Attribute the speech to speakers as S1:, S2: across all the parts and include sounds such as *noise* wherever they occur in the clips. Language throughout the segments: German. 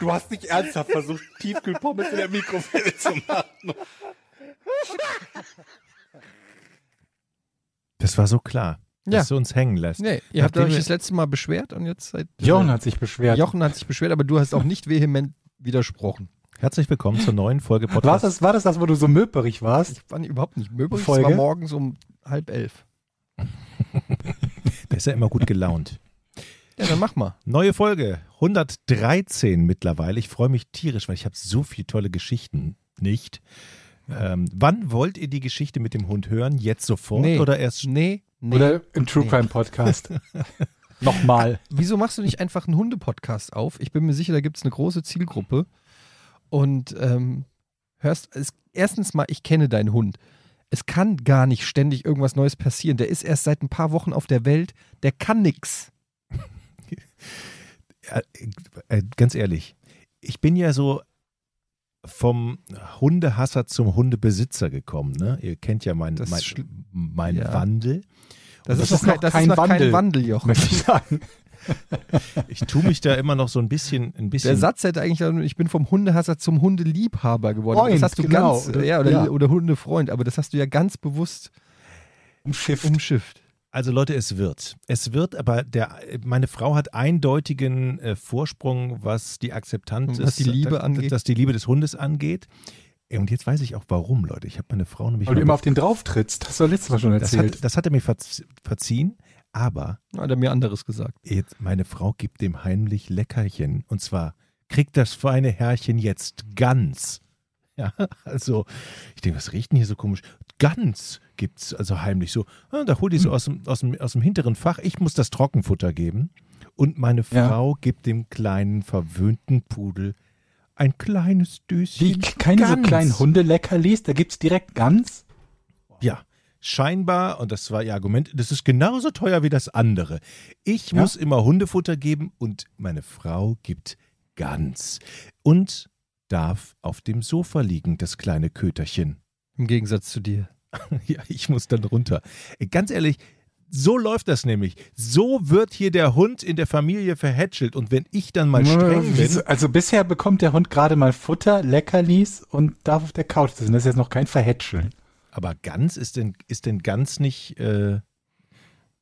S1: Du hast nicht ernsthaft versucht, Tiefkühlpommes in der Mikrofile zu machen.
S2: Das war so klar,
S3: Ja.
S2: dass du uns hängen lässt.
S3: Nee, ihr habt
S2: Nachdem
S3: euch
S2: wir-
S3: das letzte Mal beschwert und jetzt seid.
S4: Jochen hat sich beschwert.
S3: Jochen hat sich beschwert, aber du hast auch nicht vehement widersprochen.
S2: Herzlich willkommen zur neuen Folge
S4: war,
S2: Podcast.
S4: das, war das das, wo du so möperig warst?
S3: Ich war überhaupt nicht möbel. Es
S4: Folge?
S3: war morgens um halb elf.
S2: *laughs* Der ist ja immer gut gelaunt.
S3: Ja, dann mach mal.
S2: Neue Folge, 113 mittlerweile. Ich freue mich tierisch, weil ich habe so viele tolle Geschichten. Nicht. Ähm, wann wollt ihr die Geschichte mit dem Hund hören? Jetzt sofort
S3: Nee.
S2: oder erst? sch-
S3: Nee, nee.
S4: Oder im True
S3: Nee.
S4: Crime
S1: *laughs*
S4: Podcast? Nochmal.
S3: Wieso machst du nicht einfach einen Hunde-Podcast auf? Ich bin mir sicher, da gibt es eine große Zielgruppe. Und ähm, hörst, es, erstens mal, ich kenne deinen Hund. Es kann gar nicht ständig irgendwas Neues passieren. Der ist erst seit ein paar Wochen auf der Welt. Der kann nix.
S2: Äh, äh, ganz ehrlich, ich bin ja so vom Hundehasser zum Hundebesitzer gekommen. Ne? Ihr kennt ja meinen
S3: Das
S2: mein,
S3: schli-
S2: mein
S3: Ja.
S2: Wandel.
S4: Das ist noch kein Wandel.
S3: kein Wandel, Jochen.
S4: Möchte ich sagen.
S2: Ich tue mich da immer noch so ein bisschen, ein bisschen
S3: *laughs* Der Satz hätte eigentlich, auch nur, ich bin vom Hundehasser zum Hundeliebhaber geworden.
S4: Freund,
S3: das hast du
S4: genau.
S3: ganz, äh,
S4: Oder-
S3: ja, oder,
S4: ja.
S3: oder Hundefreund, aber das hast du ja ganz bewusst
S1: Um
S4: Umschifft.
S3: umschifft.
S2: Also Leute, es wird. Es wird, aber der, meine Frau hat eindeutigen äh, Vorsprung, was die Akzeptanz
S3: Und was die Liebe
S2: dass,
S3: angeht.
S2: dass die Liebe des Hundes angeht. Äh, Und jetzt weiß ich auch warum, Leute. Ich habe meine Frau nämlich
S4: Weil du
S2: mal-
S4: immer auf den drauf trittst. Das hast du letztes Mal schon
S2: das,
S4: erzählt.
S2: hat, das hat er mir verz- verziehen, aber
S3: Hat er mir anderes gesagt.
S2: jetzt meine Frau gibt dem heimlich Leckerchen und zwar kriegt das feine Herrchen jetzt ganz. Ja, also ich denke, was riecht denn hier so komisch? Ganz gibt's also heimlich so. Ah, Da holt die
S4: Hm.
S2: so aus dem, aus, dem, aus dem hinteren Fach. Ich muss das Trockenfutter geben. Und meine
S4: Ja.
S2: Frau gibt dem kleinen, verwöhnten Pudel ein kleines Döschen.
S4: Die keine so
S2: Gans.
S4: kleinen Hundeleckerlis, da gibt's direkt ganz.
S2: Ja, scheinbar, und das war ihr Argument, das ist genauso teuer wie das andere. Ich
S4: Ja.
S2: muss immer Hundefutter geben und meine Frau gibt ganz. Und darf auf dem Sofa liegen, das kleine Köterchen. *laughs*
S3: Im Gegensatz zu dir.
S2: ja, ich muss dann runter. Äh, Ganz ehrlich, so läuft das nämlich. So wird hier der Hund in der Familie verhätschelt. Und wenn ich dann mal streng bin,
S4: Also bisher bekommt der Hund gerade mal Futter, Leckerlis und darf auf der Couch sitzen. Das ist jetzt noch kein Verhätscheln.
S2: aber ganz ist denn, ist denn ganz nicht äh,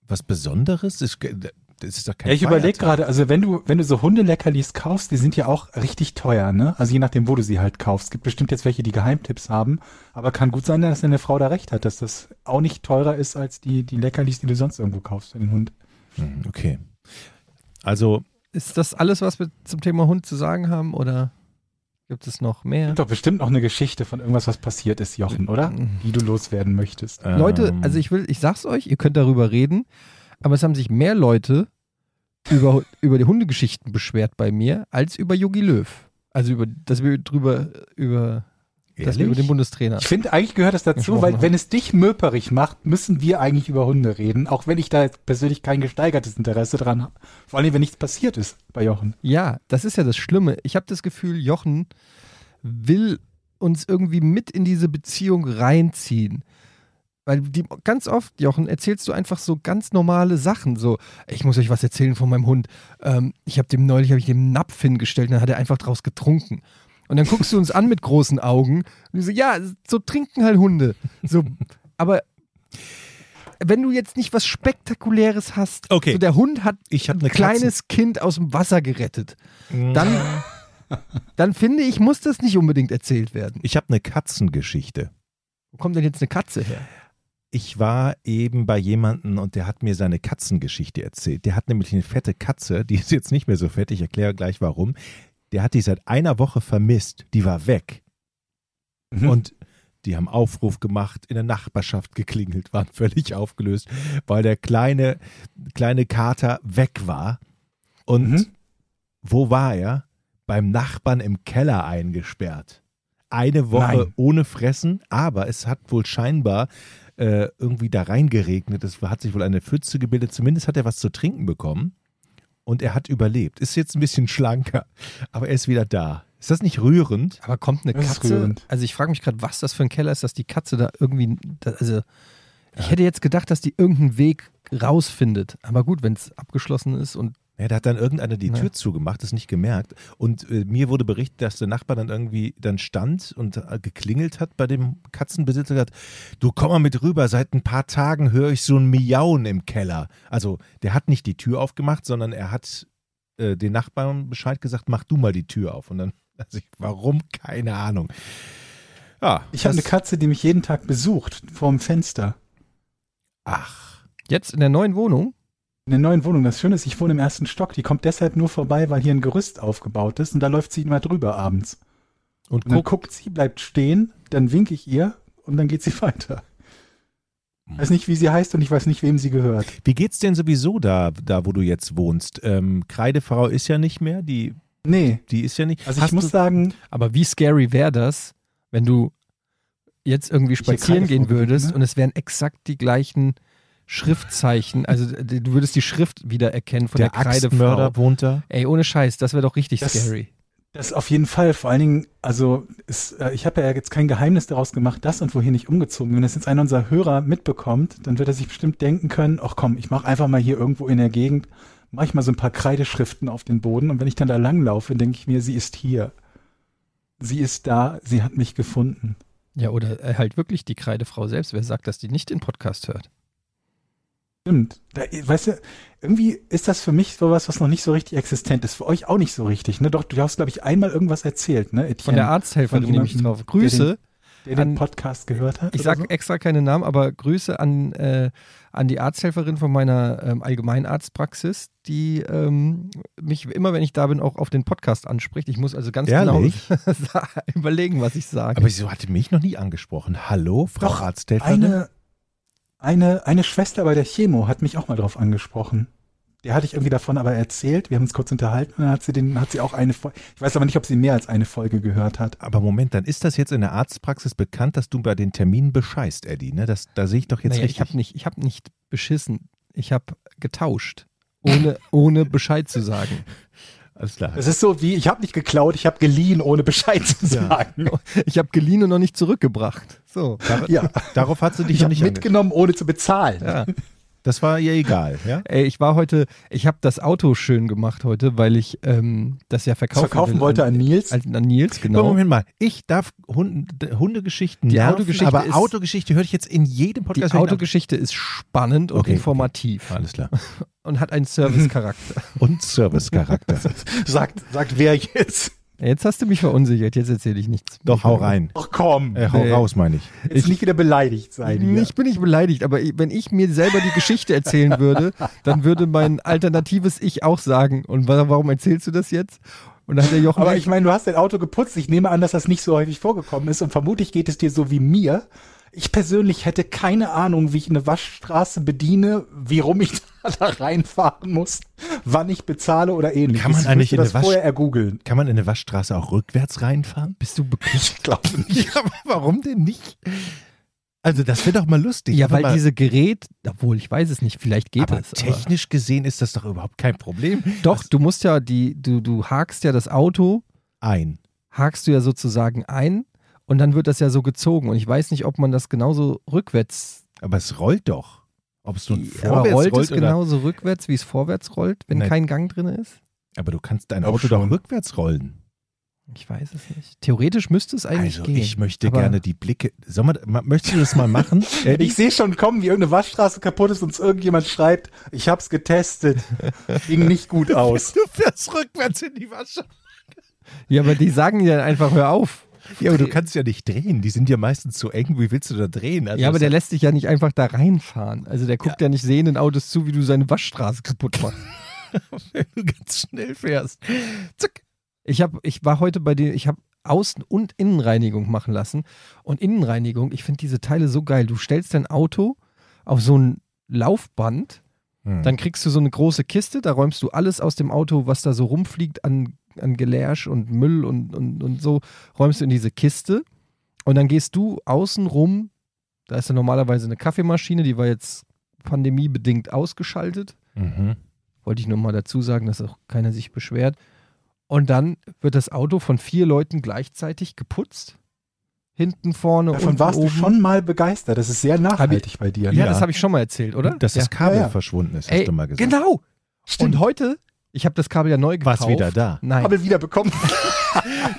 S2: was Besonderes? Das, ist- das ist doch kein
S4: Ja, ich überlege
S2: Feiertag.
S4: gerade, also wenn du, wenn du so Hundeleckerlis kaufst, die sind ja auch richtig teuer, ne? Also je nachdem, wo du sie halt kaufst. Es gibt bestimmt jetzt welche, die Geheimtipps haben, aber kann gut sein, dass deine Frau da recht hat, dass das auch nicht teurer ist als die, die Leckerlis, die du sonst irgendwo kaufst für den Hund.
S2: Hm, Okay. Also,
S3: Ist das alles, was wir zum Thema Hund zu sagen haben oder gibt es noch mehr? Hm.
S4: Gibt doch bestimmt noch eine Geschichte von irgendwas, was passiert ist, Jochen, oder? Die du loswerden möchtest.
S2: ähm,
S3: Leute, also ich will, ich sag's euch, ihr könnt darüber reden, aber es haben sich mehr Leute über, *laughs* über die Hundegeschichten beschwert bei mir als über Yogi Löw. Also über, dass wir drüber, über, dass wir über den
S2: Ehrlich?
S3: Bundestrainer.
S4: Ich finde, eigentlich gehört das dazu,
S3: Gesprochen
S4: weil
S3: hat.
S4: wenn es dich möperig macht, müssen wir eigentlich über Hunde reden, auch wenn ich da jetzt persönlich kein gesteigertes Interesse dran habe. Vor allem, wenn nichts passiert ist bei Jochen.
S3: Ja, das ist ja das Schlimme. Ich habe das Gefühl, Jochen will uns irgendwie mit in diese Beziehung reinziehen. Weil die, ganz oft, Jochen, erzählst du einfach so ganz normale Sachen. So, ich muss euch was erzählen von meinem Hund. Ähm, ich habe dem neulich hab ich dem Napf hingestellt und dann hat er einfach draus getrunken. Und dann guckst du uns an mit großen Augen und du so, ja, so trinken halt Hunde. So, aber wenn du jetzt nicht was Spektakuläres hast,
S2: Okay.
S3: so der Hund hat
S2: Ich hab
S3: ein
S2: eine Katze.
S3: kleines Hm. Kind aus dem Wasser gerettet,
S2: Mm.
S3: dann, *laughs* dann finde ich, muss das nicht unbedingt erzählt werden.
S2: ich habe eine Katzengeschichte.
S3: Wo kommt denn jetzt eine Katze her?
S2: Ich war eben bei jemandem und der hat mir seine Katzengeschichte erzählt. Der hat nämlich eine fette Katze, die ist jetzt nicht mehr so fett, ich erkläre gleich warum. Der hat die seit einer Woche vermisst, die war weg.
S4: Mhm.
S2: Und die haben Aufruf gemacht, in der Nachbarschaft geklingelt, waren völlig aufgelöst, weil der kleine, kleine Kater weg war. Und
S4: Mhm.
S2: wo war er? Beim Nachbarn im Keller eingesperrt. eine Woche
S4: Nein.
S2: ohne Fressen, aber es hat wohl scheinbar äh, irgendwie da reingeregnet. Es hat sich wohl eine Pfütze gebildet. Zumindest hat er was zu trinken bekommen und er hat überlebt. Ist jetzt ein bisschen schlanker, aber er ist wieder da. Ist das nicht rührend?
S3: Aber kommt eine
S4: Das ist
S3: Katze?
S4: rührend.
S3: Also ich frage mich gerade, was das für ein Keller ist, dass die Katze da irgendwie. Da, also ich hätte jetzt gedacht, dass die irgendeinen Weg rausfindet. Aber gut, wenn es abgeschlossen ist und
S2: Ja, da hat dann irgendeiner die
S3: Ja.
S2: Tür zugemacht, das nicht gemerkt. Und äh, mir wurde berichtet, dass der Nachbar dann irgendwie dann stand und äh, geklingelt hat bei dem Katzenbesitzer und hat, du komm mal mit rüber, seit ein paar Tagen höre ich so ein Miauen im Keller. Also der hat nicht die Tür aufgemacht, sondern er hat äh, den Nachbarn Bescheid gesagt, mach du mal die Tür auf. Und dann, *laughs* also ich, warum? Keine Ahnung. Ja,
S4: Ich habe eine
S2: das-
S4: Katze, die mich jeden Tag besucht, vorm Fenster.
S2: Ach,
S3: jetzt in der neuen Wohnung.
S4: In der neuen Wohnung. Das Schöne ist, ich wohne im ersten Stock. Die kommt deshalb nur vorbei, weil hier ein Gerüst aufgebaut ist und da läuft sie immer drüber abends.
S2: und
S4: Und dann
S2: guck.
S4: guckt sie, bleibt stehen, dann winke ich ihr und dann geht sie *laughs* weiter. Ich weiß nicht, wie sie heißt und ich weiß nicht, wem sie gehört.
S2: Wie geht's denn sowieso da, da wo du jetzt wohnst? Ähm, Kreidefrau ist ja nicht mehr, die,
S4: Nee,
S2: die ist ja nicht.
S4: also
S2: Hast
S4: ich muss
S2: du-
S4: sagen,
S3: Aber wie scary wäre das, wenn du jetzt irgendwie spazieren
S4: keine
S3: gehen
S4: Vorbilder,
S3: würdest
S4: ne?
S3: und es wären exakt die gleichen Schriftzeichen. Also d- du würdest die Schrift wiedererkennen von der,
S2: der
S3: Kreidefrau.
S2: Axtmörder wohnt da.
S3: Ey, ohne Scheiß, das wäre doch richtig
S4: Das-
S3: scary.
S4: Das auf jeden Fall. Vor allen Dingen, also es, äh, ich habe ja jetzt kein Geheimnis daraus gemacht, dass und wohin ich umgezogen bin. Wenn das jetzt einer unserer Hörer mitbekommt, dann wird er sich bestimmt denken können, ach komm, ich mache einfach mal hier irgendwo in der Gegend, mache ich mal so ein paar Kreideschriften auf den Boden und wenn ich dann da langlaufe, denke ich mir, sie ist hier. Sie ist da, sie hat mich gefunden.
S3: Ja, oder äh, halt wirklich die Kreidefrau selbst. Wer sagt, dass die nicht den Podcast hört?
S4: Stimmt. Da, weißt du, irgendwie ist das für mich sowas, was noch nicht so richtig existent ist. Für euch auch nicht so richtig. Ne? Doch, du hast, glaube ich, einmal irgendwas erzählt, ne? Etienne,
S3: Von der Arzthelferin
S4: von
S3: nehme ich
S4: jemandem,
S3: drauf.
S4: der
S3: Grüße.
S4: der den Also-
S3: an-
S4: Podcast gehört hat.
S3: Ich
S4: oder
S3: sage
S4: so.
S3: extra keine Namen, aber Grüße an, äh, an die Arzthelferin von meiner ähm, Allgemeinarztpraxis, die ähm, mich immer, wenn ich da bin, auch auf den Podcast anspricht. Ich muss also ganz
S2: Ehrlich?
S3: genau *laughs* sa- überlegen, was ich sage.
S2: Aber sie hatte mich noch nie angesprochen. Hallo, Frau
S4: Doch,
S2: Arzthelferin.
S4: Eine, eine, eine Schwester bei der Chemo hat mich auch mal drauf angesprochen. Der hatte ich irgendwie davon aber erzählt. Wir haben uns kurz unterhalten und dann hat sie den, hat sie auch eine Folge. Ich weiß aber nicht, ob sie mehr als eine Folge gehört hat.
S2: Aber Moment, dann ist das jetzt in der Arztpraxis bekannt, dass du bei den Terminen bescheißt, Eddie. Ne? Das, da sehe ich doch jetzt
S3: naja, ich
S2: richtig.
S3: habe nicht, ich hab nicht beschissen, ich habe getauscht, ohne, *laughs* ohne Bescheid zu sagen.
S2: Alles klar.
S3: Also,
S4: Es ist so wie, ich habe nicht geklaut, ich habe geliehen, ohne Bescheid zu
S2: Ja.
S4: sagen.
S3: Ich habe geliehen und noch nicht zurückgebracht. So.
S2: Dar
S4: Ja,
S2: Darauf hat sie dich
S4: ich
S2: ja
S4: habe
S2: nicht angesprochen.
S4: mitgenommen, ohne zu bezahlen.
S3: Ja.
S2: Das war ihr egal, ja?
S3: Ey, ich war heute, ich habe das Auto schön gemacht heute, weil ich ähm, das ja
S4: Das
S3: verkaufen,
S4: verkaufen
S3: will
S4: wollte
S3: an,
S4: an Nils.
S3: an, an Nils, genau.
S2: Aber Moment mal, ich darf Hunden- d- Hundegeschichten
S3: Die
S2: nerven,
S3: Autogeschichte
S2: aber
S3: ist-
S2: Autogeschichte höre ich jetzt in jedem
S3: Die
S2: Podcast.
S3: Autogeschichte ist spannend und
S2: Okay, okay.
S3: informativ
S2: Alles klar.
S3: und hat
S2: *laughs*
S3: einen Servicecharakter.
S2: Und Servicecharakter.
S3: *laughs*
S4: Sagt, sagt wer jetzt?
S3: Jetzt hast du mich verunsichert, jetzt erzähle ich nichts.
S2: Doch, hau rein.
S4: Ach komm,
S2: Äh, hau
S3: Nee.
S2: raus, meine ich.
S4: jetzt nicht wieder beleidigt sein. hier.
S3: Ich bin nicht beleidigt, aber ich- wenn ich mir selber die Geschichte erzählen würde, dann würde mein alternatives Ich auch sagen, und wa- warum erzählst du das jetzt? Und dann hat der Jochen,
S4: Aber
S3: recht.
S4: ich meine, du hast dein Auto geputzt. Ich nehme an, dass das nicht so häufig vorgekommen ist und vermutlich geht es dir so wie mir. Ich persönlich hätte keine Ahnung, wie ich eine Waschstraße bediene, wie rum ich *laughs* da, da reinfahren muss, wann ich bezahle oder ähnliches.
S2: Kann man
S4: ich
S2: eigentlich
S4: müsste
S2: in eine
S4: das
S2: Wasch-
S4: vorher ergoogeln?
S2: Kann man in eine Waschstraße auch rückwärts reinfahren?
S3: bist du
S4: Ich glaube nicht.
S2: Ja, aber warum denn nicht? Also, das wäre doch mal lustig.
S3: Ja,
S2: Einfach
S3: weil
S2: mal,
S3: diese Gerät, obwohl ich weiß es nicht, vielleicht geht
S2: aber
S3: es.
S2: technisch gesehen ist das doch überhaupt kein Problem.
S3: Doch, du musst ja die, du, du hakst ja das Auto,
S2: Ein.
S3: hakst du ja sozusagen ein und dann wird das ja so gezogen. Und ich weiß nicht, ob man das genauso rückwärts
S2: Aber es rollt doch. Ob es genau- nun
S3: aber
S2: vorwärts
S3: rollt,
S2: rollt
S3: es
S2: oder,
S3: genauso rückwärts, wie es vorwärts rollt, wenn
S2: Nein.
S3: kein Gang drin ist?
S2: Aber du kannst dein
S4: Doch
S2: Auto doch
S4: schon.
S2: rückwärts rollen.
S3: Ich weiß es nicht. Theoretisch müsste es eigentlich
S2: Also
S3: gehen.
S2: ich möchte
S3: aber-
S2: gerne die Blicke. Soll man, ma- möchtest du das mal *laughs* machen? Äh, Eddie?
S4: Ich sehe schon kommen, wie irgendeine Waschstraße kaputt ist und uns irgendjemand schreibt, ich hab's getestet. Ging nicht gut aus.
S2: du fährst rückwärts in die Wasche.
S3: ja, aber die sagen dir dann einfach, hör auf.
S2: Ja, aber du kannst ja nicht drehen. Die sind ja meistens so eng. Wie willst du da drehen? Also
S3: ja, aber
S2: das-
S3: der lässt dich ja nicht einfach da reinfahren. Also der guckt ja, nicht sehenden Autos zu, wie du seine Waschstraße kaputt *laughs* machst.
S2: wenn du ganz schnell fährst. Zack.
S3: Ich, hab, ich war heute bei dir, ich habe Außen- und Innenreinigung machen lassen. Und Innenreinigung, ich finde diese Teile so geil. Du stellst dein Auto auf so ein Laufband,
S2: Hm.
S3: dann kriegst du so eine große Kiste, da räumst du alles aus dem Auto, was da so rumfliegt an an Gelärsch und Müll und, und, und so, räumst du in diese Kiste und dann gehst du außen rum, da ist ja normalerweise eine Kaffeemaschine, die war jetzt pandemiebedingt ausgeschaltet.
S2: Mhm.
S3: Wollte ich nur mal dazu sagen, dass auch keiner sich beschwert. Und dann wird das Auto von vier Leuten gleichzeitig geputzt. Hinten, vorne,
S4: Davon
S3: unten,
S4: warst
S3: oben.
S4: du schon mal begeistert. Das ist sehr nachhaltig bei dir.
S3: Ja,
S2: Ja.
S3: das habe ich schon mal erzählt, oder?
S2: Dass
S3: ja.
S2: das Kabel
S4: Ja, ja.
S2: verschwunden ist, hast
S3: Ey,
S2: du mal gesagt.
S3: Genau. Und heute, ich habe das Kabel ja neu gekauft.
S2: War's wieder da.
S3: Nein.
S2: *laughs*
S4: Kabel wiederbekommen.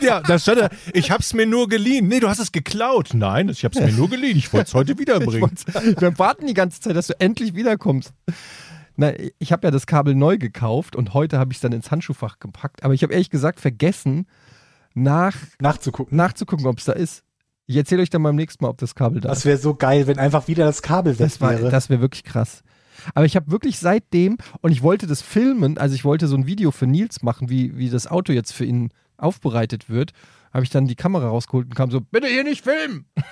S2: Ja, das stand da. Ich hab's mir nur geliehen. Nee, du hast es geklaut. Nein, ich hab's mir nur geliehen. Ich wollte es heute
S3: *laughs* Ich
S2: wiederbringen.
S3: wollt's- Wir warten die ganze Zeit, dass du endlich wiederkommst. Na, ich habe ja das Kabel neu gekauft und heute habe ich es dann ins Handschuhfach gepackt. Aber ich habe ehrlich gesagt vergessen, nach,
S4: Nachzugucken.
S3: nachzugucken, ob es da ist. Ich erzähle euch dann beim nächsten Mal, ob das Kabel da
S4: Das
S3: ist.
S4: wäre so geil, wenn einfach wieder das Kabel weg
S3: Das, war,
S4: wäre.
S3: das wäre wirklich krass. Aber ich habe wirklich seitdem, und ich wollte das filmen, also ich wollte so ein Video für Nils machen, wie, wie das Auto jetzt für ihn aufbereitet wird, habe ich dann die Kamera rausgeholt und kam so, bitte hier nicht filmen.
S4: *laughs*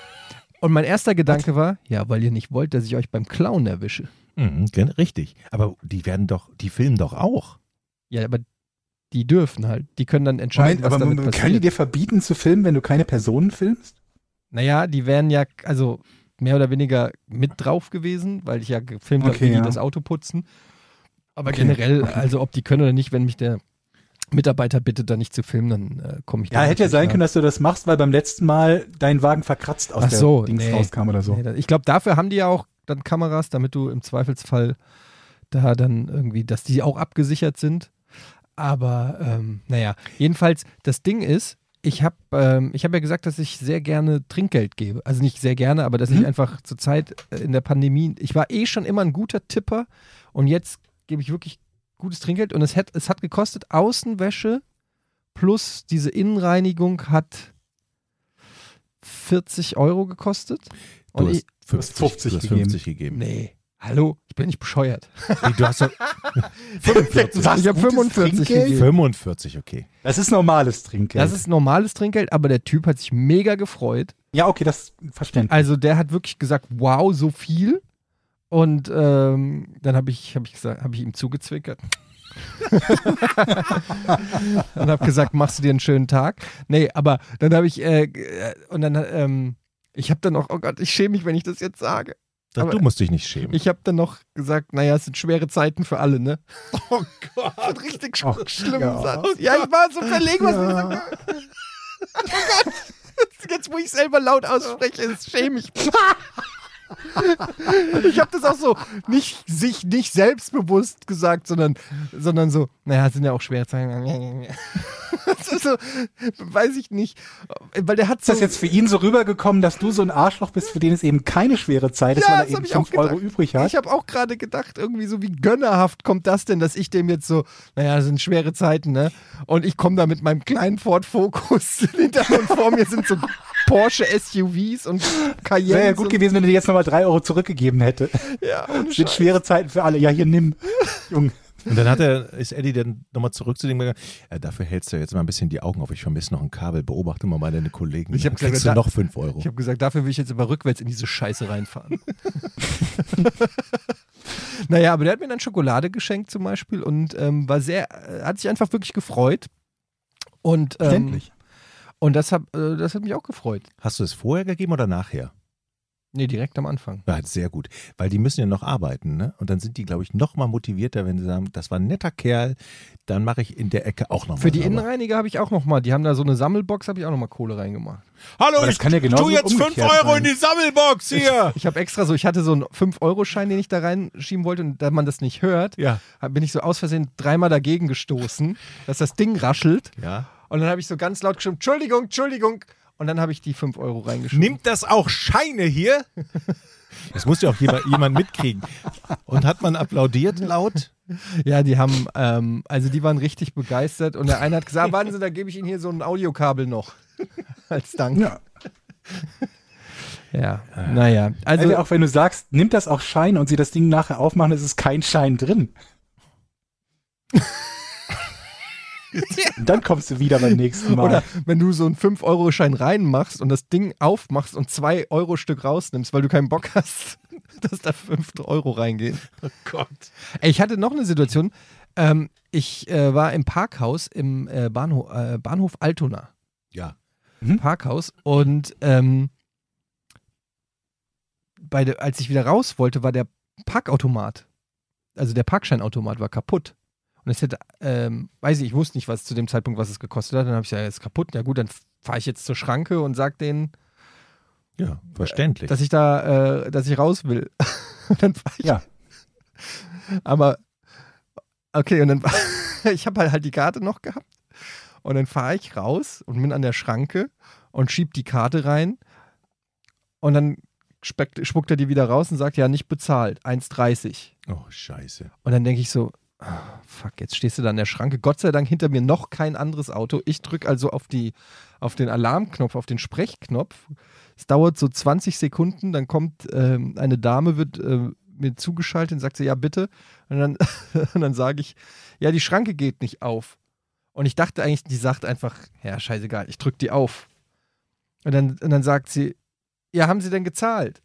S3: Und mein erster Gedanke war, ja, weil ihr nicht wollt, dass ich euch beim Klauen erwische.
S2: Mhm, gen- richtig. Aber die werden doch, die filmen doch auch.
S3: Ja, aber die dürfen halt. Die können dann entscheiden,
S4: Moment,
S3: was
S4: aber
S3: damit
S4: Moment, können die
S3: passiert.
S4: dir verbieten zu filmen, wenn du keine Personen filmst?
S3: naja, die wären ja, also mehr oder weniger mit drauf gewesen, weil ich ja gefilmt habe,
S4: Okay,
S3: wie
S4: ja.
S3: die das Auto putzen. Aber
S4: Okay,
S3: generell, also ob die können oder nicht, wenn mich der Mitarbeiter bittet, da nicht zu filmen, dann äh, komme ich
S4: Ja,
S3: da
S4: hätte ja
S3: natürlich
S4: sein
S3: klar.
S4: können, dass du das machst, weil beim letzten Mal dein Wagen verkratzt aus
S3: Ach
S4: der
S3: so,
S4: Dings
S3: nee.
S4: rauskam oder so. *laughs*
S3: Nee, da- ich glaube, dafür haben die ja auch dann Kameras, damit du im Zweifelsfall da dann irgendwie, dass die auch abgesichert sind. Aber ähm, naja, jedenfalls, das Ding ist, ich habe ähm, ich hab ja gesagt, dass ich sehr gerne Trinkgeld gebe. Also nicht sehr gerne, aber dass ich
S4: Mhm.
S3: einfach zur Zeit äh, in der Pandemie, ich war eh schon immer ein guter Tipper und jetzt gebe ich wirklich gutes Trinkgeld und es hat, es hat gekostet Außenwäsche plus diese Innenreinigung hat 40 Euro gekostet.
S2: Du
S3: Und ich-
S2: hast 50,
S4: hast 50
S2: du hast
S4: gegeben.
S2: 50 gegeben.
S3: Nee. Hallo, ich bin nicht bescheuert.
S2: Nee, Du hast doch
S4: Was,
S3: Ich hab
S4: gutes
S3: 45
S4: Trinkgeld?
S3: gegeben.
S2: 45, okay.
S4: Das ist normales Trinkgeld.
S3: *laughs* Das ist normales Trinkgeld, aber der Typ hat sich mega gefreut.
S4: ja, okay, das verständlich.
S3: Also der hat wirklich gesagt, wow, so viel. Und ähm, dann habe ich, hab ich, gesagt- hab ich ihm zugezwickert. *laughs* und habe gesagt, machst du dir einen schönen Tag? Nee, aber dann habe ich, äh, äh, und dann, ähm, ich habe dann auch, oh Gott, ich schäme mich, wenn ich das jetzt sage.
S2: Das,
S3: Aber-
S2: du musst dich nicht schämen.
S3: Ich habe dann noch gesagt, naja, es sind schwere Zeiten für alle, ne? *laughs* Oh Gott. Richtig sch schlimm
S4: ja.
S3: Satz. Ja, ich war so verlegen, was ich gesagt habe. Oh Gott. *laughs* Jetzt, wo ich selber laut ausspreche, ist schäme ich. mich. Ich habe das auch so nicht sich nicht selbstbewusst gesagt, sondern, sondern so, naja, es sind ja auch schwere Zeiten. *laughs* Das ist so, weiß ich nicht. Weil der hat
S4: ist
S3: so,
S4: das jetzt für ihn so rübergekommen, dass du so ein Arschloch bist, für den es eben keine schwere Zeit ist,
S3: Ja,
S4: weil
S3: das
S4: er
S3: hab
S4: eben
S3: ich auch
S4: 5 Euro
S3: gedacht.
S4: übrig hat?
S3: Ich habe auch gerade gedacht, irgendwie so wie gönnerhaft kommt das denn, dass ich dem jetzt so, naja, das sind schwere Zeiten, ne? Und ich komme da mit meinem kleinen Ford Focus *laughs* hinter und vor mir sind so Porsche SUVs und Cayenne.
S4: Wäre ja gut gewesen, wenn du dir jetzt nochmal 3 Euro zurückgegeben hätte.
S3: ja, ohne
S4: Sind
S3: Scheiß.
S4: schwere Zeiten für alle. Ja, hier nimm. Junge.
S2: Und dann hat er, ist Eddie dann nochmal zurück zu dem gegangen. Äh, dafür hältst du jetzt mal ein bisschen die Augen auf. Ich vermisse noch ein Kabel. Beobachte mal meine Kollegen.
S3: Ich hab
S2: Dann
S3: gesagt,
S2: kriegst du
S3: da-
S2: noch 5 Euro.
S3: Ich habe gesagt, dafür will ich jetzt aber rückwärts in diese Scheiße *laughs* reinfahren. naja, aber der hat mir dann Schokolade geschenkt zum Beispiel und ähm, war sehr, äh, hat sich einfach wirklich gefreut. Und, ähm,
S4: Verständlich.
S3: und das, hab, äh, das hat mich auch gefreut.
S2: Hast du es vorher gegeben oder nachher?
S3: Nee, direkt am Anfang.
S2: Ja, sehr gut. Weil die müssen ja noch arbeiten, ne? Und dann sind die, glaube ich, noch mal motivierter, wenn sie sagen, das war ein netter Kerl, dann mache ich in der Ecke auch noch mal
S3: Für die
S2: sauber.
S3: Innenreiniger habe ich auch nochmal, die haben da so eine Sammelbox, habe ich auch nochmal Kohle reingemacht.
S2: Hallo,
S4: Aber das
S2: ich
S4: kann ja genauso
S2: tu jetzt 5
S4: umgekehrt
S2: Euro
S4: sein.
S2: in die Sammelbox hier.
S3: Ich habe extra so, ich hatte so einen 5-Euro-Schein, den ich da reinschieben wollte und da man das nicht hört,
S2: Ja.
S3: hab- bin ich so aus Versehen dreimal dagegen gestoßen, dass das Ding raschelt
S2: Ja.
S3: und dann habe ich so ganz laut geschimpft, Entschuldigung, Entschuldigung und dann habe ich die 5 Euro reingeschoben.
S2: Nimmt das auch Scheine hier? Das muss ja auch jemand, jemand mitkriegen. Und hat man applaudiert laut?
S3: Ja, die haben, ähm, also die waren richtig begeistert und der eine hat gesagt, warten Sie, da gebe ich Ihnen hier so ein Audiokabel noch *laughs* als Dank.
S4: Ja.
S3: Ja, naja. Also,
S4: Also auch wenn du sagst, nimm das auch Schein und sie das Ding nachher aufmachen, es ist kein Schein
S3: *laughs*
S4: drin. Und dann kommst du wieder beim nächsten Mal.
S3: Oder wenn du so einen 5-Euro-Schein reinmachst und das Ding aufmachst und 2-Euro-Stück rausnimmst, weil du keinen Bock hast, *laughs* dass da 5 Euro reingehen.
S2: Oh Gott.
S3: Ey, ich hatte noch eine Situation. Ähm, Ich äh, war im Parkhaus im äh, Bahnhof, äh, Bahnhof Altona.
S2: Ja.
S4: Mhm.
S3: Parkhaus. Und ähm, bei der- als ich wieder raus wollte, war der Parkautomat, also der Parkscheinautomat war kaputt. Und es hätte, ähm, weiß ich, ich wusste nicht, was zu dem Zeitpunkt, was es gekostet hat. Dann habe ich gesagt, ja, ist kaputt. Ja gut, dann fahre ich jetzt zur Schranke und sag denen,
S2: Ja, verständlich.
S3: dass ich da, äh, dass ich raus will. *laughs* und dann war ich.
S4: Ja.
S3: Aber okay, und dann *laughs* war ich habe halt, halt die Karte noch gehabt. Und dann fahre ich raus und bin an der Schranke und schieb die Karte rein. Und dann speckt, spuckt er die wieder raus und sagt, ja, nicht bezahlt, 1,30.
S2: oh, scheiße.
S3: Und dann denke ich so, ah, fuck, jetzt stehst du da an der Schranke. Gott sei Dank hinter mir noch kein anderes Auto. Ich drücke also auf, die, auf den Alarmknopf, auf den Sprechknopf. Es dauert so 20 Sekunden, dann kommt ähm, eine Dame, wird äh, mir zugeschaltet und sagt sie, ja bitte. Und dann, *laughs* und dann sage ich, ja, die Schranke geht nicht auf. Und ich dachte eigentlich, die sagt einfach, ja, scheißegal, ich drücke die auf. Und dann, und dann sagt sie, ja, haben Sie denn gezahlt?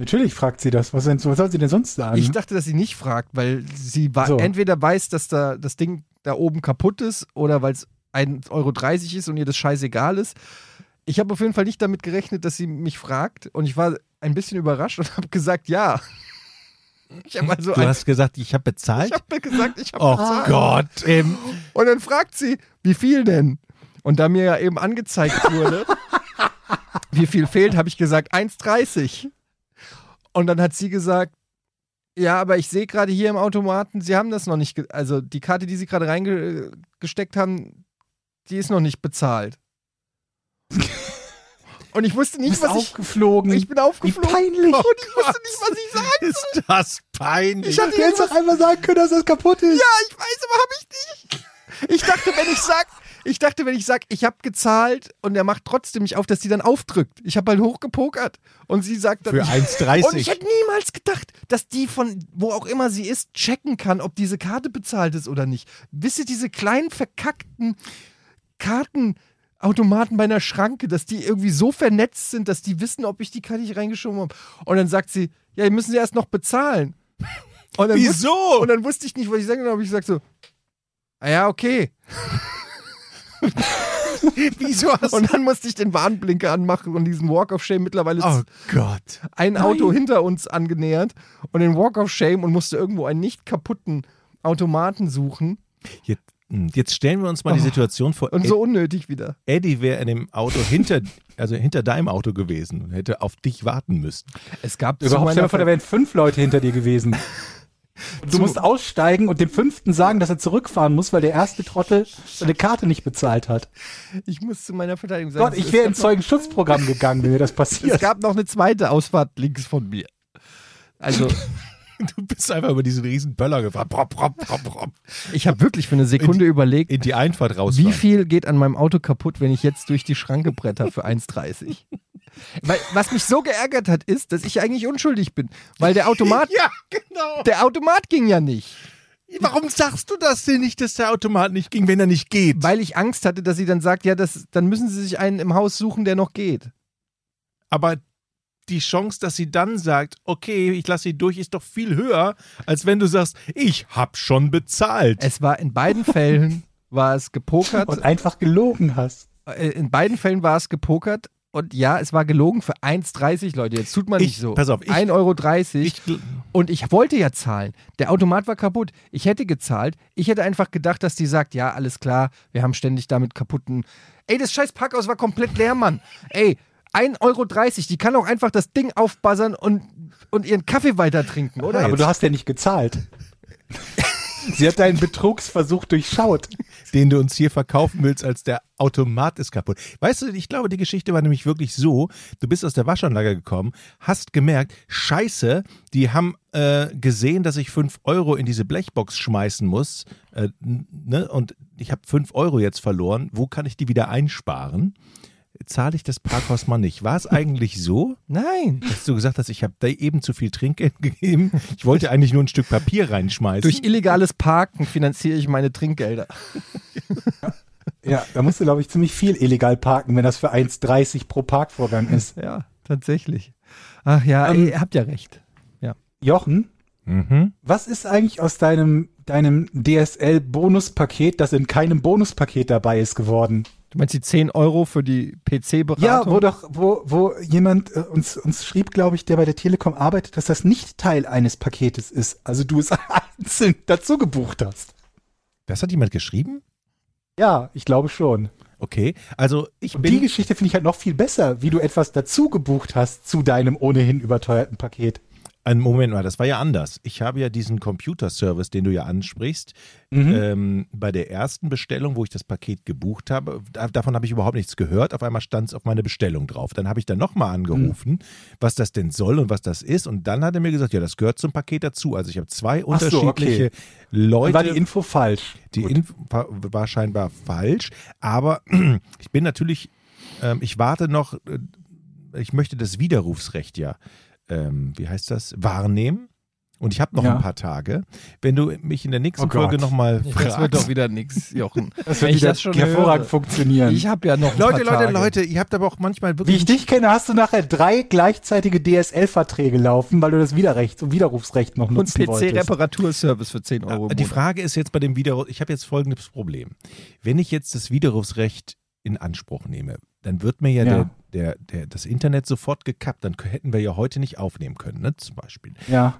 S4: Natürlich fragt sie das. Was, denn, was soll sie denn sonst sagen?
S3: Ich dachte, dass sie nicht fragt, weil sie wa-
S4: So.
S3: entweder weiß, dass da das Ding da oben kaputt ist oder weil es 1,30 Euro ist und ihr das scheißegal ist. Ich habe auf jeden Fall nicht damit gerechnet, dass sie mich fragt und ich war ein bisschen überrascht und *laughs* habe gesagt, ja. Ich habe also
S2: Du
S3: ein,
S2: hast gesagt, ich habe bezahlt?
S3: ich hab mir gesagt, ich habe
S2: oh
S3: bezahlt.
S2: Gott. Im
S3: Und dann fragt sie, wie viel denn? Und da mir ja eben
S4: *laughs*
S3: angezeigt wurde, wie viel fehlt, habe ich gesagt 1,30. Und dann hat sie gesagt, ja, aber ich sehe gerade hier im Automaten, sie haben das noch nicht, ge- also die Karte, die sie gerade reingesteckt haben, die ist noch nicht
S4: *laughs*
S3: bezahlt. Und ich wusste
S4: du
S3: nicht,
S4: bist
S3: was ich,
S4: aufgeflogen.
S3: ich bin aufgeflogen.
S4: Wie peinlich.
S3: Und ich wusste nicht, was ich sagen.
S2: ist das peinlich.
S3: Ich hatte
S4: hättest doch einmal sagen können, dass das kaputt ist.
S3: Ja, ich weiß, aber habe ich nicht. Ich dachte, wenn ich sag, ich dachte, wenn ich sag, ich habe gezahlt und er macht trotzdem nicht auf, dass sie dann aufdrückt. Ich habe halt hochgepokert und sie sagt dann
S2: Für
S3: und ich
S2: 1,30.
S3: hätte niemals gedacht, dass die von wo auch immer sie ist checken kann, ob diese Karte bezahlt ist oder nicht. Wisst ihr diese kleinen verkackten Kartenautomaten bei einer Schranke, dass die irgendwie so vernetzt sind, dass die wissen, ob ich die Karte nicht reingeschoben habe. Und dann sagt sie, ja, die müssen sie erst noch bezahlen. Und dann wusste-
S2: Wieso?
S3: und dann wusste ich nicht, was ich sagen soll, habe ich gesagt so, ah ja, *laughs* okay.
S2: Wieso hast
S3: Und dann musste ich den Warnblinker anmachen und diesen Walk of Shame. Mittlerweile
S2: Oh
S3: ist
S2: Gott.
S3: ein Auto hinter uns angenähert und den Walk of Shame und musste irgendwo einen nicht kaputten Automaten suchen.
S2: Jetzt, hm, jetzt stellen wir uns mal die Situation vor.
S3: Und so unnötig wieder.
S2: Ed- Eddie wäre in dem Auto hinter, also hinter deinem Auto gewesen und hätte auf dich warten müssen.
S3: Es gab
S4: Überhaupt, stell dir mal vor, da
S3: Ver-
S4: wären fünf Leute hinter dir gewesen. Und *laughs* Du
S3: Zu-
S4: musst aussteigen und dem fünften sagen, dass er zurückfahren muss, weil der erste Trottel seine Karte nicht bezahlt hat.
S3: ich muss zu meiner Verteidigung sagen,
S4: Gott,
S3: es-
S4: ich wäre ins
S3: es, gab
S4: Zeugenschutzprogramm gegangen, wenn mir das
S3: noch, *laughs* es
S4: passiert.
S3: gab noch eine zweite Ausfahrt links von mir. *laughs* Also,
S2: Du bist einfach über diesen riesen Böller gefahren. Prop, prop, prop, prop.
S3: ich habe wirklich für eine Sekunde überlegt,
S2: In die Einfahrt raus.
S3: Wie viel geht an meinem Auto kaputt, wenn ich jetzt durch die Schranke bretter für 1,30? Weil, was mich so geärgert hat, ist, dass ich eigentlich unschuldig bin. Weil
S2: *laughs*
S3: der Automat,
S2: Ja, genau.
S3: der Automat ging ja nicht.
S2: Warum sagst du das denn nicht, dass der Automat nicht ging, wenn er nicht geht?
S3: Weil ich Angst hatte, dass sie dann sagt, ja, das, dann müssen sie sich einen im Haus suchen, der noch geht.
S2: Aber die Chance, dass sie dann sagt, okay, ich lasse sie durch, ist doch viel höher, als wenn du sagst, ich hab schon bezahlt.
S3: Es war in beiden Fällen war es gepokert.
S4: Und einfach gelogen hast.
S3: äh, in beiden Fällen war es gepokert. Und ja, es war gelogen für 1,30 Leute. Jetzt tut man
S2: Ich-
S3: nicht so.
S2: pass auf, ich-
S3: 1,30 Euro.
S2: ich, gl-
S3: Und ich wollte ja zahlen. Der Automat war kaputt. Ich hätte gezahlt. Ich hätte einfach gedacht, dass die sagt, ja, alles klar, wir haben ständig damit kaputten. Ey, das scheiß Packhaus war komplett leer, Mann. Ey, 1,30 Euro, die kann auch einfach das Ding aufbuzzern und, und ihren Kaffee weiter trinken, oder?
S4: Aber du hast ja nicht gezahlt. Sie hat deinen Betrugsversuch durchschaut.
S2: den du uns hier verkaufen willst, als der Automat ist kaputt. Weißt du, ich glaube, die Geschichte war nämlich wirklich so, du bist aus der Waschanlage gekommen, hast gemerkt, scheiße, die haben äh, gesehen, dass ich 5 Euro in diese Blechbox schmeißen muss äh, n- ne? und ich habe 5 Euro jetzt verloren, wo kann ich die wieder einsparen? Zahle ich das Parkhaus mal nicht. War es eigentlich so,
S3: Nein.
S2: dass du gesagt hast, ich habe da eben zu viel Trinkgeld *laughs* gegeben? Ich wollte eigentlich nur ein Stück Papier reinschmeißen.
S3: Durch illegales Parken finanziere ich meine Trinkgelder.
S4: Ja, da musst du, glaube ich, ziemlich viel illegal parken, wenn das für 1,30 pro Parkvorgang ist.
S3: Ja, tatsächlich. Ach ja,
S4: Ähm,
S3: ey, ihr habt ja recht.
S4: Jochen,
S2: Mhm.
S4: Was ist eigentlich aus deinem, deinem DSL-Bonuspaket, das in keinem Bonuspaket dabei ist, geworden?
S3: Du meinst die 10 Euro für die PC-Beratung?
S4: Ja, wo doch, wo, wo jemand äh, uns, uns schrieb, glaube ich, der bei der Telekom arbeitet, dass das nicht Teil eines Paketes ist. Also du es *laughs* einzeln dazu gebucht hast.
S2: Das hat jemand geschrieben?
S4: Ja, ich glaube schon.
S2: Okay, also ich
S4: Und die
S2: bin.
S4: Geschichte finde ich halt noch viel besser, wie du etwas dazu gebucht hast zu deinem ohnehin überteuerten Paket.
S2: Ein Moment mal, das war ja anders. Ich habe ja diesen Computerservice, den du ja ansprichst,
S4: Mhm.
S2: ähm, bei der ersten Bestellung, wo ich das Paket gebucht habe, da, davon habe ich überhaupt nichts gehört. Auf einmal stand es auf meine Bestellung drauf. Dann habe ich dann
S4: Mhm.
S2: nochmal angerufen, was das denn soll und was das ist. Und dann hat er mir gesagt, ja, das gehört zum Paket dazu. Also ich habe zwei
S4: Ach so,
S2: unterschiedliche
S4: okay.
S2: Leute.
S4: Dann war die Info falsch.
S2: Die
S4: Gut.
S2: Info war scheinbar falsch, aber *clears throat* ich bin natürlich, ähm, ich warte noch, äh, ich möchte das Widerrufsrecht ja, ähm, wie heißt das, wahrnehmen. Und ich habe noch
S4: Ja.
S2: ein paar Tage. Wenn du mich in der nächsten
S4: Oh Gott.
S2: Folge nochmal
S3: Das wird doch
S2: fragst.
S3: wieder
S4: *laughs*
S3: nix, Jochen.
S4: das
S3: Wenn
S4: wird
S3: ich
S4: wieder
S3: das schon
S4: hervorragend
S3: höre.
S4: funktionieren.
S3: Ich habe ja noch ein
S2: Leute,
S3: paar
S2: Leute,
S3: Tage.
S2: Leute, ihr habt aber auch manchmal
S4: Wie
S2: wirklich.
S4: ich dich kenne, hast du nachher drei gleichzeitige DSL-Verträge laufen, weil du das Widerrecht und Widerrufsrecht noch
S3: Und
S4: nutzen wolltest.
S3: PC-Reparaturservice für 10 Euro. Im
S2: Ah, die
S3: Monat.
S2: Frage ist jetzt bei dem Widerruf, ich habe jetzt folgendes Problem. Wenn ich jetzt das Widerrufsrecht in Anspruch nehme, dann wird mir ja,
S4: Ja.
S2: Der, der, der, das Internet sofort gekappt. Dann hätten wir ja heute nicht aufnehmen können, ne, zum Beispiel.
S4: Ja,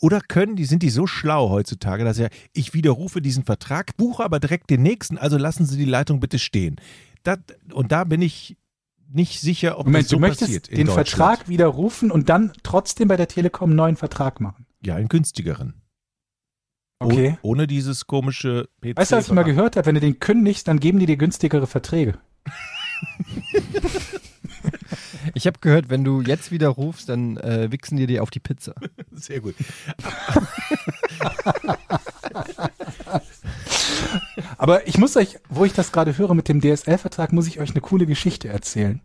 S2: Oder können die, sind die so schlau heutzutage, dass ja, ich widerrufe diesen Vertrag, buche aber direkt den nächsten, also lassen Sie die Leitung bitte stehen. Das, und da bin ich nicht sicher, ob das
S4: Moment,
S2: so
S4: du
S2: passiert
S4: möchtest
S2: in
S4: den
S2: Deutschland.
S4: Vertrag widerrufen und dann trotzdem bei der Telekom einen neuen Vertrag machen.
S2: Ja, einen günstigeren.
S4: Okay.
S2: Oh, ohne dieses komische PC.
S4: Weißt du, was ich mal
S2: Vertrag.
S4: gehört habe? Wenn du den kündigst, dann geben die dir günstigere Verträge.
S3: Ich habe gehört, wenn du jetzt wieder rufst, dann äh, wichsen die dir auf die Pizza.
S2: *laughs* Sehr gut.
S4: Aber ich muss euch, wo ich das gerade höre mit dem DSL-Vertrag, muss ich euch eine coole Geschichte erzählen.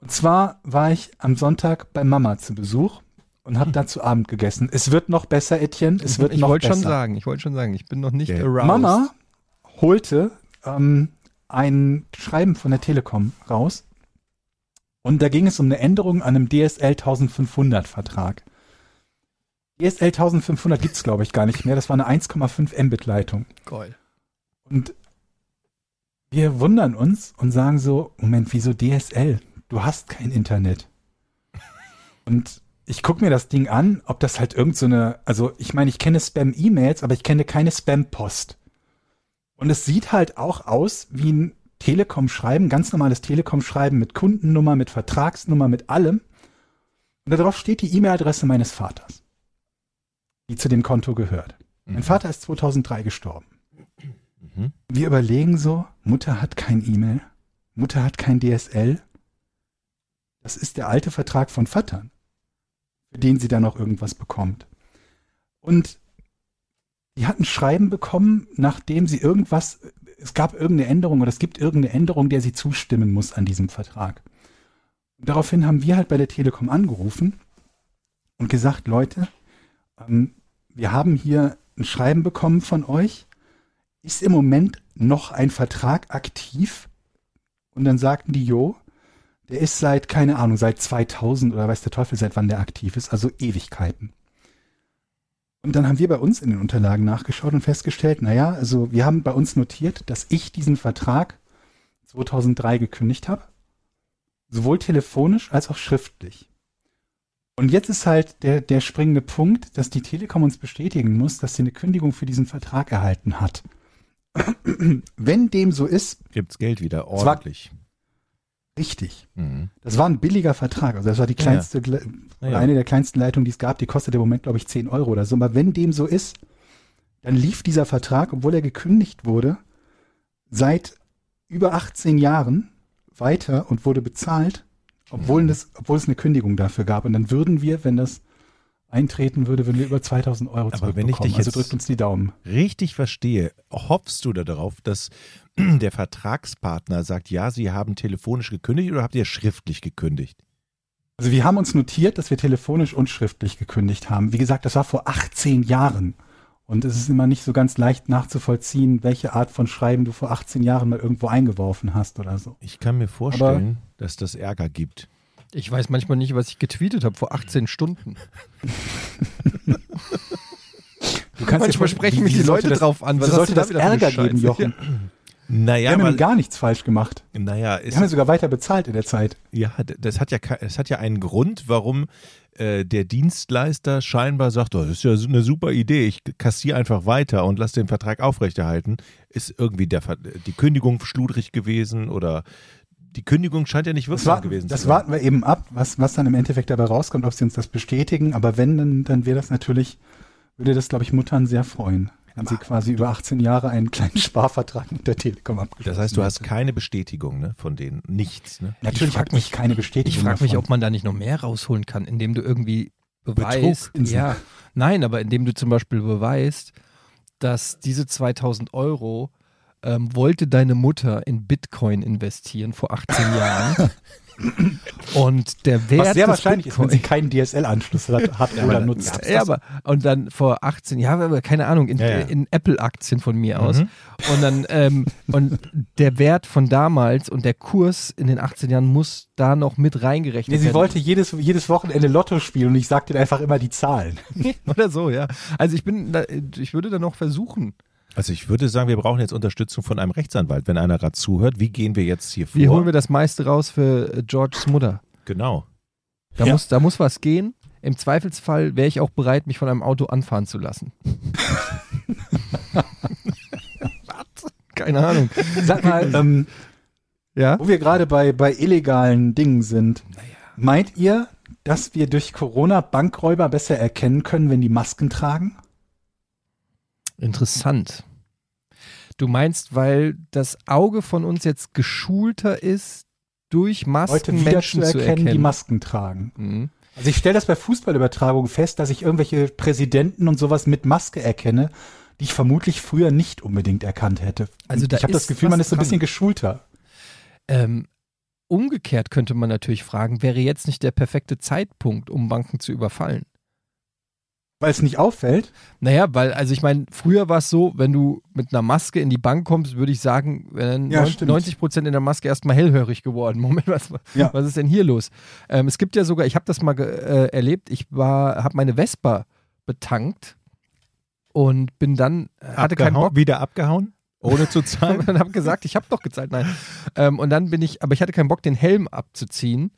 S4: Und zwar war ich am Sonntag bei Mama zu Besuch und habe da zu Abend gegessen. Es wird noch besser, Etienne. Es wird
S3: ich
S4: noch
S3: wollte
S4: besser.
S3: schon sagen, ich wollte schon sagen, ich bin noch nicht
S2: Der
S3: aroused.
S4: Mama holte ähm, ein Schreiben von der Telekom raus. Und da ging es um eine Änderung an einem DSL 1500 Vertrag. DSL 1500 gibt's glaube ich, gar nicht mehr. Das war eine 1,5 Mbit-Leitung.
S3: Geil.
S4: Und wir wundern uns und sagen so, Moment, wieso DSL? Du hast kein Internet. Und ich gucke mir das Ding an, ob das halt irgend so eine, also ich meine, ich kenne Spam-E-Mails, aber ich kenne keine Spam-Post. Und es sieht halt auch aus wie ein Telekom-Schreiben, ganz normales Telekom-Schreiben mit Kundennummer, mit Vertragsnummer, mit allem. Und darauf steht die E-Mail-Adresse meines Vaters, die zu dem Konto gehört. Mein Vater ist 2003 gestorben.
S2: Mhm.
S4: Wir überlegen so, Mutter hat kein E-Mail, Mutter hat kein DSL. Das ist der alte Vertrag von Vatern, für den sie dann noch irgendwas bekommt. Und die hat ein Schreiben bekommen, nachdem sie irgendwas, es gab irgendeine Änderung oder es gibt irgendeine Änderung, der sie zustimmen muss an diesem Vertrag. Und daraufhin haben wir halt bei der Telekom angerufen und gesagt, Leute, ähm, wir haben hier ein Schreiben bekommen von euch ist im Moment noch ein Vertrag aktiv? Und dann sagten die, jo, der ist seit, keine Ahnung, seit 2000 oder weiß der Teufel, seit wann der aktiv ist, also Ewigkeiten. Und dann haben wir bei uns in den Unterlagen nachgeschaut und festgestellt, naja, also wir haben bei uns notiert, dass ich diesen Vertrag 2003 gekündigt habe, sowohl telefonisch als auch schriftlich. Und jetzt ist halt der, der springende Punkt, dass die Telekom uns bestätigen muss, dass sie eine Kündigung für diesen Vertrag erhalten hat. Wenn dem so ist,
S2: Gibt's Geld wieder,
S4: Es war-
S2: ordentlich.
S4: richtig.
S2: Mhm.
S4: Das war ein billiger Vertrag. Also das war die
S2: Ja,
S4: kleinste, Gle-
S2: Ja,
S4: oder
S2: ja.
S4: eine der kleinsten Leitungen, die es gab. Die kostet im Moment, glaube ich, 10 Euro oder so. Aber wenn dem so ist, dann lief dieser Vertrag, obwohl er gekündigt wurde, seit über 18 Jahren weiter und wurde bezahlt, obwohl,
S2: Mhm.
S4: das, obwohl es eine Kündigung dafür gab. Und dann würden wir, wenn das eintreten würde, würden wir über 2000 Euro
S2: Aber wenn ich
S4: zurückbekommen.
S2: dich
S4: also
S2: jetzt-
S4: drückt uns die Daumen.
S2: Richtig verstehe, hoffst du da darauf, dass *clears throat* der Vertragspartner sagt, ja, sie haben telefonisch gekündigt oder habt ihr schriftlich gekündigt?
S4: Also wir haben uns notiert, dass wir telefonisch und schriftlich gekündigt haben. Wie gesagt, das war vor 18 Jahren. Und es ist immer nicht so ganz leicht nachzuvollziehen, welche Art von Schreiben du vor 18 Jahren mal irgendwo eingeworfen hast oder so.
S2: Ich kann mir vorstellen, dass das Ärger gibt.
S3: Ich weiß manchmal nicht, was ich getweetet habe vor 18 Stunden.
S4: Du kannst
S3: Manchmal
S4: jetzt-
S3: sprechen
S4: wie-
S3: mich
S4: wie
S3: die
S4: sollte
S3: Leute
S4: das,
S3: drauf an. Was
S4: Was sollte
S3: hast du da
S4: das
S3: wieder für eine
S4: Ärger geben,
S3: Scheiße?
S4: Jochen? Wir
S2: Naja,
S4: haben
S2: aber,
S4: ihm gar nichts falsch gemacht.
S2: naja, ist,
S4: Wir haben ja sogar weiter bezahlt in der Zeit.
S2: ja, d- das hat ja, ke- das hat ja einen Grund, warum äh, der Dienstleister scheinbar sagt, oh, das ist ja so eine super Idee, ich kassiere einfach weiter und lasse den Vertrag aufrechterhalten. Ist irgendwie der, Ver- die Kündigung schludrig gewesen oder die Kündigung scheint ja nicht
S4: Das,
S2: wirksam
S4: war,
S2: gewesen
S4: das
S2: zu sein.
S4: warten wir eben ab, was, was dann im Endeffekt dabei rauskommt, ob sie uns das bestätigen. Aber wenn, dann, dann wäre das natürlich, würde das, glaube ich, Muttern sehr freuen, wenn sie quasi über 18 Jahre einen kleinen Sparvertrag mit der Telekom abgeschlossen
S2: Das heißt, du hast
S4: hätte.
S2: keine Bestätigung ne, von denen, nichts. Ne?
S4: Natürlich
S3: Ich frag
S4: hat mich
S3: mich-
S4: keine Bestätigung.
S3: Ich frage mich,
S4: davon.
S3: ob man da nicht noch mehr rausholen kann, indem du irgendwie beweist.
S4: Betrug.
S3: Ja, nein, aber indem du zum Beispiel beweist, dass diese 2000 Euro ähm, wollte deine Mutter in Bitcoin investieren vor 18 Jahren.
S4: *laughs*
S3: Und der Wert
S4: Was sehr
S3: des
S4: wahrscheinlich ist, wenn
S3: Bitcoin,
S4: sie keinen DSL-Anschluss hat, hat oder nutzt.
S3: *laughs* ja, aber, und dann vor 18 Jahren, aber keine Ahnung, in,
S2: Ja, ja.
S3: in Apple-Aktien von mir aus.
S4: Mhm.
S3: Und dann, ähm, und der Wert von damals und der Kurs in den 18 Jahren muss da noch mit reingerechnet
S4: Nee,
S3: werden.
S4: sie wollte jedes, jedes Wochenende Lotto spielen und ich sagte ihr einfach immer die Zahlen.
S3: *laughs* Oder so, ja. Also ich bin, da, ich würde dann noch versuchen.
S2: Also ich würde sagen, wir brauchen jetzt Unterstützung von einem Rechtsanwalt, wenn einer gerade zuhört. Wie gehen wir jetzt hier vor?
S3: Wie holen wir das meiste raus für äh, Georges Mutter?
S2: genau.
S3: Da,
S4: Ja.
S3: muss, da muss was gehen. Im Zweifelsfall wäre ich auch bereit, mich von einem Auto anfahren zu lassen. was? *laughs* Keine Ahnung.
S4: Sag mal, ähm,
S3: Ja?
S4: Wo wir gerade bei, bei illegalen Dingen sind, meint ihr, dass wir durch Corona Bankräuber besser erkennen können, wenn die Masken tragen?
S3: Interessant. Du meinst, weil das Auge von uns jetzt geschulter ist, durch
S4: Leute
S3: Masken
S4: wieder
S3: Menschen
S4: zu erkennen, die
S3: Masken.
S4: Masken tragen.
S3: Mhm.
S4: Also ich stelle das bei Fußballübertragungen fest, dass ich irgendwelche Präsidenten und sowas mit Maske erkenne, die ich vermutlich früher nicht unbedingt erkannt hätte.
S3: Also da
S4: ich habe das
S3: ist
S4: Gefühl, man
S3: was
S4: ist so ein bisschen
S3: dran.
S4: geschulter.
S3: Ähm, umgekehrt könnte man natürlich fragen, wäre jetzt nicht der perfekte Zeitpunkt, um Banken zu überfallen?
S4: Weil es nicht auffällt.
S3: Naja, weil, also ich meine, früher war es so, wenn du mit einer Maske in die Bank kommst, würde ich sagen, wären
S4: Ja,
S3: neun-
S4: stimmt.
S3: 90 Prozent in der Maske erstmal hellhörig geworden. *laughs* Moment, was,
S4: Ja.
S3: was ist denn hier los? Ähm, es gibt ja sogar, ich habe das mal ge- äh, erlebt, ich war, habe meine Vespa betankt und bin dann, hatte keinen Bock
S2: Abgehauen, wieder abgehauen, ohne zu
S3: *laughs*
S2: zahlen.
S3: und habe gesagt, ich habe doch gezahlt, nein. Ähm, und dann bin ich, aber ich hatte keinen Bock, den Helm abzuziehen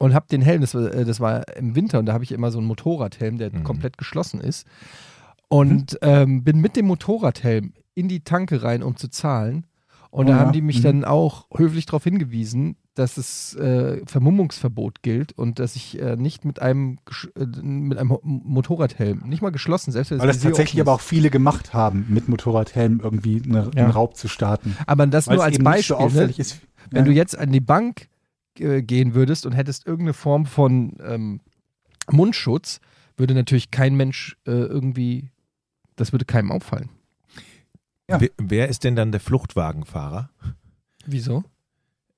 S3: und habe den Helm, das war, äh, das war im Winter und da habe ich immer so einen Motorradhelm, der
S2: Mhm.
S3: komplett geschlossen ist. Und
S4: Mhm.
S3: ähm, bin mit dem Motorradhelm in die Tanke rein, um zu zahlen. Und
S4: Oh
S3: da
S4: ja,
S3: haben die mich
S4: mhm.
S3: dann auch höflich darauf hingewiesen, dass es äh, Vermummungsverbot gilt und dass ich äh, nicht mit einem, gesch- äh, mit einem Ho- Motorradhelm, nicht mal geschlossen, selbst wenn
S4: Weil das
S3: Visier
S4: tatsächlich
S3: offen
S4: aber
S3: ist.
S4: auch viele gemacht haben, mit Motorradhelm irgendwie eine,
S3: Ja.
S4: einen Raub zu starten.
S3: Aber das
S4: Weil
S3: nur
S4: es
S3: als
S4: eben nicht
S3: Beispiel.
S4: so
S3: ne?
S4: auffällig ist.
S3: Wenn
S4: Ja.
S3: du jetzt an die Bank äh, gehen würdest und hättest irgendeine Form von ähm, Mundschutz, würde natürlich kein Mensch äh, irgendwie, das würde keinem auffallen.
S4: Ja.
S2: Wer- Wer ist denn dann der Fluchtwagenfahrer?
S3: Wieso?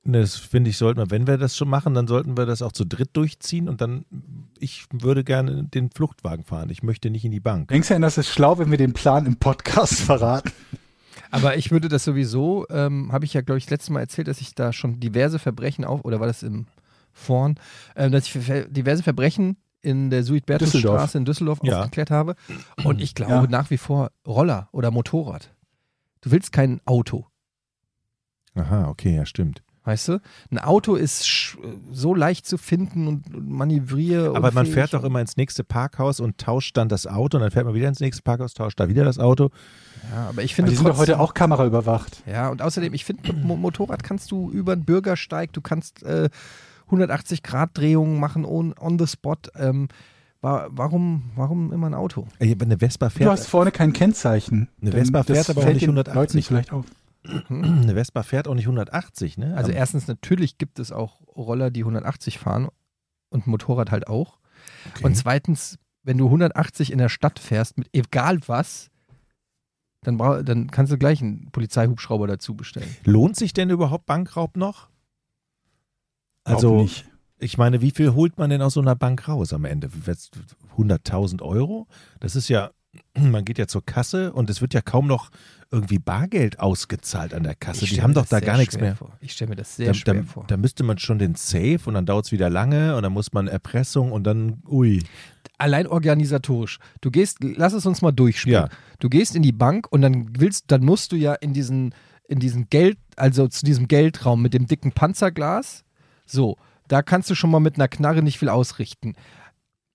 S2: Ne, Das finde ich, sollten wir, wenn wir das schon machen, dann sollten wir das auch zu dritt durchziehen und dann, ich würde gerne den Fluchtwagen fahren. Ich möchte nicht in die Bank.
S4: Denkst du denn, das ist schlau, wenn wir den Plan im Podcast *laughs* verraten?
S3: Aber ich würde das sowieso, ähm, habe ich ja, glaube ich, das letzte Mal erzählt, dass ich da schon diverse Verbrechen auf, oder war das im Vorn, ähm, dass ich ver- ver- diverse Verbrechen in der
S4: Düsseldorf.
S3: Suidbertusstraße in Düsseldorf
S2: Ja.
S3: aufgeklärt habe. Und ich glaube
S4: Ja.
S3: nach wie vor Roller oder Motorrad. Du willst kein Auto.
S2: Aha, okay, ja, stimmt.
S3: Weißt du? Ein Auto ist sch- so leicht zu finden und und manövrier.
S2: Aber man
S3: unfähig
S2: fährt doch
S3: und-
S2: immer ins nächste Parkhaus und tauscht dann das Auto und dann fährt man wieder ins nächste Parkhaus, tauscht da wieder das Auto.
S3: Ja, aber ich
S4: Die
S3: finde
S4: sind doch
S3: trotzdem,
S4: heute auch Kamera überwacht.
S3: Ja, und außerdem, ich finde, mit Mo- Motorrad kannst du über einen Bürgersteig, du kannst äh, 180-Grad-Drehungen machen on, on the spot. Ähm, wa warum, warum immer ein Auto?
S2: Ey, aber Äh, Eine Vespa
S4: Du hast
S2: fährt,
S4: vorne kein Kennzeichen.
S2: Eine
S3: Ne,
S4: Denn
S2: Vespa
S4: das
S2: fährt aber auch
S4: fällt
S2: nicht
S4: den
S2: 180.
S4: Leuten nicht vielleicht auf.
S2: *clears throat* eine Vespa fährt auch nicht 180, ne?
S3: Also
S2: Am-
S3: erstens, natürlich gibt es auch Roller, die 180 fahren und Motorrad halt auch.
S2: okay.
S3: Und zweitens, wenn du 180 in der Stadt fährst, mit egal was, dann, brau- dann kannst du gleich einen Polizeihubschrauber dazu bestellen.
S2: lohnt sich denn überhaupt Bankraub noch?
S4: Auch
S2: Also,
S4: nicht.
S2: ich meine, wie viel holt man denn aus so einer Bank raus am Ende? Jetzt 100.000 Euro? Das ist ja, *clears throat* man geht ja zur Kasse und es wird ja kaum noch irgendwie Bargeld ausgezahlt an der Kasse.
S3: Ich
S2: Also Die
S3: stell
S2: haben
S3: mir
S2: doch
S3: das
S2: da
S3: sehr
S2: gar nichts
S3: schwer
S2: mehr.
S3: Vor. Ich stelle mir das sehr
S2: Da,
S3: schwer
S2: da,
S3: vor.
S2: da müsste man schon den Safe und dann dauert es wieder lange und dann muss man Erpressung und dann, ui.
S3: allein organisatorisch. Du gehst, lass es uns mal durchspielen.
S2: Ja.
S3: Du gehst in die Bank und dann willst, dann musst du ja in diesen, in diesen Geld, also zu diesem Geldraum mit dem dicken Panzerglas. So, da kannst du schon mal mit einer Knarre nicht viel ausrichten.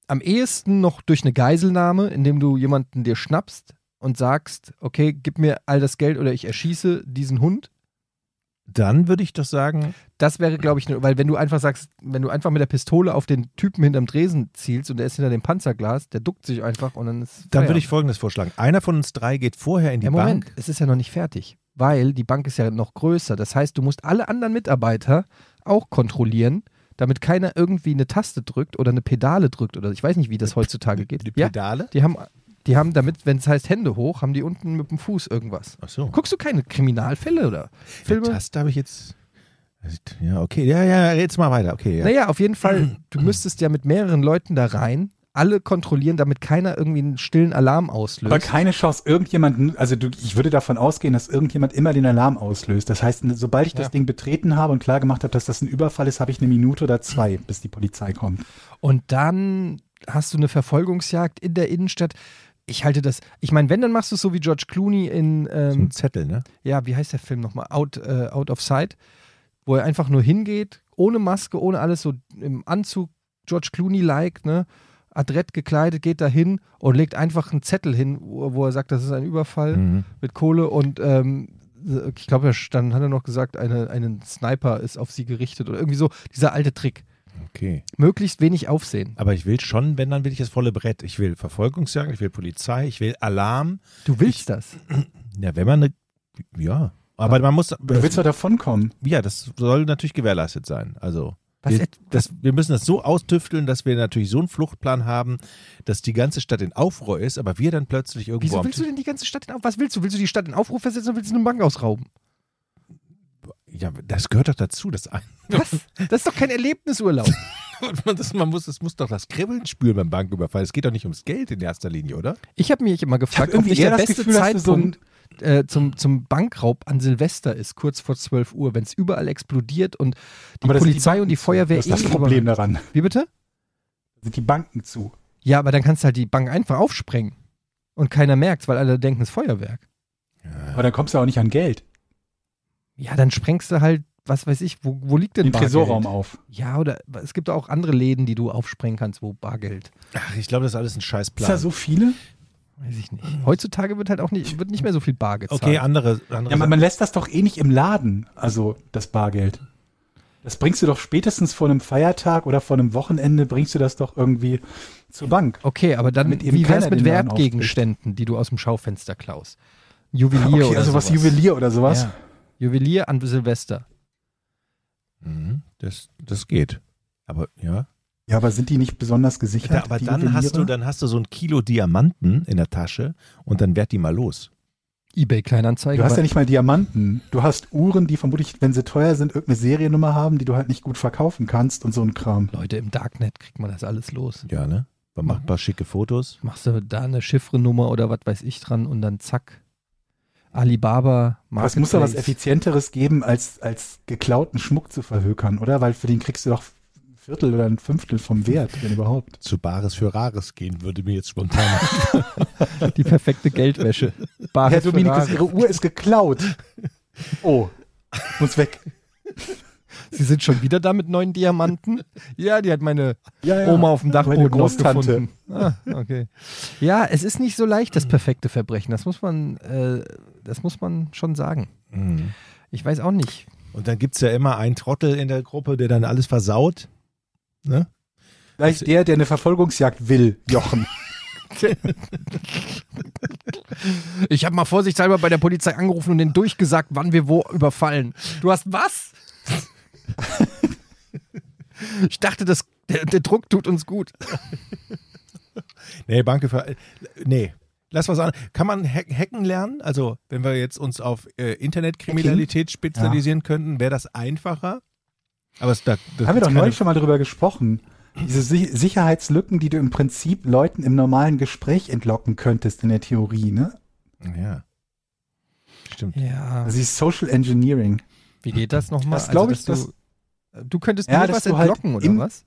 S3: Am ehesten noch durch eine Geiselnahme, indem du jemanden dir schnappst und sagst, okay, gib mir all das Geld oder ich erschieße diesen Hund.
S2: Dann würde ich doch sagen,
S3: Das wäre, glaube ich, ne- weil wenn du einfach sagst, wenn du einfach mit der Pistole auf den Typen hinterm Dresen zielst und der ist hinter dem Panzerglas, der duckt sich einfach und dann ist.
S2: dann
S3: Feierabend.
S2: würde ich folgendes vorschlagen. Einer von uns drei geht vorher in die
S3: Ja, Moment,
S2: Bank.
S3: es ist ja noch nicht fertig, weil die Bank ist ja noch größer. Das heißt, du musst alle anderen Mitarbeiter auch kontrollieren, damit keiner irgendwie eine Taste drückt oder eine Pedale drückt oder ich weiß nicht, wie das heutzutage geht.
S2: Die
S3: ja,
S2: Pedale?
S3: die haben, die haben damit, wenn es heißt Hände hoch, haben die unten mit dem Fuß irgendwas.
S2: Ach so.
S3: Guckst du keine Kriminalfälle oder
S2: Die
S3: Filme?
S2: Taste habe ich jetzt. Ja, okay. Ja, ja, jetzt mal weiter. Okay, ja.
S3: Naja, auf
S2: *clears throat*
S3: jeden Fall, du müsstest ja mit mehreren Leuten da rein, alle kontrollieren, damit keiner irgendwie einen stillen Alarm auslöst.
S4: Aber keine Chance, irgendjemanden, also du, ich würde davon ausgehen, dass irgendjemand immer den Alarm auslöst. Das heißt, sobald ich das
S3: Ja.
S4: Ding betreten habe und klar gemacht habe, dass das ein Überfall ist, habe ich eine Minute oder zwei, bis die Polizei kommt.
S3: Und dann hast du eine Verfolgungsjagd in der Innenstadt. Ich halte das, ich meine, wenn, dann machst du es so wie George Clooney in,
S2: So ein
S3: ähm,
S2: Zettel, ne?
S3: ja, wie heißt der Film nochmal? Out, äh, Out of Sight, wo er einfach nur hingeht, ohne Maske, ohne alles, so im Anzug, George Clooney-like, ne? Adrett gekleidet, geht da hin und legt einfach einen Zettel hin, wo, wo er sagt, das ist ein Überfall
S2: Mhm.
S3: mit Kohle und ähm, ich glaube, dann hat er noch gesagt, eine, einen Sniper ist auf sie gerichtet oder irgendwie so. Dieser alte Trick.
S2: Okay.
S3: Möglichst wenig Aufsehen.
S2: Aber ich will schon, wenn, dann will ich das volle Brett. Ich will Verfolgungsjagd, ich will Polizei, ich will Alarm.
S3: Du willst das.
S2: Ja, wenn man eine. Ja. Aber man muss.
S4: Du willst doch davonkommen.
S2: Ja, das soll natürlich gewährleistet sein. Also.
S3: Was
S2: wir,
S3: et-
S2: das, wir müssen das so austüfteln, dass wir natürlich so einen Fluchtplan haben, dass die ganze Stadt in Aufruhr ist, aber wir dann plötzlich irgendwo
S3: Wieso
S2: am
S3: willst du denn die ganze Stadt in Aufruhr? Was willst du? Willst du die Stadt in Aufruhr versetzen oder willst du eine Bank ausrauben?
S2: Ja, das gehört doch dazu, das *laughs* ein.
S3: Was? Das ist doch
S4: *laughs*
S3: kein Erlebnisurlaub.
S2: Man, das, man muss, es muss doch das Kribbeln spüren beim Banküberfall. Es geht doch nicht ums Geld in erster Linie, oder?
S3: Ich habe mich immer
S4: Ich hab
S3: gefragt, ob
S4: irgendwie
S3: nicht
S4: eher
S3: der
S4: das
S3: beste
S4: Gefühl, dass du so ein-
S3: Zeitpunkt äh, zum, zum Bankraub an Silvester ist, kurz vor 12 Uhr, wenn es überall explodiert und die
S4: Aber das sind die
S3: Polizei und die Feuerwehr
S4: Das ist das
S3: eh
S4: Problem ne?
S3: überall-
S4: daran.
S3: Wie bitte?
S4: Sind die Banken zu.
S3: Ja, aber dann kannst du halt die Bank einfach aufsprengen. Und keiner merkt, weil alle denken, es ist Feuerwerk.
S4: Aber dann kommst du auch nicht an Geld.
S3: Ja, dann sprengst du halt, was weiß ich, wo, wo liegt denn
S4: Den
S3: Bargeld?
S4: Tresorraum auf.
S3: Ja, oder es gibt auch andere Läden, die du aufsprengen kannst, wo Bargeld.
S2: Ach, ich glaube, das ist alles ein
S4: Ist da
S2: Scheißplan.
S4: so viele?
S3: Weiß ich
S4: Hm.
S3: nicht. Heutzutage wird halt auch nicht, wird nicht mehr so viel Bar gezahlt.
S2: okay,
S4: also
S2: andere, andere
S4: Ja, man, man lässt das doch eh nicht im Laden, also das Bargeld. Das bringst du doch spätestens vor einem Feiertag oder vor einem Wochenende, bringst du das doch irgendwie zur Bank.
S3: okay, aber dann,
S4: Damit eben
S3: wie wär's
S4: keiner
S3: mit
S4: den Laden
S3: Wertgegenständen, die du aus dem Schaufenster klaust? Juwelier
S4: Okay,
S3: oder
S4: also
S3: sowas.
S4: was Juwelier oder sowas.
S3: Ja. Juwelier an Silvester.
S2: Mhm, das, das geht. Aber ja.
S4: Ja, aber sind die nicht besonders gesichert?
S2: Da, aber
S4: die
S2: dann hast, du,
S4: Juweliere?
S2: dann hast du so ein Kilo Diamanten in der Tasche und dann werd die mal los.
S3: Ebay Kleinanzeigen.
S4: Du hast ja
S3: aber-
S4: nicht mal Diamanten. Du hast Uhren, die vermutlich, wenn sie teuer sind, irgendeine Seriennummer haben, die du halt nicht gut verkaufen kannst und so ein Kram.
S3: Leute, im Darknet kriegt man das alles los.
S2: Ja, ne? Man macht ein paar schicke Fotos.
S3: Machst du da eine Chiffrenummer oder was weiß ich dran und dann zack. Alibaba,
S4: Aber es muss doch was
S3: Marketplace.
S4: Effizienteres geben, als, als geklauten Schmuck zu verhökern, oder? Weil für den kriegst du doch ein Viertel oder ein Fünftel vom Wert, wenn überhaupt.
S2: Zu Bares für Rares gehen würde mir jetzt *laughs* spontan.
S3: Die perfekte *laughs* Geldwäsche. Bares
S4: Herr Dominikus,
S3: Ferrari.
S4: Ihre Uhr ist geklaut. *laughs* Oh, muss weg.
S3: Sie sind schon wieder da mit neuen Diamanten? Ja, die hat meine
S4: *laughs* Ja,
S3: Oma auf dem Dachboden
S4: Meine Großtante.
S3: aufgefunden. Ah, okay. Ja, es ist nicht so leicht, das perfekte Verbrechen. Das muss man, äh, das muss man schon sagen.
S2: Mhm.
S3: Ich weiß auch nicht.
S2: Und dann gibt's ja immer einen Trottel in der Gruppe, der dann alles versaut. Ne?
S4: Vielleicht der, der eine Verfolgungsjagd will, *laughs* Jochen.
S3: Ich habe mal vorsichtshalber bei der Polizei angerufen und denen durchgesagt, wann wir wo überfallen. Du hast *laughs* was? Ich dachte, das, der, der Druck tut uns gut.
S2: Nee, Banke für. äh, Nee. Lass was an. Kann man hack- hacken lernen? Also, wenn wir jetzt uns auf äh, Internetkriminalität spezialisieren könnten, wäre das einfacher. Aber es, da, da
S4: Haben wir
S2: gibt's
S4: doch
S2: keine-
S4: neulich schon mal drüber gesprochen. Diese Si- Sicherheitslücken, die du im Prinzip Leuten im normalen Gespräch entlocken könntest in der Theorie, ne?
S2: Ja. Stimmt.
S3: Ja.
S4: Also dieses Social Engineering.
S3: Wie geht das nochmal?
S4: Das glaub ich,
S3: dass du, du könntest
S4: Ja,
S3: mir
S4: dass
S3: was
S4: du halt
S3: entlocken,
S4: im-
S3: oder was?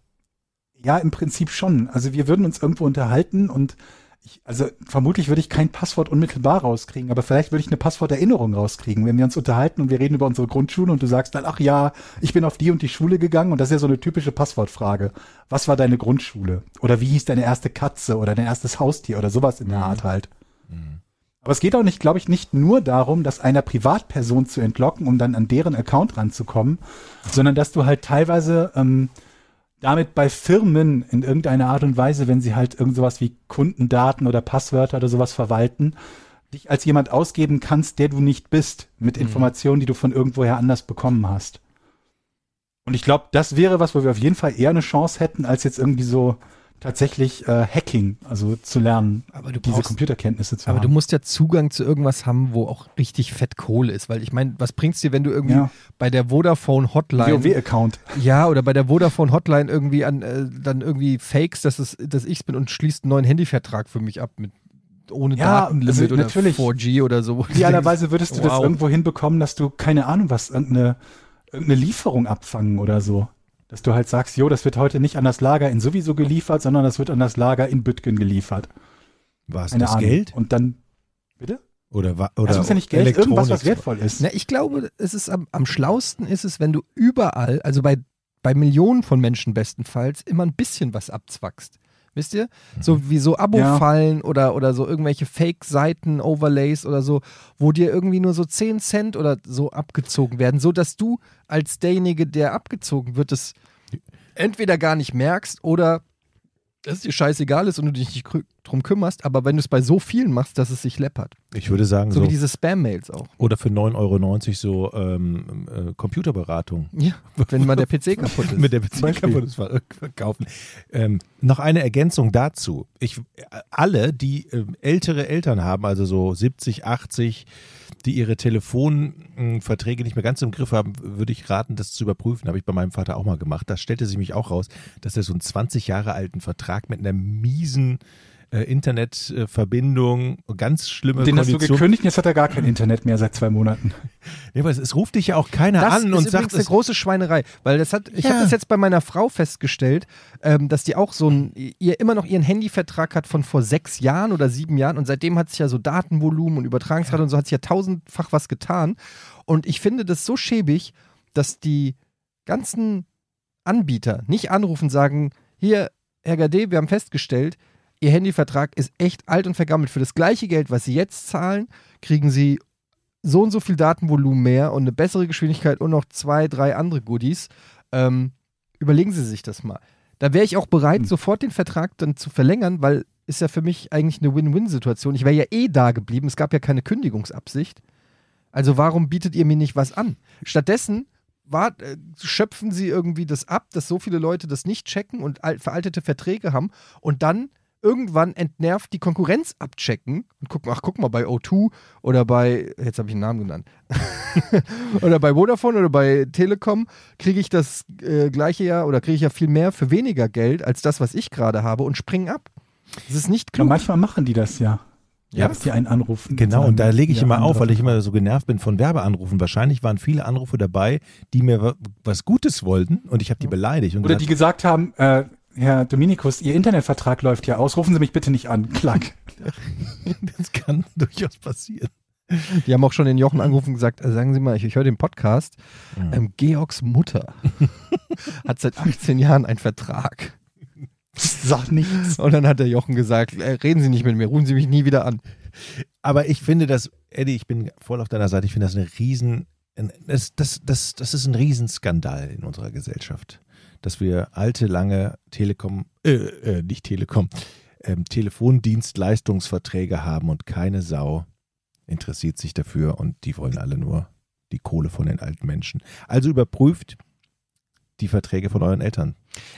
S4: Ja, im Prinzip schon. Also wir würden uns irgendwo unterhalten und ich, also vermutlich würde ich kein Passwort unmittelbar rauskriegen, aber vielleicht würde ich eine Passworterinnerung rauskriegen, wenn wir uns unterhalten und wir reden über unsere Grundschule und du sagst dann, ach ja, ich bin auf die und die Schule gegangen und das ist ja so eine typische Passwortfrage. Was war deine Grundschule? Oder wie hieß deine erste Katze oder dein erstes Haustier oder sowas in der Art halt. Aber es geht auch nicht, glaube ich, nicht nur darum, das einer Privatperson zu entlocken, um dann an deren Account ranzukommen, sondern dass du halt teilweise ähm, damit bei Firmen in irgendeiner Art und Weise, wenn sie halt irgend sowas wie Kundendaten oder Passwörter oder sowas verwalten, dich als jemand ausgeben kannst, der du nicht bist, mit
S3: Mhm.
S4: Informationen, die du von irgendwoher anders bekommen hast. Und ich glaube, das wäre was, wo wir auf jeden Fall eher eine Chance hätten, als jetzt irgendwie so tatsächlich äh, Hacking, also zu lernen,
S3: Aber du
S4: diese
S3: brauchst-
S4: Computerkenntnisse zu
S3: Aber du
S4: haben.
S3: musst ja Zugang zu irgendwas haben, wo auch richtig fett Kohle ist. Weil ich meine, was bringt's dir, wenn du irgendwie
S4: Ja.
S3: bei der Vodafone Hotline
S4: WoW-Account.
S3: Ja, oder bei der Vodafone Hotline irgendwie an, äh, dann irgendwie fakes, dass es, dass ich's bin und schließt einen neuen Handyvertrag für mich ab mit ohne
S4: Ja,
S3: Datenlimit
S4: also
S3: oder
S4: natürlich.
S3: 4G oder so.
S4: Idealerweise würdest du das
S3: Wow.
S4: irgendwo hinbekommen, dass du, keine Ahnung, was, irgendeine, irgendeine Lieferung abfangen oder so. Dass du halt sagst, jo, das wird heute nicht an das Lager in sowieso geliefert, sondern das wird an das Lager in Bütgen geliefert.
S2: War es
S4: Keine
S2: das
S4: Ahnung.
S2: Geld?
S4: Und dann,
S2: Oder, wa-
S4: das
S2: oder Ne,
S4: muss ja nicht Geld, irgendwas, was
S2: Elektronik-
S4: wertvoll ist.
S3: Na, ich glaube, es ist am, am schlausten ist es, wenn du überall, also bei, bei Millionen von Menschen bestenfalls, immer ein bisschen was abzwackst. Wisst ihr? So wie so Abo-Fallen oder, oder so irgendwelche Fake-Seiten, Overlays oder so, wo dir irgendwie nur so 10 Cent oder so abgezogen werden, so dass du als derjenige, der abgezogen wird, es entweder gar nicht merkst oder dass es dir scheißegal ist und du dich nicht krü- drum kümmerst, aber wenn du es bei so vielen machst, dass es sich läppert.
S2: Ich würde sagen,
S3: So,
S2: so,
S3: wie diese Spam-Mails auch.
S2: oder für 9,90 Euro so ähm, äh, Computerberatung.
S3: Ja, wenn mal der PC kaputt ist.
S2: Mit der Beziehung kann man das ver- verkaufen. Ähm, noch eine Ergänzung dazu. Ich, alle, die ähm, ältere Eltern haben, also so 70, 80, die ihre Telefonverträge nicht mehr ganz im Griff haben, würde ich raten, das zu überprüfen. Habe ich bei meinem Vater auch mal gemacht. Da stellte sich mich auch raus, dass er so einen 20 Jahre alten Vertrag mit einer miesen äh, Internetverbindung, ganz schlimme
S4: Den hast du
S2: Konditionen.
S4: gekündigt, jetzt hat er gar kein Internet mehr seit zwei Monaten.
S2: Ja, aber es, es ruft dich *laughs* ja auch keiner
S3: Das
S2: an
S3: ist
S2: und
S3: übrigens
S2: sagt,
S3: eine
S2: es,
S3: große Schweinerei, weil das hat, ich
S2: Ja.
S3: habe das jetzt bei meiner Frau festgestellt, ähm, dass die auch so ein, ihr immer noch ihren Handyvertrag hat von vor sechs Jahren oder sieben Jahren und seitdem hat sich ja so Datenvolumen und Übertragungsrate und so hat sich ja tausendfach was getan und ich finde das so schäbig, dass die ganzen Anbieter nicht anrufen und sagen, hier, Herr Gade, wir haben festgestellt, Ihr Handyvertrag ist echt alt und vergammelt. Für das gleiche Geld, was Sie jetzt zahlen, kriegen Sie so und so viel Datenvolumen mehr und eine bessere Geschwindigkeit und noch zwei, drei andere Goodies. Ähm, überlegen Sie sich das mal. Da wäre ich auch bereit, sofort den Vertrag dann zu verlängern, weil ist ja für mich eigentlich eine Win-Win-Situation. Ich wäre ja eh da geblieben, es gab ja keine Kündigungsabsicht. Also warum bietet ihr mir nicht was an? Stattdessen wart, äh, schöpfen sie irgendwie das ab, dass so viele Leute das nicht checken und al- veraltete Verträge haben und dann irgendwann entnervt die Konkurrenz abchecken und gucken, ach guck mal, bei O2 oder bei, jetzt habe ich einen Namen genannt, *laughs* oder bei Vodafone oder bei Telekom kriege ich das äh, gleiche ja oder kriege ich ja viel mehr für weniger Geld als das, was ich gerade habe und springen ab. Das ist nicht
S4: Ja,
S3: klug.
S4: manchmal machen die das ja.
S2: Ja.
S4: Dass die einen anrufen.
S2: Genau, und da lege ich
S4: Ja,
S2: immer auf,
S4: andere.
S2: weil ich immer so genervt bin von Werbeanrufen. Wahrscheinlich waren viele Anrufe dabei, die mir wa- was Gutes wollten und ich habe die beleidigt. Und
S4: Oder die
S2: gesagt,
S4: gesagt haben, äh, Herr Dominikus, Ihr Internetvertrag läuft ja aus, rufen Sie mich bitte nicht an.
S2: *laughs*
S4: Klack.
S3: *laughs*
S2: das kann *laughs* durchaus passieren.
S3: Die haben auch schon den Jochen angerufen und gesagt, äh, sagen Sie mal, ich, ich höre den Podcast. Ähm, Georgs
S4: *laughs*
S3: Mutter hat seit 18 Jahren einen Vertrag.
S4: Sag nichts.
S3: Und dann hat der Jochen gesagt, äh, reden Sie nicht mit mir, rufen Sie mich nie wieder an.
S2: Aber ich finde das, Eddie, ich bin voll auf deiner Seite, ich finde das eine riesen, ein- das, das, das, das ist ein Riesenskandal in unserer Gesellschaft, dass wir alte, lange Telekom, äh, äh nicht Telekom, ähm, Telefondienstleistungsverträge haben und keine Sau interessiert sich dafür und die wollen alle nur die Kohle von den alten Menschen. Also überprüft die Verträge von euren Eltern.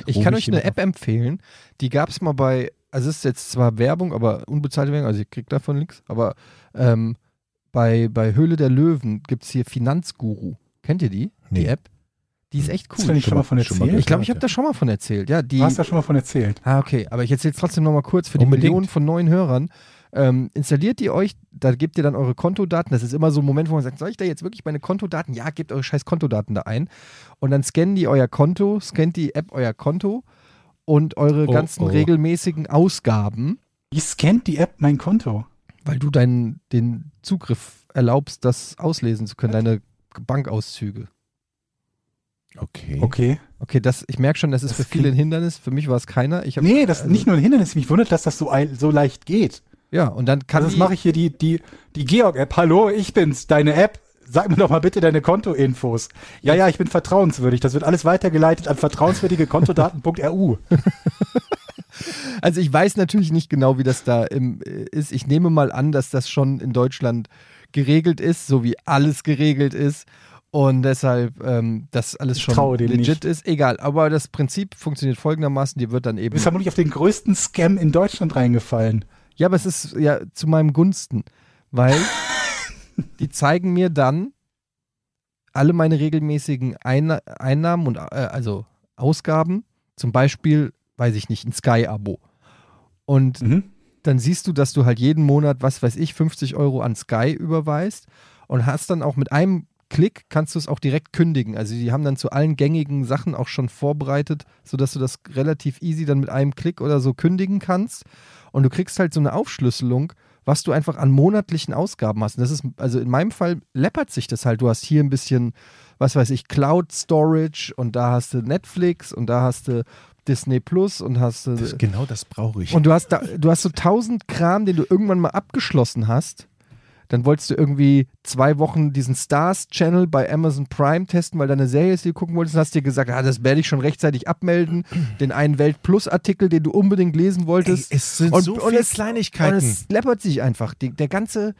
S3: Ich
S2: Ruf
S3: kann
S2: ich
S3: euch eine
S2: jemand
S3: App empfehlen, die gab es mal bei, also es ist jetzt zwar Werbung, aber unbezahlte Werbung, also ihr kriegt davon nichts, aber ähm, bei, bei Höhle der Löwen gibt es hier Finanzguru. Kennt ihr die? Die
S2: Nee.
S3: App? Die ist echt
S4: Hm. Das finde
S3: cool.
S4: ich schon mal von
S2: Schon mal
S4: erzählt.
S3: Ich glaube, ich habe da schon mal von erzählt. Ja, die,
S4: Du hast da schon mal von erzählt.
S3: Ah, okay. Aber ich erzähle es trotzdem nochmal kurz für die
S2: Unbedingt.
S3: Millionen von neuen Hörern. Ähm, installiert ihr euch, da gebt ihr dann eure Kontodaten. Das ist immer so ein Moment, wo man sagt, soll ich da jetzt wirklich meine Kontodaten? Ja, gebt eure scheiß Kontodaten da ein. Und dann scannen die euer Konto, scannt die App euer Konto und eure
S2: Oh,
S3: ganzen
S2: oh.
S3: regelmäßigen Ausgaben,
S4: Wie scannt die App mein Konto?
S3: weil du deinen den Zugriff erlaubst, das auslesen zu können, deine Bankauszüge.
S2: Okay.
S4: Okay.
S3: Okay, das, ich merke schon, das ist
S4: Das
S3: für viele ein
S4: klingt-
S3: Hindernis. Für mich war es keiner. Ich hab,
S4: Nee, das ist
S3: also-
S4: nicht nur ein Hindernis. Mich wundert, dass das so, eil- so leicht geht.
S3: äh, Ja, und dann kann
S4: Also das mache ich hier die, die, die Georg-App. Hallo, ich bin's, deine App. Sag mir doch mal bitte deine Kontoinfos. Ja, ja, ich bin vertrauenswürdig. Das wird alles weitergeleitet an vertrauenswürdige Kontodaten.ru.
S3: Also ich weiß natürlich nicht genau, wie das da im, äh, ist. Ich nehme mal an, dass das schon in Deutschland geregelt ist, so wie alles geregelt ist. Und deshalb, ähm, dass alles
S4: Ich
S3: schon
S4: traue dem
S3: legit
S4: nicht.
S3: ist. Egal, aber das Prinzip funktioniert folgendermaßen, dir wird dann
S4: Du
S3: eben...
S4: bist vermutlich auf den größten Scam in Deutschland reingefallen.
S3: Ja, aber es ist ja zu meinem Gunsten,
S4: *laughs*
S3: weil die zeigen mir dann alle meine regelmäßigen Einna- Einnahmen und äh, also Ausgaben, zum Beispiel, weiß ich nicht, ein Sky-Abo. Und
S4: Mhm.
S3: dann siehst du, dass du halt jeden Monat, was weiß ich, 50 Euro an Sky überweist und hast dann auch mit einem Klick kannst du es auch direkt kündigen. Also die haben dann zu allen gängigen Sachen auch schon vorbereitet, sodass du das relativ easy dann mit einem Klick oder so kündigen kannst. Und du kriegst halt so eine Aufschlüsselung, was du einfach an monatlichen Ausgaben hast. Und das ist, also in meinem Fall läppert sich das halt. Du hast hier ein bisschen, was weiß ich, Cloud Storage und da hast du Netflix und da hast du Disney Plus und hast du.
S2: Das, genau das brauche ich.
S3: Und du hast, da, du hast so tausend Kram, den du irgendwann mal abgeschlossen hast. Dann wolltest du irgendwie zwei Wochen diesen Stars-Channel bei Amazon Prime testen, weil deine Serie ist, die du gucken wolltest, und hast dir gesagt, ah, das werde ich schon rechtzeitig abmelden. Den einen Welt-Plus-Artikel, den du unbedingt lesen
S2: Ey,
S3: wolltest.
S2: es sind
S3: und-
S2: so
S3: und
S2: viele
S3: es-
S2: Kleinigkeiten.
S3: Und es läppert sich einfach. Die, der, ganze,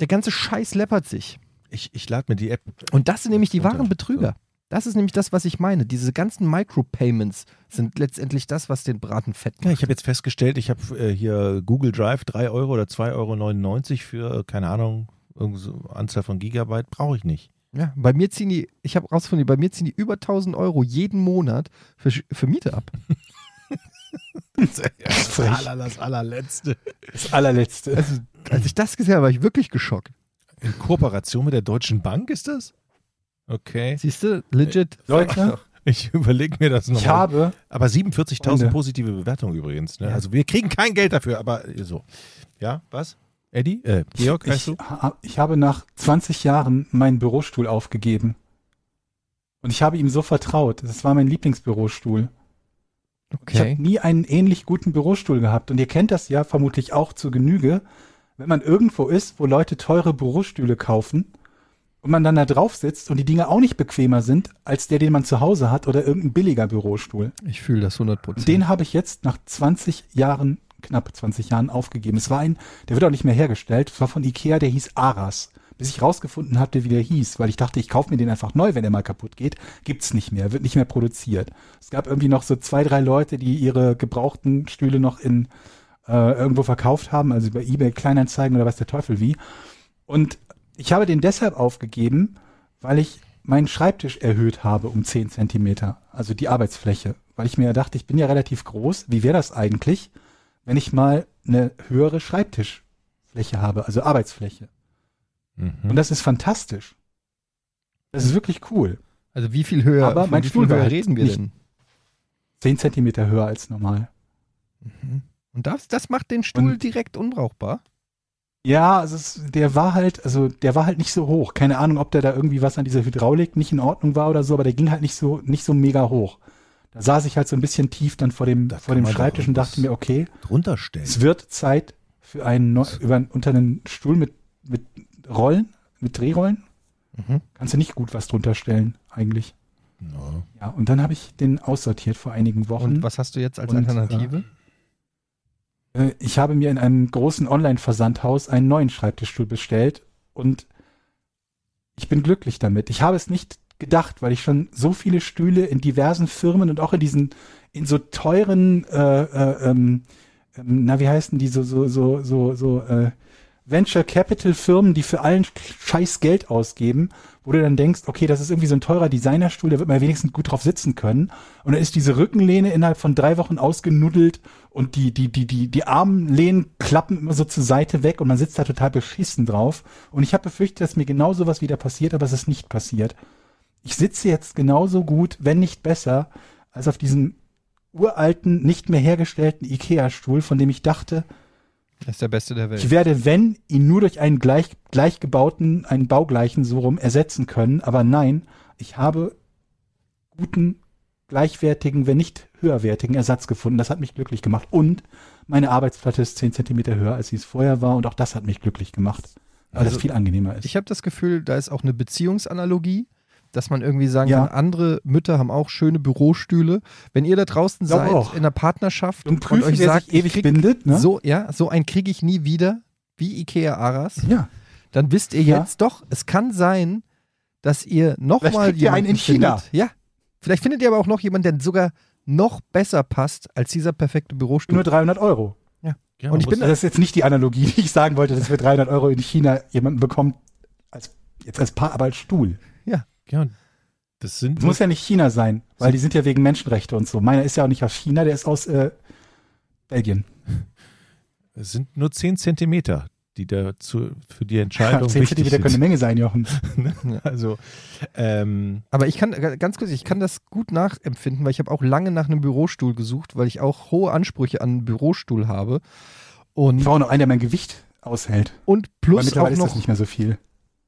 S3: der ganze Scheiß läppert sich.
S2: ich ich lade mir die App.
S3: Und das sind nämlich die
S2: Runter.
S3: wahren Betrüger. Das ist nämlich das, was ich meine. Diese ganzen Micropayments sind letztendlich das, was den Braten fett
S2: Ja,
S3: macht.
S2: ich habe jetzt festgestellt, ich habe äh, hier Google Drive 3 Euro oder 2,99 Euro für, äh, keine Ahnung, irgend so Anzahl von Gigabyte brauche ich nicht.
S3: Ja, bei mir ziehen die, ich habe rausgefunden, bei mir ziehen die über 1000 Euro jeden Monat für, Sch- für Miete ab.
S2: Das aller, Ah, das allerletzte.
S4: Das allerletzte. *laughs*
S3: Also, als ich das gesehen habe, war ich wirklich geschockt.
S2: In Kooperation mit der Deutschen Bank ist das? Okay.
S3: Siehst du, legit.
S4: Leute,
S2: Ich überlege mir das
S4: ich
S2: nochmal.
S4: habe
S2: Aber 47.000
S4: Freunde.
S2: positive Bewertungen übrigens. Ne?
S3: Ja.
S2: Also wir kriegen kein Geld dafür, aber äh, so. Ja, was? Eddie? Äh, Georg,
S4: ich,
S2: weißt du?
S4: ha- ich habe nach 20 Jahren meinen Bürostuhl aufgegeben. Und ich habe ihm so vertraut. Das war mein Lieblingsbürostuhl. Ich habe nie einen ähnlich guten Bürostuhl gehabt. Und ihr kennt das ja vermutlich auch zu Genüge, wenn man irgendwo ist, wo Leute teure Bürostühle kaufen und man dann da drauf sitzt und die Dinge auch nicht bequemer sind als der, den man zu Hause hat oder irgendein billiger Bürostuhl.
S3: Ich fühle das 100
S4: Und
S3: Prozent.
S4: den habe ich jetzt nach 20 Jahren, knapp 20 Jahren aufgegeben. Es war ein, der wird auch nicht mehr hergestellt, es war von Ikea, der hieß Aras. Bis ich rausgefunden hatte, wie der hieß, weil ich dachte, ich kaufe mir den einfach neu, wenn der mal kaputt geht, gibt's nicht mehr, wird nicht mehr produziert. Es gab irgendwie noch so zwei, drei Leute, die ihre gebrauchten Stühle noch in äh, irgendwo verkauft haben, also über eBay Kleinanzeigen oder weiß der Teufel wie. Und ich habe den deshalb aufgegeben, weil ich meinen Schreibtisch erhöht habe um 10 Zentimeter, also die Arbeitsfläche, weil ich mir dachte, ich bin ja relativ groß, wie wäre das eigentlich, wenn ich mal eine höhere Schreibtischfläche habe, also Arbeitsfläche. Und
S2: Mhm.
S4: das ist fantastisch. Das ist wirklich cool.
S3: Also wie viel höher,
S4: Aber
S3: von
S4: mein
S3: wie
S4: Stuhl
S3: viel höher
S4: war halt
S3: reden wir
S4: nicht-
S3: denn?
S4: 10 Zentimeter höher als normal.
S3: Und das, das macht den Stuhl
S4: Und-
S3: direkt unbrauchbar.
S4: Ja, also es, der war halt, also der war halt nicht so hoch. Keine Ahnung, ob der da irgendwie was an dieser Hydraulik nicht in Ordnung war oder so, aber der ging halt nicht so, nicht so mega hoch. Da saß ich halt so ein bisschen tief dann vor dem,
S2: Da
S4: vor
S2: kann
S4: dem
S2: man doch
S4: Schreibtisch und dachte
S2: irgendwas-
S4: mir, okay,
S2: Runterstellen.
S4: es wird Zeit für einen neu,
S3: Also-
S4: über, unter einen Stuhl mit, mit Rollen, mit Drehrollen.
S3: Mhm.
S4: Kannst du nicht gut was drunter stellen, eigentlich.
S2: No.
S4: Ja, und dann habe ich den aussortiert vor einigen Wochen.
S3: Und was hast du jetzt als
S4: Und,
S3: Alternative?
S4: Äh, ich habe mir in einem großen Online-Versandhaus einen neuen Schreibtischstuhl bestellt und ich bin glücklich damit. Ich habe es nicht gedacht, weil ich schon so viele Stühle in diversen Firmen und auch in diesen, in so teuren, äh, äh, ähm, ähm, na wie heißen die, so, so, so, so, so, äh, Venture Capital Firmen, die für allen scheiß Geld ausgeben, wo du dann denkst, okay, das ist irgendwie so ein teurer Designerstuhl, da wird man wenigstens gut drauf sitzen können. Und dann ist diese Rückenlehne innerhalb von drei Wochen ausgenuddelt und die, die, die, die, die Armlehnen klappen immer so zur Seite weg und man sitzt da total beschissen drauf. Und ich habe befürchtet, dass mir genau sowas wieder passiert, aber es ist nicht passiert. Ich sitze jetzt genauso gut, wenn nicht besser, als auf diesem uralten, nicht mehr hergestellten Ikea-Stuhl, von dem ich dachte,
S3: Das ist der beste der
S4: ich
S3: Welt.
S4: werde, wenn, ihn nur durch einen gleich, gleich gebauten, einen baugleichen so rum ersetzen können. Aber nein, ich habe guten, gleichwertigen, wenn nicht höherwertigen Ersatz gefunden. Das hat mich glücklich gemacht. Und meine Arbeitsplatte ist 10 Zentimeter höher, als sie es vorher war. Und auch das hat mich glücklich gemacht. Weil
S3: Also,
S4: das viel angenehmer ist.
S3: Ich habe das Gefühl, da ist auch eine Beziehungsanalogie, dass man irgendwie sagen
S4: Ja.
S3: kann, andere Mütter haben auch schöne Bürostühle. Wenn ihr da draußen
S4: Glaub
S3: seid,
S4: auch.
S3: in einer Partnerschaft
S4: Und prüfen,
S3: euch
S4: wer
S3: sagt,
S4: sich ewig
S3: ich krieg
S4: bindet. Ne?
S3: so, ja, so einen kriege ich nie wieder, wie Ikea Aras,
S4: Ja.
S3: dann wisst ihr
S4: Ja.
S3: jetzt doch, es kann sein, dass ihr
S4: Vielleicht
S3: nochmal
S4: kriegt ihr einen
S3: jemanden
S4: in China.
S3: findet. Ja, vielleicht findet ihr aber auch noch jemanden, der sogar noch besser passt als dieser perfekte Bürostuhl.
S4: Nur 300 Euro.
S2: Ja,
S3: Und ich
S2: man
S3: bin-
S4: Das ist jetzt nicht die Analogie, die ich sagen wollte, dass wir 300 Euro in China jemanden bekommen, als, jetzt als Paar, aber als Stuhl.
S2: muss- ja, das sind
S4: Es muss ja nicht China sein, weil die sind ja wegen Menschenrechte und so. Meiner ist ja auch nicht aus China, der ist aus äh, Belgien.
S2: Es sind nur 10 Zentimeter, die dazu für die Entscheidung
S4: 10
S2: wichtig
S4: Zentimeter
S2: sind.
S4: können eine Menge sein, Jochen.
S2: *laughs* Also, ähm,
S3: Aber ich kann, ganz kurz, ich kann das gut nachempfinden, weil ich habe auch lange nach einem Bürostuhl gesucht, weil ich auch hohe Ansprüche an einen Bürostuhl habe.
S4: Ich
S3: Und,
S4: brauche noch einen, der mein Gewicht aushält.
S3: und
S4: weil
S3: plus auch
S4: mittlerweile ist das
S3: noch,
S4: nicht mehr so viel.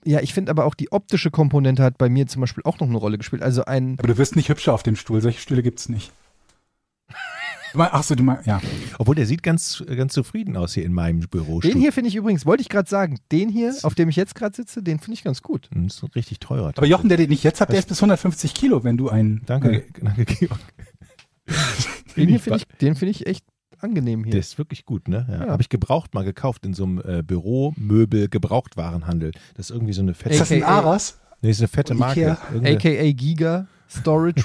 S3: ja, ich finde aber auch die optische Komponente hat bei mir zum Beispiel auch noch eine Rolle gespielt. Also ein,
S4: Aber du wirst nicht hübscher auf dem Stuhl, solche Stühle gibt's nicht. Du mein- Ach so, du meinst, ja.
S2: obwohl der sieht ganz, ganz zufrieden aus hier in meinem Büro.
S3: den hier finde ich übrigens, wollte ich gerade sagen, den hier, auf dem ich jetzt gerade sitze, den finde ich ganz gut.
S2: Das Mhm, ist ein richtig teurer.
S4: Aber Jochen, der den nicht jetzt hat, der ist bis 150 Kilo, wenn du einen.
S2: Danke,
S4: Äh,
S2: danke, Georg.
S3: *laughs* Den hier finde ich, den finde ich echt angenehm
S2: Der
S3: hier.
S2: ist wirklich gut, ne? Ja.
S3: Ja.
S2: Habe ich gebraucht mal gekauft in so einem äh, Büromöbel-Gebrauchtwarenhandel. Das ist irgendwie so eine
S4: ist
S2: fette,
S4: das ein
S3: AKA
S4: Aras?
S2: nee, ist eine fette
S4: Ikea.
S2: Marke. Irgendeine-
S3: AKA Giga Storage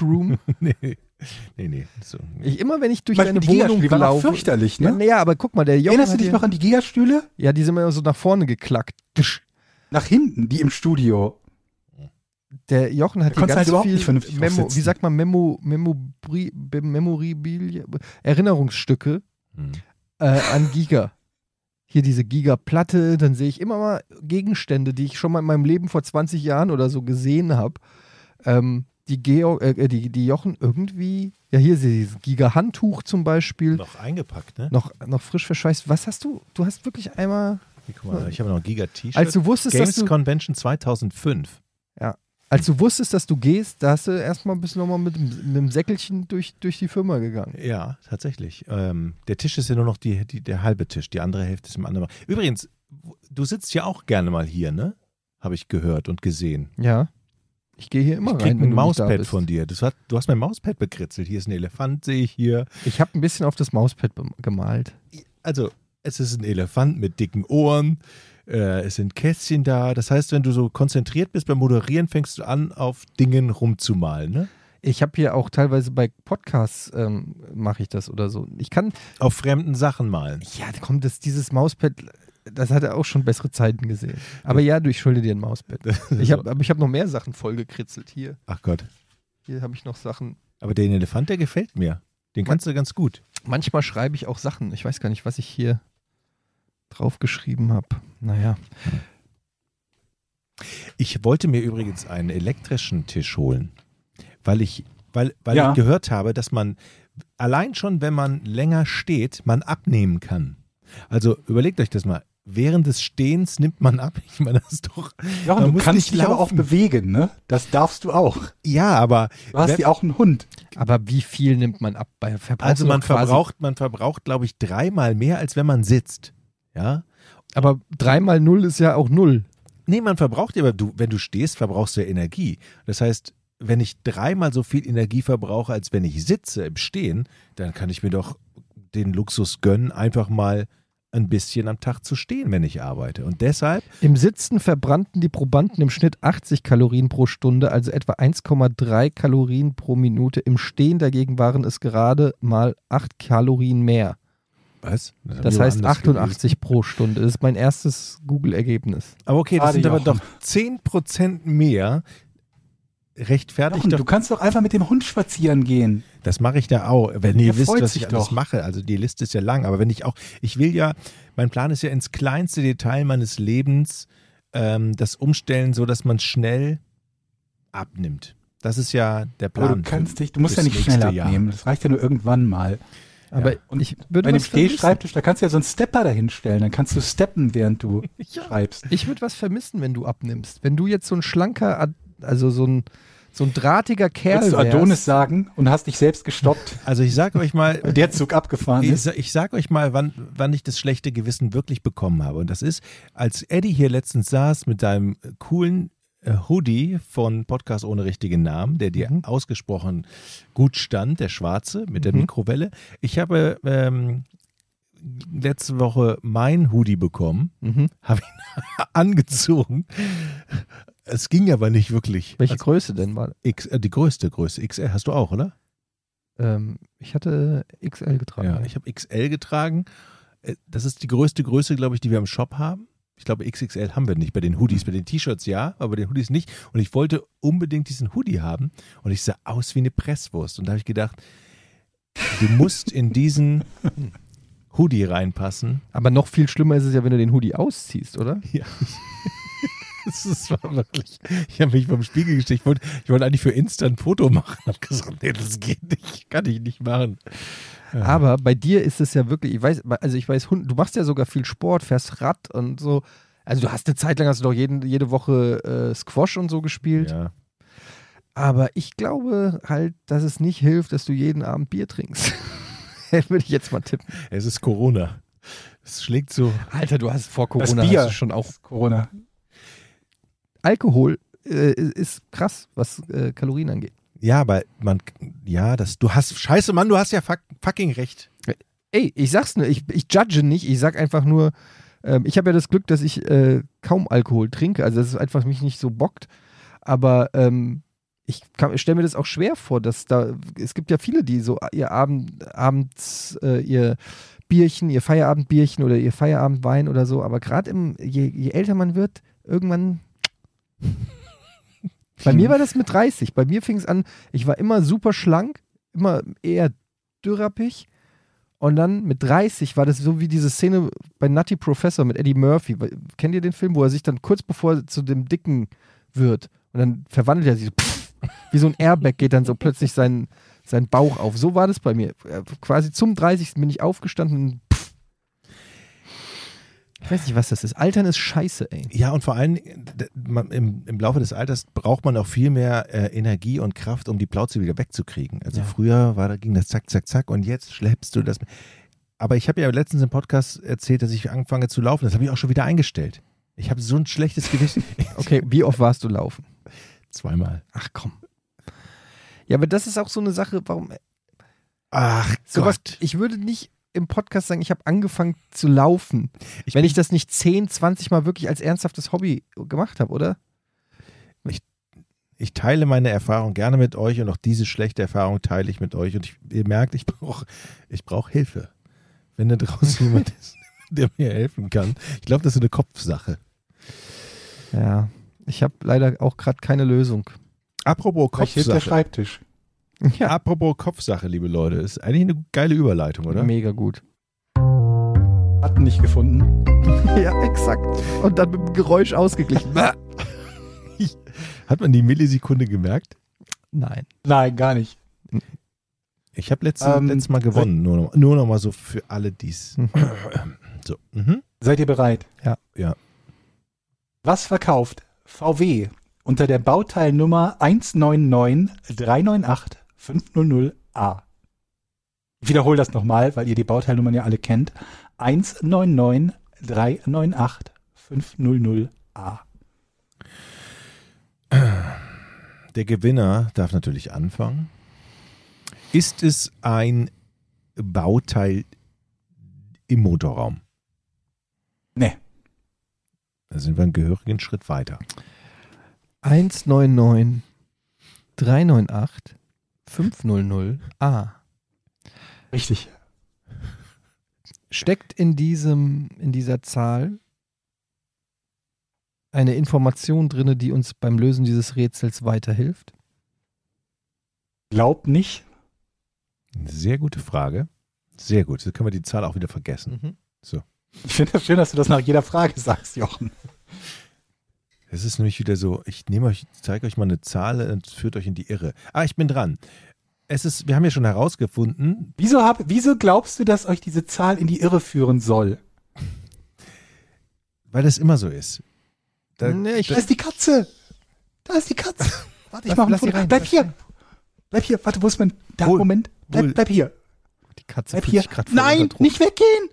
S4: *laughs*
S3: Room.
S2: *laughs* Nee, nee. nee. So.
S3: Ich, immer wenn ich durch
S4: Beispiel
S3: deine
S4: die Giga-Stühle,
S3: Wohnung
S4: die waren auch
S3: laufe.
S4: fürchterlich,
S3: Ja,
S4: ne?
S3: naja, aber guck mal, der Jochen
S4: Erinnerst du
S3: hat
S4: dich
S3: hier-
S4: noch an die Gigastühle?
S3: Ja, die sind immer so nach vorne geklackt.
S4: Nach hinten, die im Studio.
S3: Der Jochen
S4: Da
S3: hat hier
S4: konntest
S3: ganz
S4: du halt überhaupt
S3: viel
S4: nicht vernünftig
S3: Memo,
S4: aufsitzen.
S3: wie sagt man, Memo, Memobri, Be- Memorabilie, Erinnerungsstücke
S2: Hm.
S3: äh, an Giga. Hier diese Giga-Platte, dann sehe ich immer mal Gegenstände, die ich schon mal in meinem Leben vor 20 Jahren oder so gesehen habe. Ähm, die, Geo, äh, die, die Jochen irgendwie, ja hier sehe ich dieses Giga-Handtuch zum Beispiel,
S2: Noch eingepackt, ne?
S3: noch, noch frisch verschweißt. Was hast du, du hast wirklich einmal,
S2: Hier, guck mal, ich habe noch ein Giga-T-Shirt.
S3: als du wusstest, dass
S2: Games
S3: du,
S2: Convention 2005.
S3: als du wusstest, dass du gehst, da hast du erstmal bist du nochmal mit, dem- mit dem Säckelchen durch, durch die Firma gegangen.
S2: Ja, tatsächlich. Ähm, der Tisch ist ja nur noch die, die, der halbe Tisch, die andere Hälfte ist im anderen. Übrigens, w- du sitzt ja auch gerne mal hier, ne? Habe ich gehört und gesehen.
S3: Ja. Ich gehe hier immer
S2: ich
S3: rein.
S2: krieg ein
S3: wenn du nicht da
S2: Mauspad
S3: bist.
S2: von dir. Das hat, du hast mein Mauspad bekritzelt. Hier ist ein Elefant, sehe ich hier.
S3: Ich habe ein bisschen auf das Mauspad bem- gemalt.
S2: Also, es ist ein Elefant mit dicken Ohren. Äh, es sind Kästchen da. Das heißt, wenn du so konzentriert bist beim Moderieren, fängst du an, auf Dingen rumzumalen, ne?
S3: Ich habe hier auch teilweise bei Podcasts ähm, mache ich das oder so. Ich kann,
S2: Auf fremden Sachen malen.
S3: ja, komm, das, dieses Mauspad, das hat er auch schon bessere Zeiten gesehen. Aber ja, du, ich schulde dir ein Mauspad.
S2: *laughs*
S3: Ich hab, aber ich habe noch mehr Sachen vollgekritzelt hier.
S2: Ach Gott.
S3: Hier habe ich noch Sachen.
S2: Aber den Elefant, der gefällt mir. Den kannst du ganz gut.
S3: Manchmal schreibe ich auch Sachen. Ich weiß gar nicht, was ich hier draufgeschrieben habe. Naja.
S2: Ich wollte mir übrigens einen elektrischen Tisch holen, weil ich, weil, weil
S4: Ja.
S2: ich gehört habe, dass man allein schon, wenn man länger steht, man abnehmen kann. Also überlegt euch das mal. Während des Stehens nimmt man ab. Ich meine, das ist doch. Man
S4: Jochen, du
S2: muss
S4: kannst
S2: nicht
S4: dich aber auch
S2: laufen.
S4: bewegen, ne? Das darfst du auch.
S2: Ja, aber
S4: Du hast
S2: Wer-
S4: ja auch einen Hund.
S3: Aber wie viel nimmt man ab bei Verbrauch?
S2: also man
S3: quasi,
S2: verbraucht, man verbraucht, glaube ich, dreimal mehr, als wenn man sitzt. Ja.
S3: Aber dreimal null ist ja auch null.
S2: Nee, man verbraucht ja, aber du, wenn du stehst, verbrauchst du ja Energie. Das heißt, wenn ich dreimal so viel Energie verbrauche, als wenn ich sitze im Stehen, dann kann ich mir doch den Luxus gönnen, einfach mal ein bisschen am Tag zu stehen, wenn ich arbeite. Und deshalb,
S3: Im Sitzen verbrannten die Probanden im Schnitt 80 Kalorien pro Stunde, also etwa 1,3 Kalorien pro Minute. Im Stehen dagegen waren es gerade mal 8 Kalorien mehr.
S2: was?
S3: Das heißt 88 pro Stunde. Das ist mein erstes Google-Ergebnis.
S2: Aber okay, das
S4: Gerade
S2: sind aber
S4: Jochen.
S2: doch 10% mehr. Rechtfertigt
S4: Jochen,
S2: doch.
S4: du kannst doch einfach mit dem Hund spazieren gehen.
S2: Das mache ich da auch. Wenn ihr
S4: Er
S2: wisst,
S4: freut
S2: was
S4: sich
S2: ich alles
S4: doch.
S2: mache. Also die Liste ist ja lang, aber wenn ich auch, ich will ja, mein Plan ist ja ins kleinste Detail meines Lebens ähm, das umstellen, so dass man schnell abnimmt. Das ist ja der
S4: Aber
S2: Plan.
S4: du kannst dich, du musst ja
S2: fürs
S4: nicht schnell
S2: nächste Jahr.
S4: abnehmen. Das reicht ja nur irgendwann mal.
S3: Aber
S2: Ja.
S4: Und
S3: ich würde
S4: Bei dem
S3: was vermissen.
S4: Stehschreibtisch, da kannst du ja so einen Stepper dahinstellen. Dann kannst du steppen, während du
S3: Ja.
S4: schreibst.
S3: Ich würde was vermissen, wenn du abnimmst. Wenn du jetzt so ein schlanker, Ad- also so ein, so ein drahtiger Kerl
S4: Willst du
S3: wärst.
S4: Adonis sagen und hast dich selbst gestoppt,
S2: Also ich sage
S4: *laughs*
S2: euch mal,
S4: weil der Zug abgefahren
S2: Ich,
S4: ist?
S2: sa- ich sag euch mal, wann, wann ich das schlechte Gewissen wirklich bekommen habe. Und das ist, als Eddie hier letztens saß mit deinem coolen äh, Hoodie von Podcast ohne richtigen Namen, der dir ausgesprochen gut stand, der schwarze mit der Mikrowelle. Ich habe ähm, letzte Woche mein Hoodie bekommen, habe ihn *laughs* angezogen. Es ging aber nicht wirklich. Also
S3: Welche Größe denn mal?
S2: X, äh, die größte Größe, XL hast du auch, oder?
S3: Ähm, ich hatte XL getragen.
S2: Ja, ich habe XL getragen. Äh, Das ist die größte Größe, glaube ich, die wir im Shop haben. Ich glaube, XXL haben wir nicht. Bei den Hoodies, bei den T-Shirts ja, aber bei den Hoodies nicht. Und ich wollte unbedingt diesen Hoodie haben und ich sah aus wie eine Presswurst. Und da habe ich gedacht, du musst in diesen *laughs* Hoodie reinpassen.
S3: Aber noch viel schlimmer ist es ja, wenn du den Hoodie ausziehst, oder?
S2: *laughs* Das ist- war wirklich. Ich habe mich beim Spiegel gestellt. Ich wollte, ich wollte eigentlich für Insta ein Foto machen. Ich habe gesagt, nee, das geht nicht. Kann ich nicht machen.
S3: Aber bei dir ist es ja wirklich, ich weiß, also ich weiß, Hund- du machst ja sogar viel Sport, fährst Rad und so. Also du hast eine Zeit lang, hast du doch jeden, jede Woche äh, Squash und so gespielt.
S2: Ja.
S3: Aber ich glaube halt, dass es nicht hilft, dass du jeden Abend Bier trinkst. *laughs* Würde ich jetzt mal tippen.
S2: Es ist Corona. Es schlägt so.
S3: Alter, du hast vor
S4: Das
S3: Corona
S4: Bier.
S3: hast du schon auch.
S4: Das ist Corona.
S3: Alkohol äh, ist krass, was äh, Kalorien angeht.
S2: Ja, aber man, ja, das, du hast, scheiße, Mann, du hast ja fuck, fucking recht.
S3: Ey, ich sag's nur, ich, ich judge nicht, ich sag einfach nur, ähm, ich habe ja das Glück, dass ich äh, kaum Alkohol trinke, also dass es einfach mich nicht so bockt. Aber ähm, ich, kann- ich stelle mir das auch schwer vor, dass da, es gibt ja viele, die so äh, ihr Abend, abends, äh, ihr Bierchen, ihr Feierabendbierchen oder ihr Feierabendwein oder so, aber gerade im, je, je älter man wird, irgendwann. Bei mir war das mit 30. Bei mir fing es an, ich war immer super schlank, immer eher dürrappig. Und dann mit 30 war das so wie diese Szene bei Nutty Professor mit Eddie Murphy. Kennt ihr den Film, wo er sich dann kurz bevor er zu dem Dicken wird und dann verwandelt er sich so, *laughs* pff, wie so ein Airbag geht dann so plötzlich sein, sein Bauch auf. So war das bei mir. Äh, Quasi zum 30. bin ich aufgestanden und pff. Ich weiß nicht, was das ist. Altern ist scheiße, ey.
S2: Ja, und vor allem d- man, im, im Laufe des Alters braucht man auch viel mehr äh, Energie und Kraft, um die Plauze wieder wegzukriegen. Also früher war, da ging das zack, zack, zack und jetzt schleppst du das. mit- Aber ich habe ja letztens im Podcast erzählt, dass ich anfange zu laufen. Das habe ich auch schon wieder eingestellt. Ich habe so ein schlechtes Gewissen.
S3: Okay, wie oft warst du laufen?
S2: Zweimal.
S3: Ach komm. Ja, aber das ist auch so eine Sache, warum.
S2: Ach
S3: Sowas,
S2: Gott.
S3: ich würde nicht im Podcast sagen, ich habe angefangen zu laufen,
S2: Ich
S3: wenn ich das nicht 10, 20 Mal wirklich als ernsthaftes Hobby gemacht habe, oder?
S2: ich teile meine Erfahrung gerne mit euch und auch diese schlechte Erfahrung teile ich mit euch. Und ich, ihr merkt, ich brauche ich brauch Hilfe. Wenn da *laughs* draußen jemand ist, der mir helfen kann. Ich glaube, das ist eine Kopfsache.
S3: Ja. Ich habe leider auch gerade keine Lösung.
S2: Apropos
S4: Vielleicht hilft der
S2: Kopfsache.
S4: Schreibtisch.
S2: Ja, apropos Kopfsache, liebe Leute. Ist eigentlich eine geile Überleitung, oder?
S3: Mega gut.
S4: Hatten nicht gefunden.
S3: Ja, exakt. Und dann mit dem Geräusch ausgeglichen.
S2: Hat man die Millisekunde gemerkt?
S3: Nein.
S4: Nein, gar nicht.
S2: Ich habe letztes,
S4: Ähm,
S2: letztes Mal gewonnen. Nur noch, nur noch mal so für alle *clears throat* dies. so. Mhm.
S4: Seid ihr bereit?
S3: Ja.
S2: Ja.
S4: Was verkauft VW unter der Bauteilnummer 199398500A? Ich wiederhole das nochmal, weil ihr die Bauteilnummern ja alle kennt. 199398500A.
S2: Der Gewinner darf natürlich anfangen. Ist es ein Bauteil im Motorraum?
S4: Nee.
S2: Da sind wir einen gehörigen Schritt weiter.
S3: 199 398 500 A.
S4: Richtig.
S3: Steckt in diesem, in dieser Zahl eine Information drin, die uns beim Lösen dieses Rätsels weiterhilft?
S4: Glaubt nicht.
S2: Sehr gute Frage. Sehr gut. So können wir die Zahl auch wieder vergessen.
S4: Ich finde das schön, dass du das nach jeder Frage sagst, Jochen.
S2: Das ist nämlich wieder so, ich nehme euch, zeige euch mal eine Zahl und führt euch in die Irre. Ah, ich bin dran. Es ist, wir haben ja schon herausgefunden,
S4: Wieso, hab, wieso glaubst du, dass euch diese Zahl in die Irre führen soll?
S2: weil das immer so ist. Da,
S3: Nee, ich-
S4: Da ist die Katze. Da ist die
S3: *laughs*
S4: Katze. Warte, ich
S3: Lass-
S4: mache ein
S3: lass sie
S4: Foto.
S3: rein,
S4: Bleib
S3: lass
S4: hier. Bleib hier. Warte, wo ist mein... Da,
S3: Hol,
S4: Moment.
S3: hol.
S4: Bleib, bleib hier.
S3: Die Katze
S4: Bleib
S3: fühlt
S4: hier.
S3: sich gerade voll
S4: Nein,
S3: unter Druck.
S4: nicht weggehen.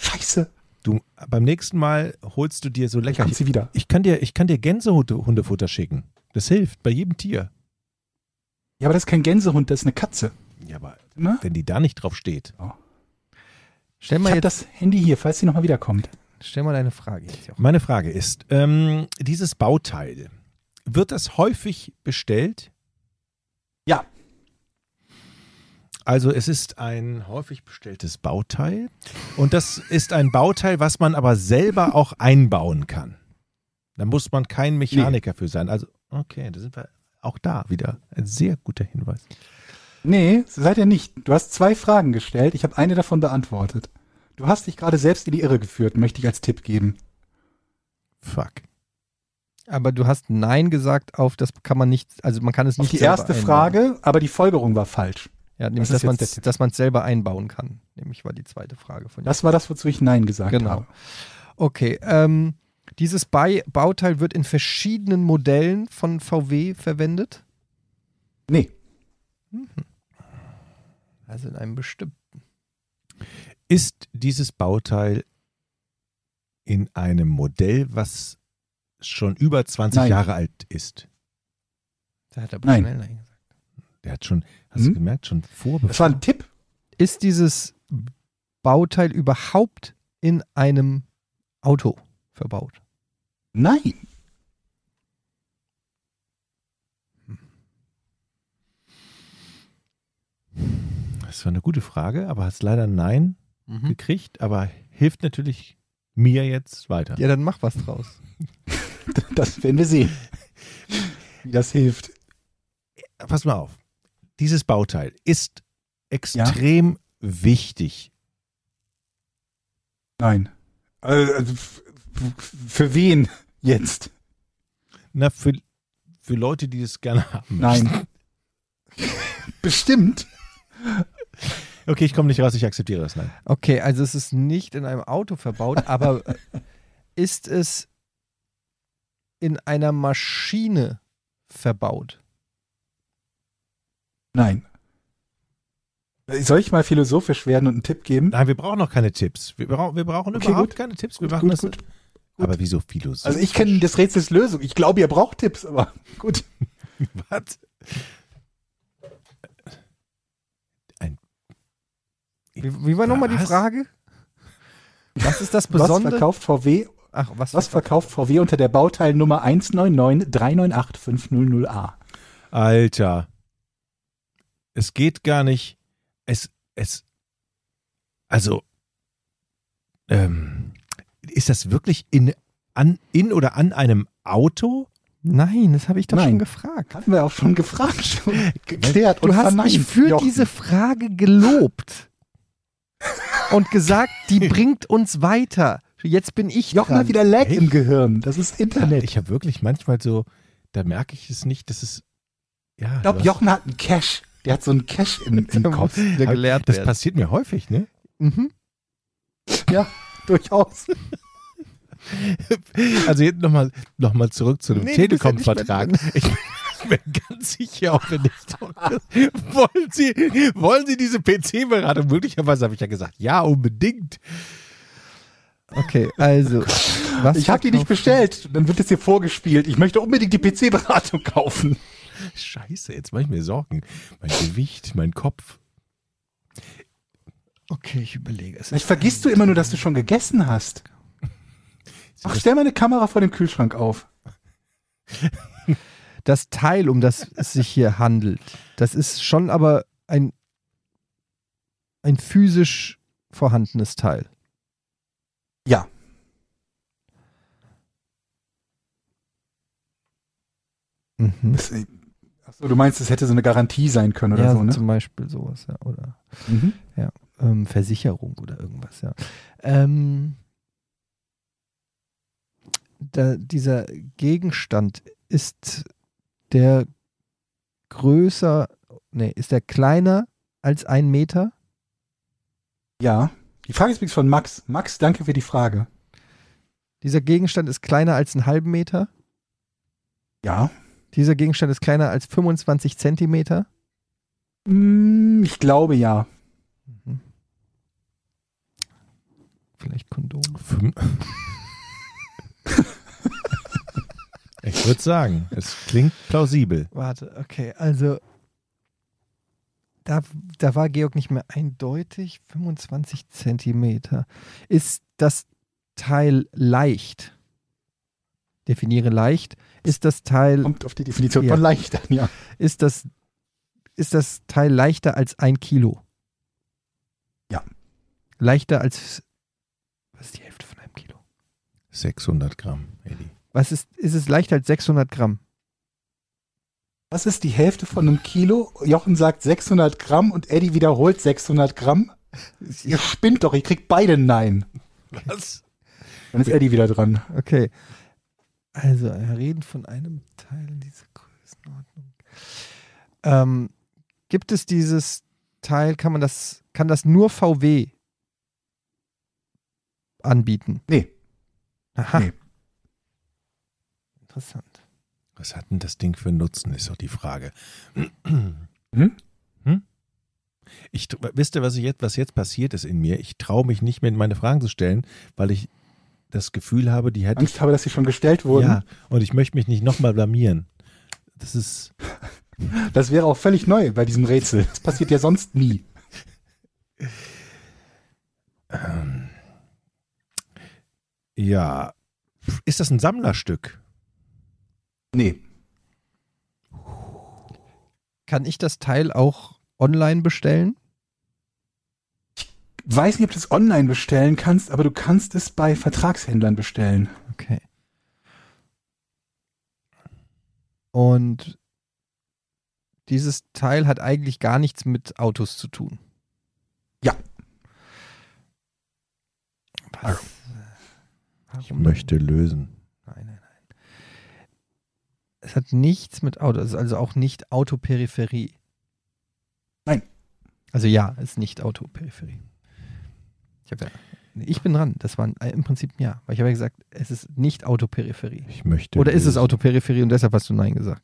S4: Scheiße.
S2: du, beim nächsten Mal holst du dir so lecker.
S4: Kommt sie wieder.
S2: Ich kann dir, ich kann dir Gänsehundefutter schicken. Das hilft bei jedem Tier.
S4: Ja, aber das ist kein Gänsehund, das ist eine Katze.
S2: Ja, aber
S4: Ne?
S2: wenn die da nicht drauf steht.
S3: Stell
S4: Ich
S3: mal,
S4: habe
S3: jetzt,
S4: das Handy hier, falls sie nochmal wiederkommt.
S3: stell mal deine Frage jetzt, Jochen.
S2: Meine Frage ist, ähm, dieses Bauteil, wird das häufig bestellt?
S4: Ja.
S2: Also es ist ein häufig bestelltes Bauteil und das ist ein Bauteil, was man aber selber auch einbauen kann. Da muss man kein Mechaniker für sein. Also okay, da sind wir auch da wieder. Ein sehr guter Hinweis.
S4: Nee, seid ihr nicht. Du hast zwei Fragen gestellt. Ich habe eine davon beantwortet. Du hast dich gerade selbst in die Irre geführt, möchte ich als Tipp geben.
S2: Fuck.
S3: Aber du hast Nein gesagt auf, das kann man nicht, also man kann es
S4: Auf
S3: nicht
S4: die
S3: selber
S4: erste
S3: einbauen.
S4: Frage, aber die Folgerung war falsch.
S3: Ja, nämlich,
S4: Das ist
S3: dass
S4: jetzt
S3: man
S4: der
S3: es
S4: Tipp.
S3: dass man's selber einbauen kann. Nämlich war die zweite Frage von
S4: Das war das, wozu ich Nein gesagt
S3: Genau.
S4: habe.
S3: Okay, ähm, dieses Bei Bauteil wird in verschiedenen Modellen von VW verwendet.
S4: Nee,
S3: Also in einem bestimmten.
S2: Ist dieses Bauteil in einem Modell, was schon über 20
S4: Nein.
S2: Jahre alt ist?
S3: Da hat er aber
S4: Nein.
S3: schnell Nein gesagt.
S2: Der hat schon, hast du
S4: Hm?
S2: gemerkt, schon
S4: das war
S2: vorbefallen.
S4: ein Tipp.
S3: Ist dieses Bauteil überhaupt in einem Auto verbaut?
S4: Nein.
S2: Das war eine gute Frage, aber hast leider ein
S4: Hm?
S2: Nein
S3: Mhm.
S2: gekriegt, aber hilft natürlich mir jetzt weiter.
S3: Ja, dann mach was draus.
S4: Das werden wir sehen, wie das hilft.
S2: Pass mal auf. Dieses Bauteil ist extrem wichtig.
S4: Nein. Also, also, f- f- für wen jetzt?
S2: Na, für, für Leute, die das gerne haben.
S4: Nein. Bestimmt.
S2: Okay, ich komme nicht raus, ich akzeptiere das Nein.
S3: Okay, also es ist nicht in einem Auto
S4: *laughs*
S3: verbaut, aber äh, ist es in einer Maschine verbaut?
S4: Nein. Soll ich mal philosophisch werden und einen Tipp geben?
S2: Nein, wir brauchen noch keine Tipps. Wir, brauchen wir brauchen
S4: Okay,
S2: überhaupt
S4: gut.
S2: keine Tipps. Wir
S4: Gut,
S2: machen
S4: gut,
S2: das.
S4: gut.
S2: Aber wieso Philosophie?
S4: Also ich kenne des Rätsels Lösung. Ich glaube, ihr braucht Tipps, aber gut.
S2: *laughs* Was? Ein
S3: Wie, wie war nochmal die
S2: Was?
S3: Frage? Was ist das
S4: Äh, Was
S3: Besondere?
S4: verkauft VW?
S3: Ach, was,
S4: Was verkauft VW unter der Bauteilnummer 199398500A?
S2: Alter. Es geht gar nicht. Es, es, also, ähm, ist das wirklich in, an, in oder an einem Auto?
S3: Nein, das habe ich doch
S4: Nein.
S3: schon gefragt.
S4: Hatten wir auch schon gefragt, schon geklärt
S3: Du
S4: und
S3: hast
S4: verneint.
S3: mich für
S4: Jochen.
S3: diese Frage gelobt und gesagt, die
S4: *laughs*
S3: bringt uns weiter. Jetzt bin ich
S4: Jochen
S3: dran.
S4: hat wieder Lag
S2: Echt?
S4: im Gehirn. Das ist Internet.
S2: Ich habe wirklich manchmal so, da merke ich es nicht, dass es, ja.
S4: Ich glaube,
S2: du hast-
S4: Jochen hat einen Cash. Der hat so einen Cash im, im
S3: Der
S4: Kopf.
S3: muss wieder
S2: Aber
S3: gelehrt
S2: Das
S3: werden.
S2: passiert mir häufig, ne?
S3: Mhm.
S4: Durchaus.
S2: Also jetzt nochmal noch mal zurück zu dem
S3: Nee, du bist ja nicht mehr
S2: Telekom-Vertrag. ich bin ganz sicher, auch wenn ich wollen Sie, wollen Sie diese PC-Beratung? Möglicherweise habe ich ja gesagt, ja, unbedingt.
S3: Okay, also.
S4: *laughs*
S3: Was
S4: Ich habe die nicht
S3: verkauft-
S4: bestellt. Dann wird es dir vorgespielt. Ich möchte unbedingt die PC-Beratung kaufen.
S2: Scheiße, jetzt mache ich mir Sorgen. Mein Gewicht, mein Kopf.
S3: Okay, ich überlege es.
S4: Vielleicht vergisst du immer nur, dass du schon gegessen hast. Ach, stell mal eine Kamera vor dem Kühlschrank auf.
S3: Das Teil, um das es sich hier handelt, das ist schon aber ein, ein physisch vorhandenes Teil.
S4: Ja.
S3: Mhm.
S4: Achso, du meinst, es hätte so eine Garantie sein können oder
S3: ja,
S4: so, ne?
S3: zum Beispiel sowas, ja. Oder
S4: Mhm.
S3: ähm, Versicherung oder irgendwas, ja. Ähm, da, dieser Gegenstand ist der größer, nee, ist der kleiner als ein Meter?
S4: Ja. Die Frage ist übrigens von Max. Max, danke für die Frage.
S3: Dieser Gegenstand ist kleiner als einen halben Meter?
S4: Ja.
S3: Dieser Gegenstand ist kleiner als 25 Zentimeter?
S4: Mm, Ich glaube ja.
S3: Mhm. Vielleicht Kondom.
S2: Fünf- ich würde sagen, es klingt plausibel.
S3: Warte, okay, also da, da war Georg nicht mehr eindeutig. 25 Zentimeter. Ist das Teil leicht? Definiere leicht. Ist das Teil,
S4: Kommt auf die Definition
S3: Ja.
S4: von leicht an, ja.
S3: ist das, ist das Teil leichter als ein Kilo?
S4: Ja.
S3: Leichter als, was ist die Hälfte von einem Kilo?
S2: 600 Gramm, Eddie.
S3: Was ist, ist es leichter als 600 Gramm?
S4: Was ist die Hälfte von einem Kilo? Jochen sagt 600 Gramm und Eddie wiederholt 600 Gramm. Ihr spinnt doch, ihr kriegt beide Nein.
S2: Was?
S4: Dann ist Eddie wieder dran.
S3: Okay. Also, wir reden von einem Teil in dieser Größenordnung. Ähm, gibt es dieses Teil, kann man das, kann das nur VW anbieten?
S4: Nee.
S3: Aha.
S4: Nee.
S3: Interessant.
S2: Was hat denn das Ding für einen Nutzen, ist doch die Frage.
S4: Hm?
S2: Hm? Ich, tr- wisst ihr, was, ich jetzt, was jetzt passiert ist in mir? Ich traue mich nicht mehr, meine Fragen zu stellen, weil ich das Gefühl habe, die hätte ich.
S4: Angst habe, dass sie schon gestellt wurden.
S2: Ja, und ich möchte mich nicht nochmal blamieren. Das ist.
S4: Das wäre auch völlig neu bei diesem Rätsel. Das passiert ja sonst nie.
S2: Ähm, ja. Ist das ein Sammlerstück?
S4: Nee.
S3: Kann ich das Teil auch online bestellen?
S4: Weiß nicht, ob du es online bestellen kannst, aber du kannst es bei Vertragshändlern bestellen.
S3: Okay. Und dieses Teil hat eigentlich gar nichts mit Autos zu tun.
S4: Ja.
S3: Was? Warum
S2: Ich möchte lösen.
S3: Nein, nein, nein. Es hat nichts mit Auto, es ist also auch nicht Autoperipherie.
S4: Nein.
S3: Also ja, es ist nicht Autoperipherie. Ich, hab ja, ich bin dran, das war ein, äh, im Prinzip ein Ja, weil ich habe ja gesagt, es ist nicht Autoperipherie.
S2: Ich möchte.
S3: Oder ist es
S2: lösen.
S3: Autoperipherie und deshalb hast du Nein gesagt?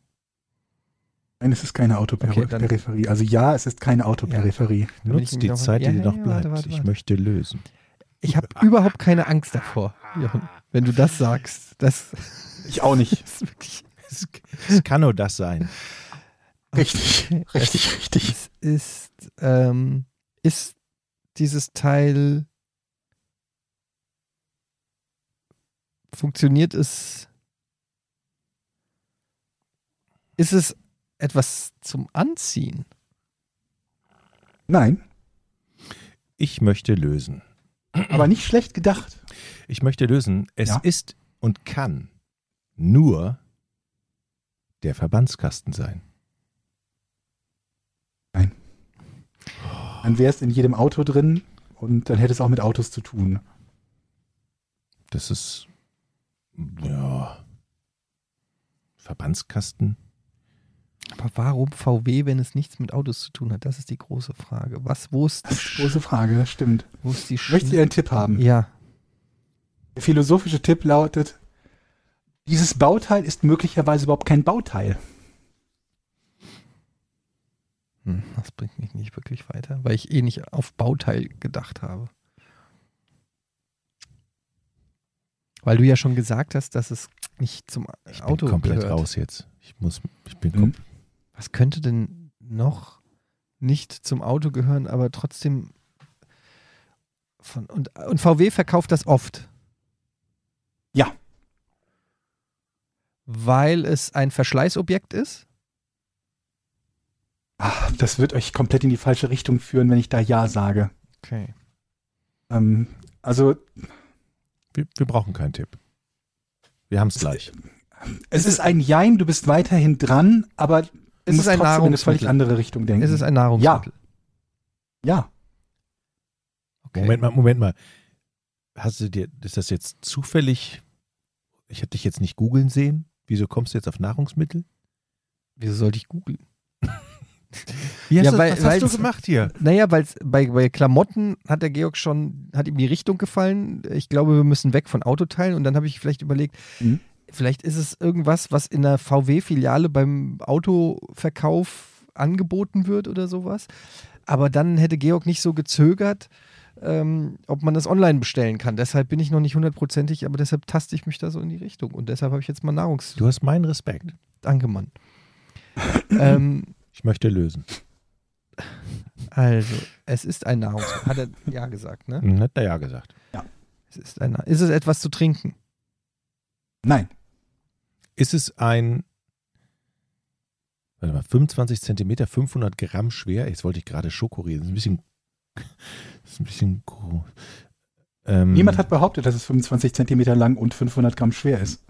S4: Nein, es ist keine
S3: Okay, dann-
S4: Autoperipherie. also ja, es ist keine Autoperipherie.
S3: Damit ich
S2: Nutzt
S3: mich
S2: die
S3: noch-
S2: Zeit,
S3: Ja,
S2: die dir
S3: ja,
S2: noch
S3: ja,
S2: bleibt.
S3: warte, warte,
S2: Ich
S3: warte.
S2: möchte lösen.
S3: Ich habe
S4: *laughs*
S3: überhaupt keine Angst davor, Jochen, wenn du das sagst. Das
S4: Ich auch nicht.
S3: *laughs* ist wirklich.
S2: Es kann nur das sein.
S4: Richtig,
S3: Okay.
S4: richtig, richtig.
S3: Es ist, ähm, ist dieses Teil. Funktioniert es? Ist es etwas zum Anziehen?
S4: Nein,
S2: Ich möchte lösen.
S4: aber nicht schlecht gedacht.
S2: Ich möchte lösen. Es
S4: Ja.
S2: ist und kann nur der Verbandskasten sein.
S4: Dann wäre es in jedem Auto drin und dann hätte es auch mit Autos zu tun.
S2: Das ist. Ja. Verbandskasten?
S3: Aber warum VW, wenn es nichts mit Autos zu tun hat? Das ist die große Frage. Was, wo ist die,
S4: Das ist
S3: Sch-
S4: eine große Frage, das stimmt.
S3: wo ist die Sch-
S4: Möchtet ihr einen Tipp haben?
S3: Ja.
S4: Der philosophische Tipp lautet, dieses Bauteil ist möglicherweise überhaupt kein Bauteil.
S3: Hm, das bringt mich nicht wirklich weiter, weil ich eh nicht auf Bauteil gedacht habe. Weil du ja schon gesagt hast, dass es nicht zum
S2: Ich bin
S3: Auto
S2: komplett
S3: gehört. Hm?
S2: raus jetzt. Ich muss. Ich bin
S4: Mhm.
S2: kom-
S3: Was könnte denn noch nicht zum Auto gehören, aber trotzdem von und, und VW verkauft das oft.
S4: Ja.
S3: Weil es ein Verschleißobjekt ist?
S4: Ah, das wird euch komplett in die falsche Richtung führen, wenn ich da Ja sage.
S3: Okay.
S4: Ähm, also
S2: Wir, wir brauchen keinen Tipp. Wir haben es gleich.
S4: es ist ein Jein, du bist weiterhin dran, aber du
S3: Es ist
S4: musst
S3: ein
S4: trotzdem in eine völlig
S3: Nahrungsmittel.
S4: andere Richtung denken.
S3: Es ist ein Nahrungsmittel.
S4: ja,
S3: Okay.
S2: Moment mal, Moment mal. Hast du dir, ist das jetzt zufällig Ich hätte dich jetzt nicht googeln sehen. Wieso kommst du jetzt auf Nahrungsmittel?
S3: Wieso sollte ich googeln?
S2: Wie hast
S3: Ja,
S2: du,
S3: weil-
S2: was
S3: weil-
S2: hast du gemacht hier?
S3: Naja, weil bei, bei Klamotten hat der Georg schon, hat ihm die Richtung gefallen. Ich glaube, wir müssen weg von Autoteilen. Und dann habe ich vielleicht überlegt,
S4: Mhm.
S3: vielleicht ist es irgendwas, was in der VW-Filiale beim Autoverkauf angeboten wird oder sowas. Aber dann hätte Georg nicht so gezögert, ähm, ob man das online bestellen kann. Deshalb bin ich noch nicht hundertprozentig, aber deshalb taste ich mich da so in die Richtung. Und deshalb habe ich jetzt mal Nahrungs
S2: Du hast meinen Respekt.
S3: *laughs* angemannt. ähm,
S2: Ich möchte lösen.
S3: Also, es ist ein Nahrungsmittel. Hat er
S4: *laughs*
S3: ja gesagt, ne?
S2: Hm, Hat er ja gesagt.
S3: Es ist ein Nahr- Ist es etwas zu trinken?
S4: Nein.
S2: Ist es ein warte mal, 25 Zentimeter, 500 Gramm schwer? Jetzt wollte ich gerade Schokoriegel. Das ist ein bisschen, *laughs* das ist ein bisschen groß. Ähm,
S4: Niemand hat behauptet, dass es 25 Zentimeter lang und 500 Gramm schwer ist.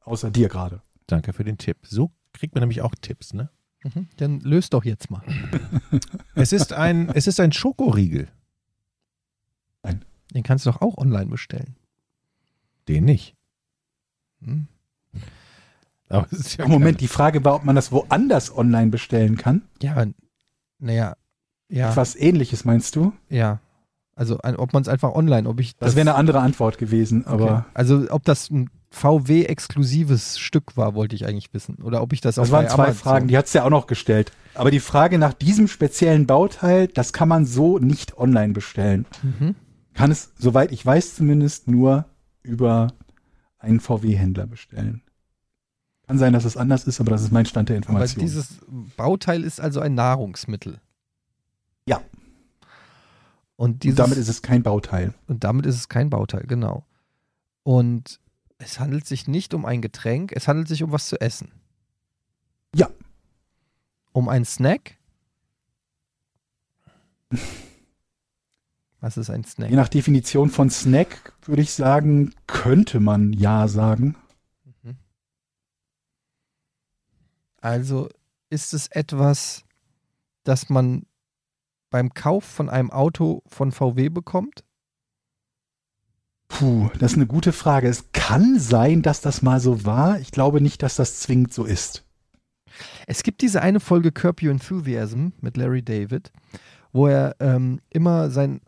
S4: Außer dir gerade.
S2: Danke für den Tipp. So kriegt man nämlich auch Tipps, ne?
S3: Mhm. Dann löst doch jetzt mal.
S2: Es ist ein, *laughs* es ist ein Schokoriegel.
S3: Den kannst du doch auch online bestellen.
S2: Den nicht.
S3: Hm?
S2: Aber es ist ja
S4: Ach, Moment, die Frage war, ob man das woanders online bestellen kann.
S3: Ja, naja, ja,
S4: Etwas ähnliches meinst du?
S3: ja. Also, ein, ob man es einfach online, ob ich
S4: Das, wäre eine andere Antwort gewesen, aber
S3: Okay. Also, ob das ein VW-exklusives Stück war, wollte ich eigentlich wissen. Oder ob ich das,
S4: das
S3: auch
S4: waren
S3: bei
S4: zwei
S3: Amazon-
S4: Fragen, die hat es ja auch noch gestellt. Aber die Frage nach diesem speziellen Bauteil, das kann man so nicht online bestellen.
S3: Mhm.
S4: Kann es, soweit ich weiß, zumindest nur über einen VW-Händler bestellen. Kann sein, dass es anders ist, aber das ist mein Stand der
S3: Aber
S4: Information.
S3: dieses Bauteil ist also ein Nahrungsmittel.
S4: Ja.
S3: Und,
S4: Und
S3: dieses,
S4: damit ist es kein Bauteil.
S3: Und damit ist es kein Bauteil, genau. Und es handelt sich nicht um ein Getränk, es handelt sich um was zu essen.
S4: Ja.
S3: Um einen Snack? Was ist ein Snack?
S4: Je nach Definition von Snack würde ich sagen, könnte man ja sagen.
S3: Mhm. Also ist es etwas, das man beim Kauf von einem Auto von VW bekommt?
S4: Puh, das ist eine gute Frage. Es kann sein, dass das mal so war. Ich glaube nicht, dass das zwingend so ist.
S3: Es gibt diese eine Folge Curb Your Enthusiasm mit Larry David, wo er ähm, immer sein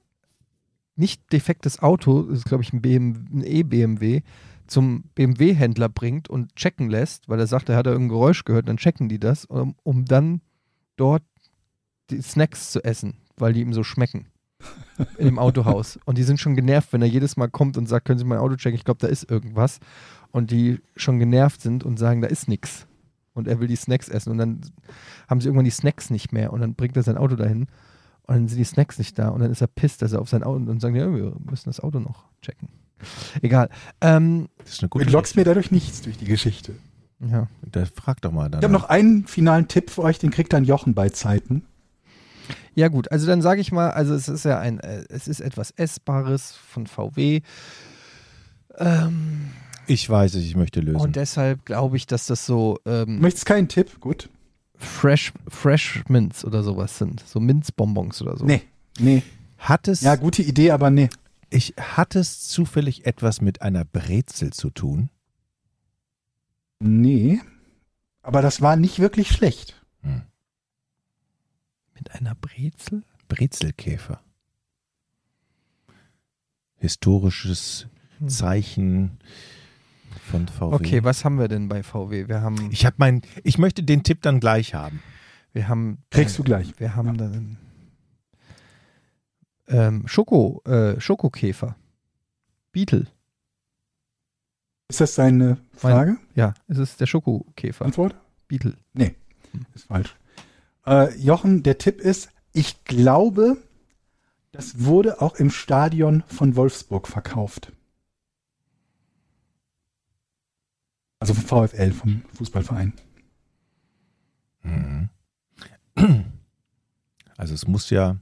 S3: nicht defektes Auto, das ist glaube ich ein, BM, ein E-BMW, zum BMW-Händler bringt und checken lässt, weil er sagt, er hat da irgendein Geräusch gehört, dann checken die das, um, um dann dort die Snacks zu essen, weil die ihm so schmecken. In dem Autohaus. Und die sind schon genervt, wenn er jedes Mal kommt und sagt, können Sie mein Auto checken? Ich glaube, da ist irgendwas. Und die schon genervt sind und sagen, da ist nichts und er will die Snacks essen und dann haben sie irgendwann die Snacks nicht mehr und dann bringt er sein Auto dahin und dann sind die Snacks nicht da und dann ist er pisst, dass er auf sein Auto und dann sagen die, ja, wir müssen das Auto noch checken. Egal. Ähm,
S2: Das ist eine
S4: Du
S2: gute
S4: entlockst mir dadurch nichts durch die Geschichte.
S3: ja.
S2: Da frag doch mal dann.
S4: Ich habe noch einen finalen Tipp für euch, den kriegt dann Jochen bei Zeiten.
S3: ja gut, also dann sage ich mal, also es ist ja ein, äh, es ist etwas Essbares von VW ähm,
S2: ich weiß es, ich möchte lösen.
S3: und deshalb glaube ich, dass das so
S4: Du
S3: ähm,
S4: möchtest keinen Tipp? Gut.
S3: Fresh, Fresh Mints oder sowas sind, so Minzbonbons oder so.
S4: Nee. Nee.
S2: hat es,
S4: Ja, gute Idee, aber nee.
S2: ich, hat es zufällig etwas mit einer Brezel zu tun?
S4: Nee. Aber das war nicht wirklich schlecht.
S2: Hm.
S3: Mit einer Brezel?
S2: Brezelkäfer. Historisches
S3: Hm.
S2: Zeichen von VW.
S3: Okay, was haben wir denn bei VW? Wir haben,
S2: ich habe mein, ich möchte den Tipp dann gleich haben.
S3: wir haben
S4: Kriegst du gleich.
S3: Wir haben dann ähm, Schoko, äh, Schokokäfer. Beetle.
S4: Ist das deine Frage?
S3: Ja, es ist der Schokokäfer.
S4: Antwort?
S3: Beetle.
S4: Ist falsch. Äh, Jochen, der Tipp ist, ich glaube, das wurde auch im Stadion von Wolfsburg verkauft. Also vom VfL, vom Fußballverein.
S2: Mhm. Also es muss ja.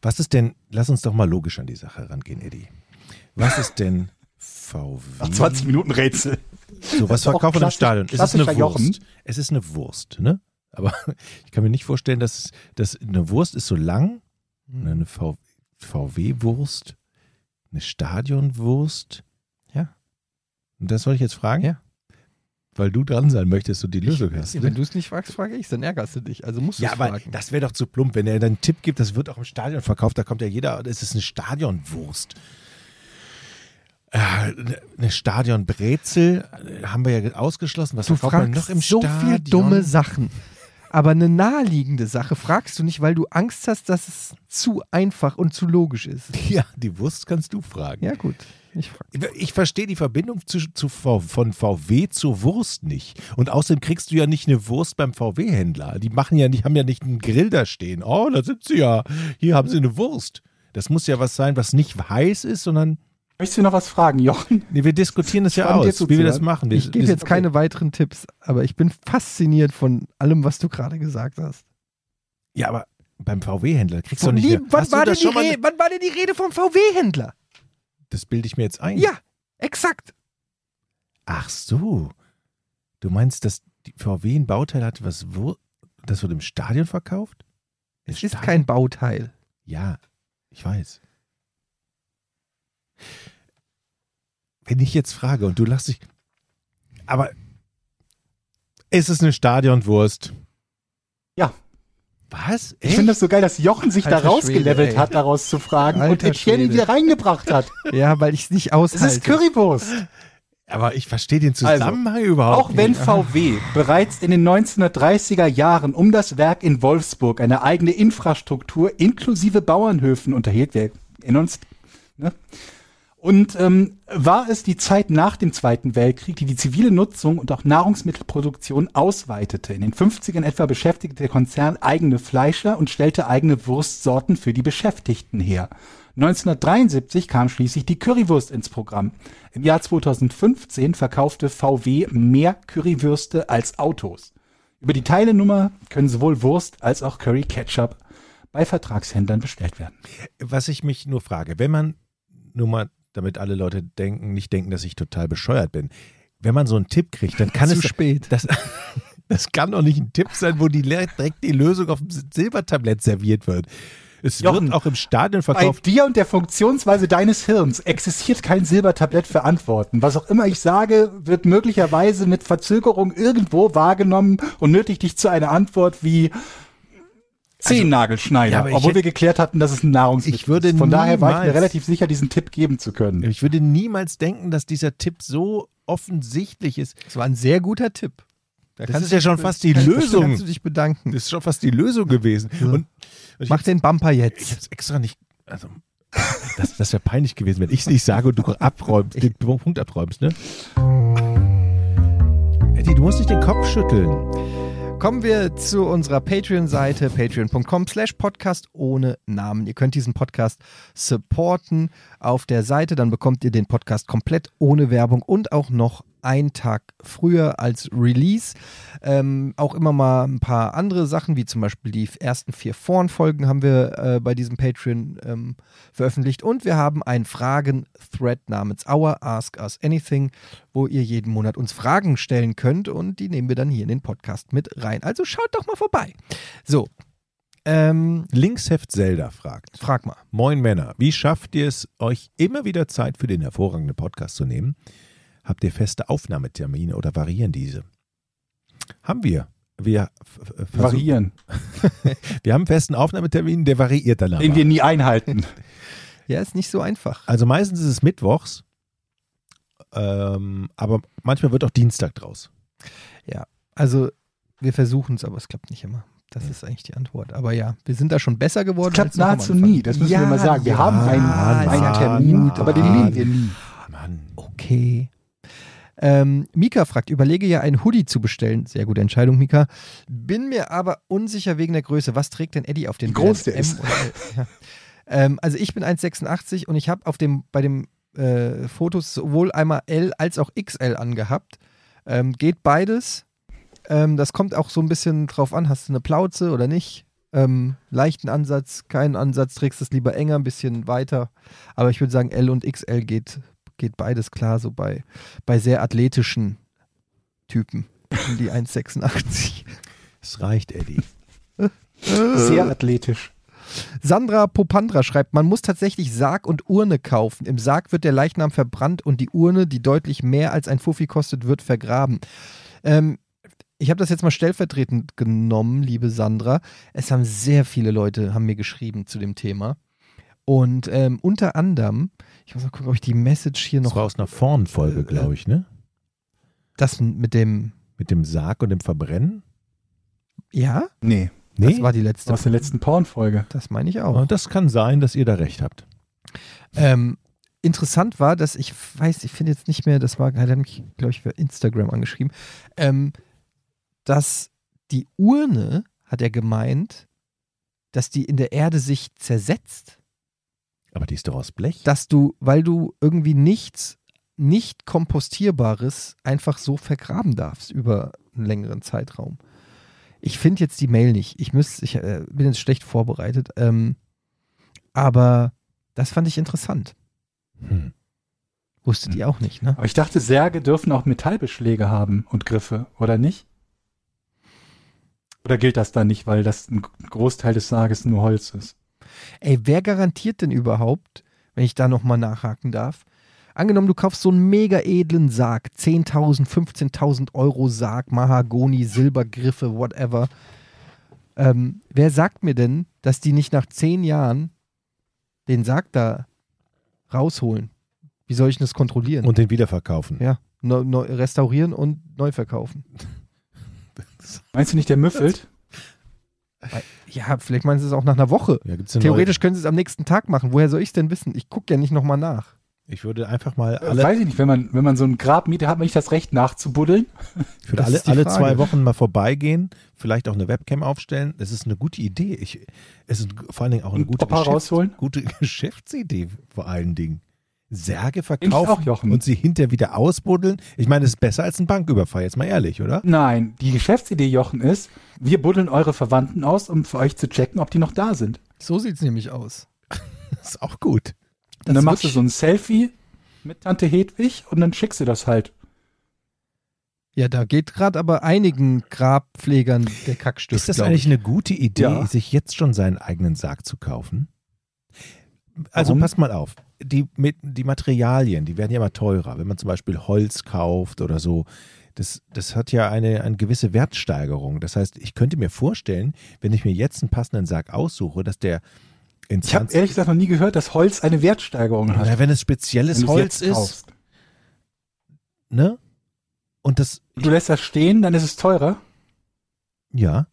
S2: Was ist denn, lass uns doch mal logisch an die Sache rangehen, Eddie. Was ist denn VW?
S4: Minuten Rätsel.
S2: So, was
S4: ist auch
S2: verkauft man im
S4: klassisch-
S2: Stadion? Es ist eine
S4: klassischer Jochen.
S2: Wurst. Es ist eine Wurst, ne? Aber *laughs* ich kann mir nicht vorstellen, dass, dass eine Wurst ist so lang, ne, eine V- VW-Wurst, eine Stadionwurst.
S3: Ja.
S2: Und das soll ich jetzt fragen?
S3: Ja.
S2: Weil du dran sein möchtest und die Lösung hast. ne?
S3: Wenn du ne? es nicht fragst, frage ich, dann ärgerst du dich. Also musst du es
S2: Ja, aber
S3: fragen.
S2: das wäre doch zu plump, wenn er dann einen Tipp gibt, das wird auch im Stadion verkauft, da kommt ja jeder, es ist eine Stadionwurst. Äh, Eine Stadionbrezel äh, haben wir ja ausgeschlossen. Was
S3: Du
S2: verkauft man
S3: fragst
S2: noch im
S3: so
S2: Stadion?
S3: viel dumme Sachen. Aber eine naheliegende Sache fragst du nicht, weil du Angst hast, dass es zu einfach und zu logisch ist.
S2: Ja, die Wurst kannst du fragen.
S3: Ja, gut. Ich frage.
S2: Ich- Ich verstehe die Verbindung zu, zu, V- von VW zur Wurst nicht. Und außerdem kriegst du ja nicht eine Wurst beim VW-Händler. Die machen ja nicht, haben ja nicht einen Grill da stehen. Oh, da sind sie ja. Hier haben sie eine Wurst. Das muss ja was sein, was nicht heiß ist, sondern.
S4: Möchtest du noch was fragen, Jochen?
S2: Nee, wir diskutieren das ja
S4: Spannend, dir
S2: aus, wie wir das
S4: zuzuhören.
S2: machen. Wir,
S3: Ich gebe
S2: wir-
S3: jetzt keine weiteren Tipps, aber ich bin fasziniert von allem, was du gerade gesagt hast.
S2: Ja, aber beim VW-Händler kriegst du
S3: Von
S2: nicht.
S3: nie-
S2: Mehr.
S3: wann,
S2: Hast du
S3: war denn
S2: das
S3: die
S2: schon mal? ne-
S3: Re- wann war denn die Rede vom VW-Händler?
S2: Das bilde ich mir jetzt ein.
S3: Ja, exakt.
S2: Ach so. Du meinst, dass die VW ein Bauteil hat, was Wur das wird im Stadion verkauft? Im
S3: Es ist
S2: Stadion?
S3: kein Bauteil.
S2: Ja, ich weiß. Wenn ich jetzt frage und du lachst dich. Aber ist es eine Stadionwurst?
S4: Ja.
S2: Was?
S4: Ich finde das so geil, dass Jochen sich da
S3: Alter
S4: rausgelevelt
S3: Schwede, ey.
S4: hat, daraus zu fragen und
S3: Alter
S4: Etienne ihn
S3: Schwede.
S4: wieder reingebracht
S3: *laughs*
S4: hat.
S3: Ja, weil ich es nicht aushalte.
S4: Es ist Currywurst.
S2: Aber ich verstehe den
S4: Also,
S2: Zusammenhang überhaupt
S4: Auch wenn
S2: nicht.
S4: VW bereits in den 1930er Jahren um das Werk in Wolfsburg eine eigene Infrastruktur inklusive Bauernhöfen unterhielt, wir erinnern uns, ne? und ähm, war es die Zeit nach dem Zweiten Weltkrieg, die die zivile Nutzung und auch Nahrungsmittelproduktion ausweitete. In den 50ern etwa beschäftigte der Konzern eigene Fleischer und stellte eigene Wurstsorten für die Beschäftigten her. 1973 kam schließlich die Currywurst ins Programm. Im Jahr 2015 verkaufte VW mehr Currywürste als Autos. Über die Teilenummer können sowohl Wurst als auch Curry Ketchup bei Vertragshändlern bestellt werden.
S2: Was ich mich nur frage, wenn man, nur mal, damit alle Leute denken, nicht denken, dass ich total bescheuert bin, wenn man so einen Tipp kriegt, dann kann
S3: Zu
S2: es.
S3: spät.
S2: Das, *laughs* das kann doch nicht ein Tipp sein, wo die Le- direkt die Lösung auf dem Silbertablett serviert wird. Es
S4: Jochen,
S2: wird auch im Stadion
S4: Bei
S2: verkauft.
S4: dir und der Funktionsweise deines Hirns existiert kein Silbertablett für Antworten. Was auch immer ich sage, wird möglicherweise mit Verzögerung irgendwo wahrgenommen und nötigt dich zu einer Antwort wie
S2: Ja,
S4: Zehennagelschneider,
S2: aber ich
S4: obwohl
S2: hätt-
S4: wir geklärt hatten, dass es ein Nahrungsmittel
S2: Ich würde
S4: ist. Von daher war ich mir
S2: niemals-
S4: relativ sicher, diesen Tipp geben zu können.
S2: Ich würde niemals denken, dass dieser Tipp so offensichtlich ist.
S3: Das war ein sehr guter Tipp. Da
S2: Das
S3: kannst
S2: ist
S3: du
S2: ja
S3: dich
S2: schon
S3: be-
S2: fast die
S3: kannst-
S2: Lösung.
S3: kannst du dich bedanken.
S2: Das ist schon fast die Lösung gewesen. Und, und ich
S3: Mach den Bumper
S2: Ich
S3: jetzt.
S2: hab's extra nicht. Also, das das wäre peinlich gewesen, wenn ich es nicht sage und du abräumst, den Punkt abräumst, ne? Eddie, du musst nicht den Kopf schütteln.
S3: Kommen wir zu unserer Patreon-Seite, patreon.com slash podcast ohne Namen. Ihr könnt diesen Podcast supporten auf der Seite, dann bekommt ihr den Podcast komplett ohne Werbung und auch noch einen Tag früher als Release. Ähm, auch immer mal ein paar andere Sachen, wie zum Beispiel die ersten vier Vorn-Folgen haben wir äh, bei diesem Patreon ähm, veröffentlicht. Und wir haben einen Fragen-Thread namens Our Ask Us Anything, wo ihr jeden Monat uns Fragen stellen könnt und die nehmen wir dann hier in den Podcast mit rein. Also schaut doch mal vorbei. So, ähm,
S2: Linksheft Zelda fragt.
S3: frag mal.
S2: Moin Männer, wie schafft ihr es, euch immer wieder Zeit für den hervorragenden Podcast zu nehmen? Habt ihr feste Aufnahmetermine oder variieren diese? Haben wir. Wir, f- f- versuchen-
S4: Variieren,
S2: wir haben einen festen Aufnahmetermin, der variiert dann aber.
S4: den wir nie einhalten.
S3: Ja, ist nicht so einfach.
S2: Also meistens ist es mittwochs, ähm, aber manchmal wird auch Dienstag draus.
S3: Also, wir versuchen es, aber es klappt nicht immer. Das ist eigentlich die Antwort. Aber ja, wir sind da schon besser geworden.
S4: Das klappt
S3: als noch am
S4: nahezu
S3: Anfang.
S4: nie, das müssen
S3: ja,
S4: wir mal sagen. Wir
S3: ja,
S4: haben einen,
S2: Mann,
S4: einen
S2: Mann,
S4: Termin,
S2: Mann.
S4: aber den nehmen wir nie.
S2: Ah, Mann.
S3: Okay. Ähm, Mika fragt, überlege ja ein Hoodie zu bestellen. Sehr gute Entscheidung, Mika. Bin mir aber unsicher wegen der Größe. Was trägt denn Eddie auf den
S4: Wie groß der
S3: Bildern?
S4: ist.
S3: M oder L? Ja. Ähm, also ich bin 1,86 und ich habe auf dem, bei dem äh, Fotos sowohl einmal L als auch XL angehabt. Ähm, geht beides. Ähm, das kommt auch so ein bisschen drauf an, hast du eine Plauze oder nicht. Ähm, leichten Ansatz, keinen Ansatz, trägst es lieber enger, ein bisschen weiter. Aber ich würde sagen, L und XL geht, geht beides klar, so bei, bei sehr athletischen Typen. Um Die 1,86.
S2: Es reicht, Eddie. Äh.
S4: Sehr athletisch.
S3: Sandra Popandra schreibt, man muss tatsächlich Sarg und Urne kaufen. Im Sarg wird der Leichnam verbrannt und die Urne, die deutlich mehr als ein Fuffi kostet, wird vergraben. Ähm, ich habe das jetzt mal stellvertretend genommen, liebe Sandra. Es haben sehr viele Leute, haben mir geschrieben zu dem Thema. Und ähm, unter anderem, ich muss mal gucken, ob ich die Message hier
S2: Das
S3: noch,
S2: war aus einer Vorn-Folge, glaube ich, ne?
S3: das mit dem,
S2: Mit dem Sarg und dem Verbrennen?
S3: ja,
S4: Nee,
S3: das war die letzte.
S4: aus der letzten Porn-Folge.
S3: Das meine ich auch.
S2: Und das kann sein, dass ihr da recht habt.
S3: Ähm, interessant war, dass ich weiß, ich finde jetzt nicht mehr, das war, hat er mich, glaube ich, über Instagram angeschrieben, ähm, dass die Urne, hat er gemeint, dass die in der Erde sich zersetzt,
S2: Aber die ist doch aus Blech.
S3: dass du, weil du irgendwie nichts nicht kompostierbares einfach so vergraben darfst über einen längeren Zeitraum. Ich finde jetzt die Mail nicht. Ich müsste, ich äh, bin jetzt schlecht vorbereitet, ähm, aber das fand ich interessant.
S2: Hm.
S3: Wusstet ihr auch nicht, ne?
S4: Aber ich dachte, Särge dürfen auch Metallbeschläge haben und Griffe, oder nicht? Oder gilt das dann nicht, weil das ein Großteil des Sarges nur Holz ist?
S3: Ey, wer garantiert denn überhaupt, wenn ich da nochmal nachhaken darf? Angenommen, du kaufst so einen mega edlen Sarg, 10.000, 15.000 Euro Sarg, Mahagoni, Silbergriffe, whatever. Ähm, wer sagt mir denn, dass die nicht nach 10 Jahren den Sarg da rausholen? Wie soll ich denn das kontrollieren?
S2: Und den wiederverkaufen.
S3: ja, neu, neu, restaurieren und neu verkaufen.
S4: Meinst du nicht, der müffelt?
S3: Ja, vielleicht meinen sie es auch nach einer Woche.
S2: Ja, gibt's eine
S3: Theoretisch können sie es am nächsten Tag machen. Woher soll ich es denn wissen? Ich gucke ja nicht nochmal nach.
S2: Neue. Ich würde einfach mal alle,
S4: Weiß ich nicht, wenn man, wenn man so ein Grab mietet, hat man nicht das Recht nachzubuddeln?
S2: ich würde
S3: das
S2: alle,
S3: ist die
S2: alle
S3: Frage.
S2: zwei Wochen mal vorbeigehen, vielleicht auch eine Webcam aufstellen. Es ist eine gute Idee. Ich, es ist vor allen Dingen auch eine
S4: Und
S2: gute,
S4: Opa rausholen?
S2: gute *laughs* Geschäftsidee vor allen Dingen. Särge
S4: ich auch,
S2: verkaufen
S4: Jochen.
S2: und sie hinterher wieder ausbuddeln. Ich meine, es ist besser als ein Banküberfall, jetzt mal ehrlich, oder? *laughs*
S4: Nein, die Geschäftsidee, Jochen, ist, wir buddeln eure Verwandten aus, um für euch zu checken, ob die noch da sind.
S3: So sieht es nämlich aus.
S2: Das ist auch gut.
S4: Und
S3: Das
S4: dann machst du
S3: wird-
S4: so ein Selfie mit Tante Hedwig und dann schickst du das halt.
S3: Ja, da geht gerade aber einigen Grabpflegern der Kackstift.
S2: Ist das
S3: glaub
S2: eigentlich eine gute Idee,
S4: Ja.
S2: sich jetzt schon seinen eigenen Sarg zu kaufen? Also
S4: Warum?
S2: passt mal auf. Die, mit, die Materialien, die werden ja immer teurer. Wenn man zum Beispiel Holz kauft oder so, das, das hat ja eine, eine gewisse Wertsteigerung. Das heißt, ich könnte mir vorstellen, wenn ich mir jetzt einen passenden Sarg aussuche, dass der in
S4: Ich habe
S2: 20
S4: ehrlich gesagt noch nie gehört, dass Holz eine Wertsteigerung hat.
S2: oder wenn es
S4: wenn
S2: spezielles
S4: du's
S2: Holz
S4: jetzt
S2: ist,
S4: kaufst.
S2: ne? Und das,
S4: Und Du lässt das stehen, dann ist es teurer.
S2: ja,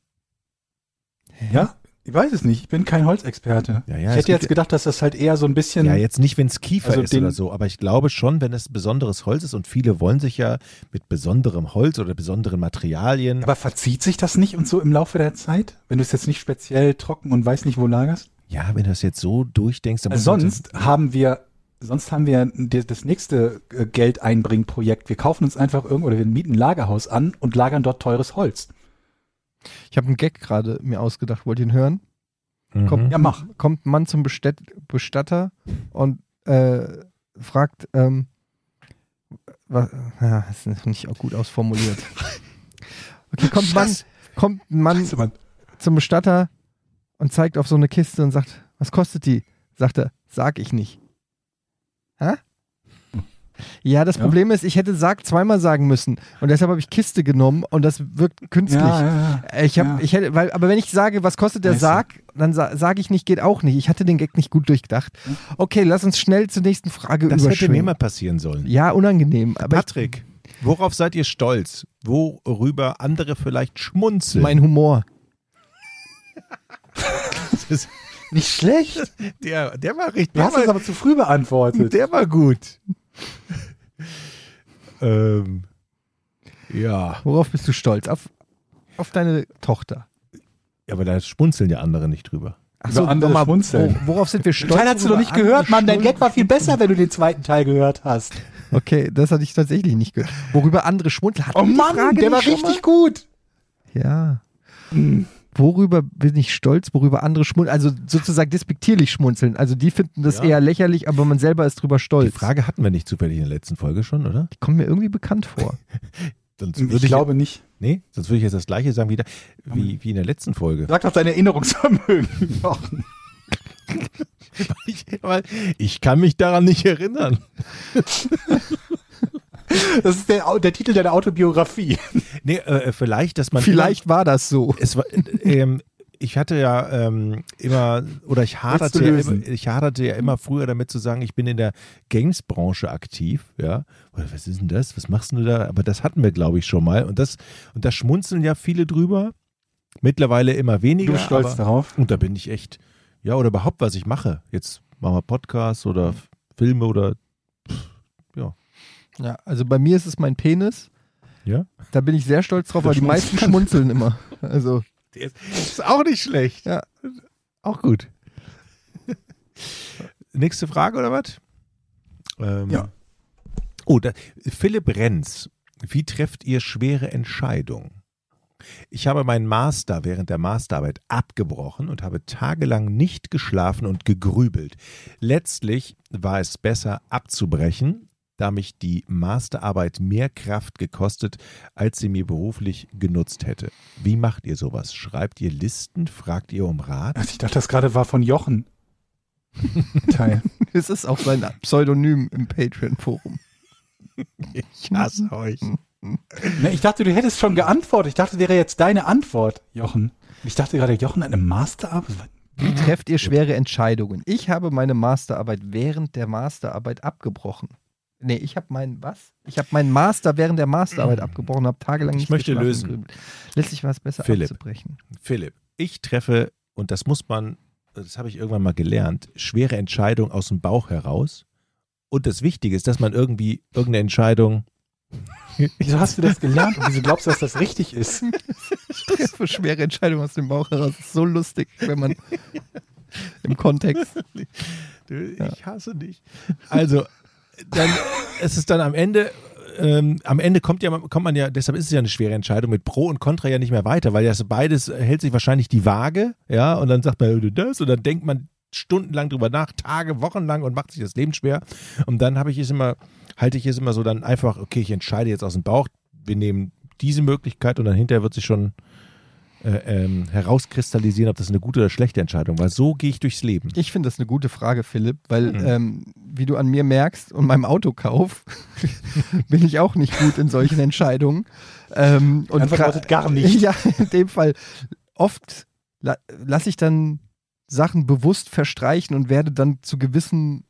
S4: Ja? Ich weiß es nicht. Ich bin kein Holzexperte.
S2: Ja, ja,
S4: ich
S2: es
S4: hätte
S2: gibt
S4: jetzt gedacht, dass das halt eher so ein bisschen.
S2: Ja, jetzt nicht, wenn es Kiefer
S4: Also
S2: ist
S4: den-
S2: oder so, aber ich glaube schon, wenn es besonderes Holz ist und viele wollen sich ja mit besonderem Holz oder besonderen Materialien.
S4: aber verzieht sich das nicht und so im Laufe der Zeit? Wenn du es jetzt nicht speziell trocken und weiß nicht, wo lagerst?
S2: ja, wenn du das jetzt so durchdenkst, dann muss man
S4: Also Sonst haben wir, sonst haben wir die- das nächste äh, Geldeinbringprojekt. Wir kaufen uns einfach irgendwo oder wir mieten ein Lagerhaus an und lagern dort teures Holz.
S3: ich. ich habe einen Gag gerade mir ausgedacht. Wollt ihr ihn hören?
S2: Mhm.
S3: Kommt,
S4: Ja, mach.
S3: kommt ein Mann zum Bestät Bestatter und äh, fragt, ähm, was, ja, das ist nicht auch
S2: *laughs*
S3: gut ausformuliert. Okay, kommt ein Mann, kommt ein Mann
S4: Scheiße, Mann.
S3: zum Bestatter und zeigt auf so eine Kiste und sagt, was kostet die? Sagt er, sag ich nicht.
S4: *laughs*
S3: Hä? Ja, das
S4: Ja.
S3: Problem ist, ich hätte Sarg zweimal sagen müssen und deshalb habe ich Kiste genommen und das wirkt künstlich.
S4: Ja, ja, ja.
S3: Äh, Ich hab,
S4: Ja.
S3: ich hätte, weil, aber wenn ich sage, was kostet der
S4: Weißt du.
S3: Sarg, dann sa sage ich nicht, geht auch nicht. Ich hatte den Gag nicht gut durchgedacht.
S4: Hm.
S3: Okay, lass uns schnell zur nächsten Frage
S2: das hätte mir
S3: überschwenken.
S2: mal passieren sollen.
S3: Ja, unangenehm. Aber ich,
S2: Patrick, worauf seid ihr stolz? Worüber andere vielleicht schmunzeln?
S3: mein Humor.
S2: Das ist-
S4: Nicht schlecht.
S2: der, der war richtig.
S4: Du hast es aber zu früh beantwortet.
S2: der war gut. ähm, ja.
S3: Worauf bist du stolz? Auf, auf deine Tochter.
S2: Ja, Aber da schmunzeln ja andere nicht drüber.
S3: Ach
S4: Über andere
S3: nochmal,
S4: schmunzeln.
S3: wo, worauf sind wir stolz?
S4: Teil hast du
S3: Worüber
S4: noch nicht
S3: andere
S4: gehört, Mann. Dein
S3: schmunzeln?
S4: Gag war viel besser, wenn du den zweiten Teil gehört hast.
S3: Okay, das hatte ich tatsächlich nicht gehört. Worüber andere schmunzeln. Hatten
S4: Oh
S2: Um
S3: wir
S4: Mann,
S3: die Frage
S4: der
S3: nicht
S4: war
S3: schon
S4: richtig gut.
S3: Mal? Ja.
S4: Hm.
S3: Worüber bin ich stolz, worüber andere schmunzeln, also sozusagen despektierlich schmunzeln. Also die finden das
S2: Ja.
S3: eher lächerlich, aber man selber ist drüber stolz.
S2: Die Frage hatten wir nicht zufällig in der letzten Folge schon, oder?
S3: Die kommt mir irgendwie
S4: *laughs*
S3: bekannt vor.
S2: Sonst
S4: Ich,
S2: würde
S4: glaube nicht.
S2: Nee, sonst würde ich jetzt das gleiche sagen wieder, wie, wie in der letzten Folge.
S4: Sag doch dein Erinnerungsvermögen. *laughs* Jochen.
S2: Ich, weil ich kann mich daran nicht erinnern.
S4: Das ist der, Au- der Titel deiner Autobiografie.
S2: Nee, äh, vielleicht, dass man.
S3: Vielleicht war das so.
S2: Es war, ähm, ich hatte ja ähm, immer, oder ich haderte,
S4: du
S2: ja
S4: lösen?
S2: immer, ich haderte ja immer früher damit zu sagen, ich bin in der Games-Branche aktiv, ja. Oder was ist denn das? Was machst denn du da? Aber das hatten wir, glaube ich, schon mal. Und das, und da schmunzeln ja viele drüber. Mittlerweile immer weniger.
S4: Du stolz
S2: aber,
S4: darauf.
S2: Und da bin ich echt, ja, oder überhaupt, was ich mache. Jetzt machen wir Podcasts oder F- Filme oder
S3: Ja, also bei mir ist es mein Penis.
S2: Ja?
S3: Da bin ich sehr stolz drauf,
S4: Der
S3: weil die meisten schmunzeln immer. Also
S2: ist auch nicht schlecht.
S3: Ja.
S2: Auch gut. *laughs* Nächste Frage oder was? Ähm,
S4: Ja.
S2: Oh, da, Philipp Renz. Wie trefft ihr schwere Entscheidungen? Ich habe meinen Master während der Masterarbeit abgebrochen und habe tagelang nicht geschlafen und gegrübelt. Letztlich war es besser abzubrechen, da mich die Masterarbeit mehr Kraft gekostet, als sie mir beruflich genutzt hätte. Wie macht ihr sowas? Schreibt ihr Listen? Fragt ihr um Rat?
S4: Also ich dachte, das gerade war von *laughs* Jochen. Teil.
S3: es ist auch sein Pseudonym im Patreon-Forum.
S2: Ich
S3: Mhm.
S2: hasse euch.
S4: Ne, ich dachte, du hättest schon geantwortet. Ich dachte, wäre jetzt deine Antwort, Jochen. Ich dachte gerade, Jochen hat eine Masterarbeit.
S3: Wie trefft ihr schwere Entscheidungen? Ich habe meine Masterarbeit während der Masterarbeit abgebrochen. Nee, ich habe meinen, was? Ich habe meinen Master während der Masterarbeit abgebrochen, habe tagelang
S2: Ich
S3: nicht
S2: möchte
S3: geschlafen.
S2: lösen.
S3: gegrübelt. Letztlich war es besser
S2: Philipp.
S3: abzubrechen. *laughs*
S2: Philipp, ich treffe, und das muss man, das habe ich irgendwann mal gelernt, schwere Entscheidungen aus dem Bauch heraus. Und das Wichtige ist, dass man irgendwie irgendeine Entscheidung.
S4: Wieso hast du das gelernt und wieso glaubst du, dass das richtig ist?
S3: Ich treffe schwere Entscheidungen aus dem Bauch heraus. Das ist so lustig,
S2: *laughs*
S3: wenn man im Kontext.
S2: Ich hasse dich. Also, dann, es ist dann am Ende. Ähm, am Ende kommt ja kommt man ja deshalb ist es ja eine schwere Entscheidung mit Pro und Contra ja nicht mehr weiter weil das beides hält sich wahrscheinlich die Waage ja und dann sagt man das und dann denkt man stundenlang drüber nach Tage Wochenlang und macht sich das Leben schwer und dann habe ich es immer halte ich es immer so dann einfach okay ich entscheide jetzt aus dem Bauch wir nehmen diese Möglichkeit und dann hinterher wird sich schon äh, ähm, herauskristallisieren ob das eine gute oder schlechte Entscheidung war so gehe ich durchs Leben
S3: Ich finde das eine gute Frage, Philipp, weil ähm, wie du an mir merkst und meinem Autokauf *laughs* bin ich auch nicht gut in solchen Entscheidungen. Ähm, und
S4: Antwort
S3: gra-
S4: lautet gar nicht.
S3: Ja, *laughs* in dem Fall. Oft la lasse ich dann Sachen bewusst verstreichen und werde dann zu gewissen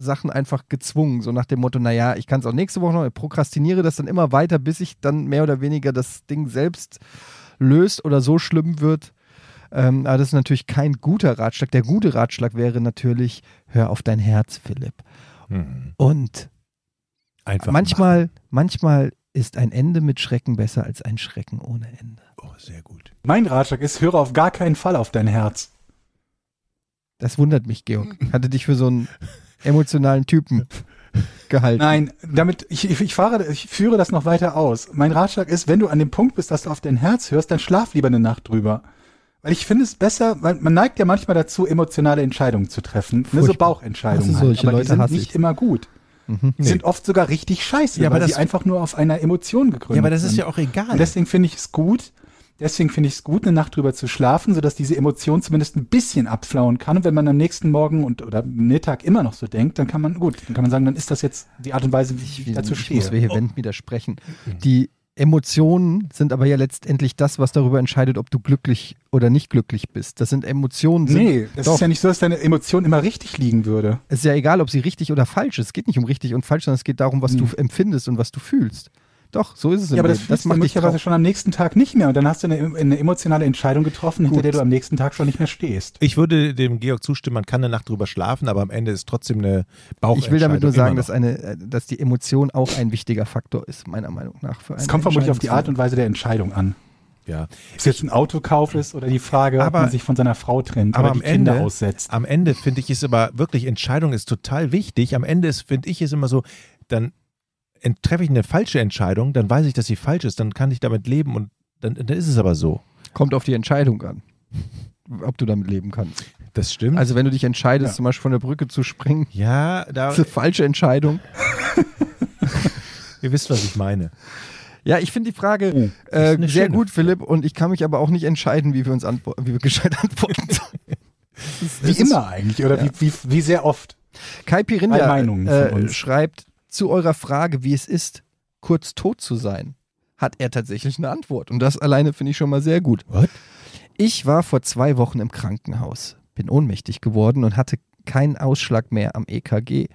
S3: Sachen einfach gezwungen. So nach dem Motto, naja, ich kann es auch nächste Woche noch, ich prokrastiniere das dann immer weiter, bis ich dann mehr oder weniger das Ding selbst löst oder so schlimm wird. Ähm, aber das ist natürlich kein guter Ratschlag. Der gute Ratschlag wäre natürlich, hör auf dein Herz, Philipp.
S2: Mhm.
S3: Und
S2: einfach
S3: manchmal, manchmal ist ein Ende mit Schrecken besser als ein Schrecken ohne Ende.
S2: machen. oh, sehr gut
S4: Mein Ratschlag ist, höre auf gar keinen Fall auf dein Herz.
S3: Das wundert mich, Georg. Hatte dich für so einen emotionalen Typen gehalten.
S4: Nein, damit, ich, ich, ich, fahre, ich führe das noch weiter aus. Mein Ratschlag ist, wenn du an dem Punkt bist, dass du auf dein Herz hörst, dann schlaf lieber eine Nacht drüber. Weil ich finde es besser, weil man neigt ja manchmal dazu, emotionale Entscheidungen zu treffen. Ne, so
S3: Furchtbar.
S4: Bauchentscheidungen.
S3: Also solche
S4: halt. Aber
S3: Leute
S4: die sind
S3: hasse
S4: nicht
S3: ich.
S4: immer gut.
S3: Mhm.
S4: Die sind oft sogar richtig scheiße,
S2: Ja, aber
S4: weil sie
S2: das-
S4: einfach nur auf einer Emotion gegründet sind.
S2: ja aber das ist ja auch egal
S4: Und deswegen finde ich es gut, deswegen finde ich es gut, eine Nacht drüber zu schlafen, sodass diese Emotion zumindest ein bisschen abflauen kann. Und wenn man am nächsten Morgen und oder Mittag immer noch so denkt, dann kann man, gut, dann kann man sagen, dann ist das jetzt die Art und Weise, wie ich,
S3: ich,
S4: dazu Oh. Mhm.
S3: ich
S4: stehe.
S3: muss vehement widersprechen. Die Emotionen sind aber ja letztendlich das, was darüber entscheidet, ob du glücklich oder nicht glücklich bist. Das sind Emotionen. Sind,
S4: Nee, das
S3: Doch.
S4: ist ja nicht so, dass deine Emotion immer richtig liegen würde.
S3: Es ist ja egal, ob sie richtig oder falsch ist. Es geht nicht um richtig und falsch, sondern es geht darum, was du empfindest und was du fühlst. Doch, so ist es
S4: Mhm.
S3: im
S4: Ja, aber das
S3: Leben.
S4: fühlst du möglicherweise
S3: traurig.
S4: schon am nächsten Tag nicht mehr. Und dann hast du eine, eine emotionale Entscheidung getroffen, hinter
S3: Gut.
S4: der du am nächsten Tag schon nicht mehr stehst.
S2: Ich würde dem Georg zustimmen, man kann eine Nacht drüber schlafen, aber am Ende ist trotzdem eine Bauchentscheidung.
S3: Ich will damit nur sagen,
S2: immer
S3: dass,
S2: noch.
S3: eine, äh, dass die Emotion auch ein wichtiger Faktor ist, meiner Meinung nach. für
S4: Es
S3: eine
S4: kommt vermutlich auf die Art
S3: Entscheidungsfindung.
S4: und Weise der Entscheidung an.
S2: ja.
S4: Ob es jetzt ein Autokauf ist oder die Frage,
S2: Aber-
S4: ob man sich von seiner Frau trennt
S2: Aber
S4: oder
S2: am
S4: die Kinder
S2: Ende,
S4: aussetzt.
S2: am Ende finde ich es aber wirklich, Entscheidung ist total wichtig. Am Ende ist, finde ich es immer so, dann ent- treffe ich eine falsche Entscheidung, dann weiß ich, dass sie falsch ist, dann kann ich damit leben und dann, dann ist es aber so.
S3: Kommt auf die Entscheidung an, ob du damit leben kannst.
S2: Das stimmt.
S3: Also wenn du dich entscheidest,
S4: Ja.
S3: zum Beispiel von der Brücke zu springen, *laughs*
S2: ja, da,
S3: das ist eine falsche Entscheidung.
S2: ihr wisst, was ich meine.
S3: Ja, ich finde die Frage
S4: Oh,
S2: ist
S3: äh,
S2: eine
S3: sehr
S2: schöne
S3: *laughs* gut, Philipp, und ich kann mich aber auch nicht entscheiden, wie wir uns antwo- wie wir gescheit antworten sollen.
S4: Wie immer eigentlich, oder wie, wie, wie sehr oft?
S3: Kai Pirinha
S4: Drei Meinungen von
S3: äh,
S4: uns.
S3: schreibt zu eurer Frage, wie es ist, kurz tot zu sein, hat er tatsächlich eine Antwort. Und das alleine finde ich schon mal sehr gut.
S2: What?
S3: Ich war vor zwei Wochen im Krankenhaus, bin ohnmächtig geworden und hatte keinen Ausschlag mehr am EKG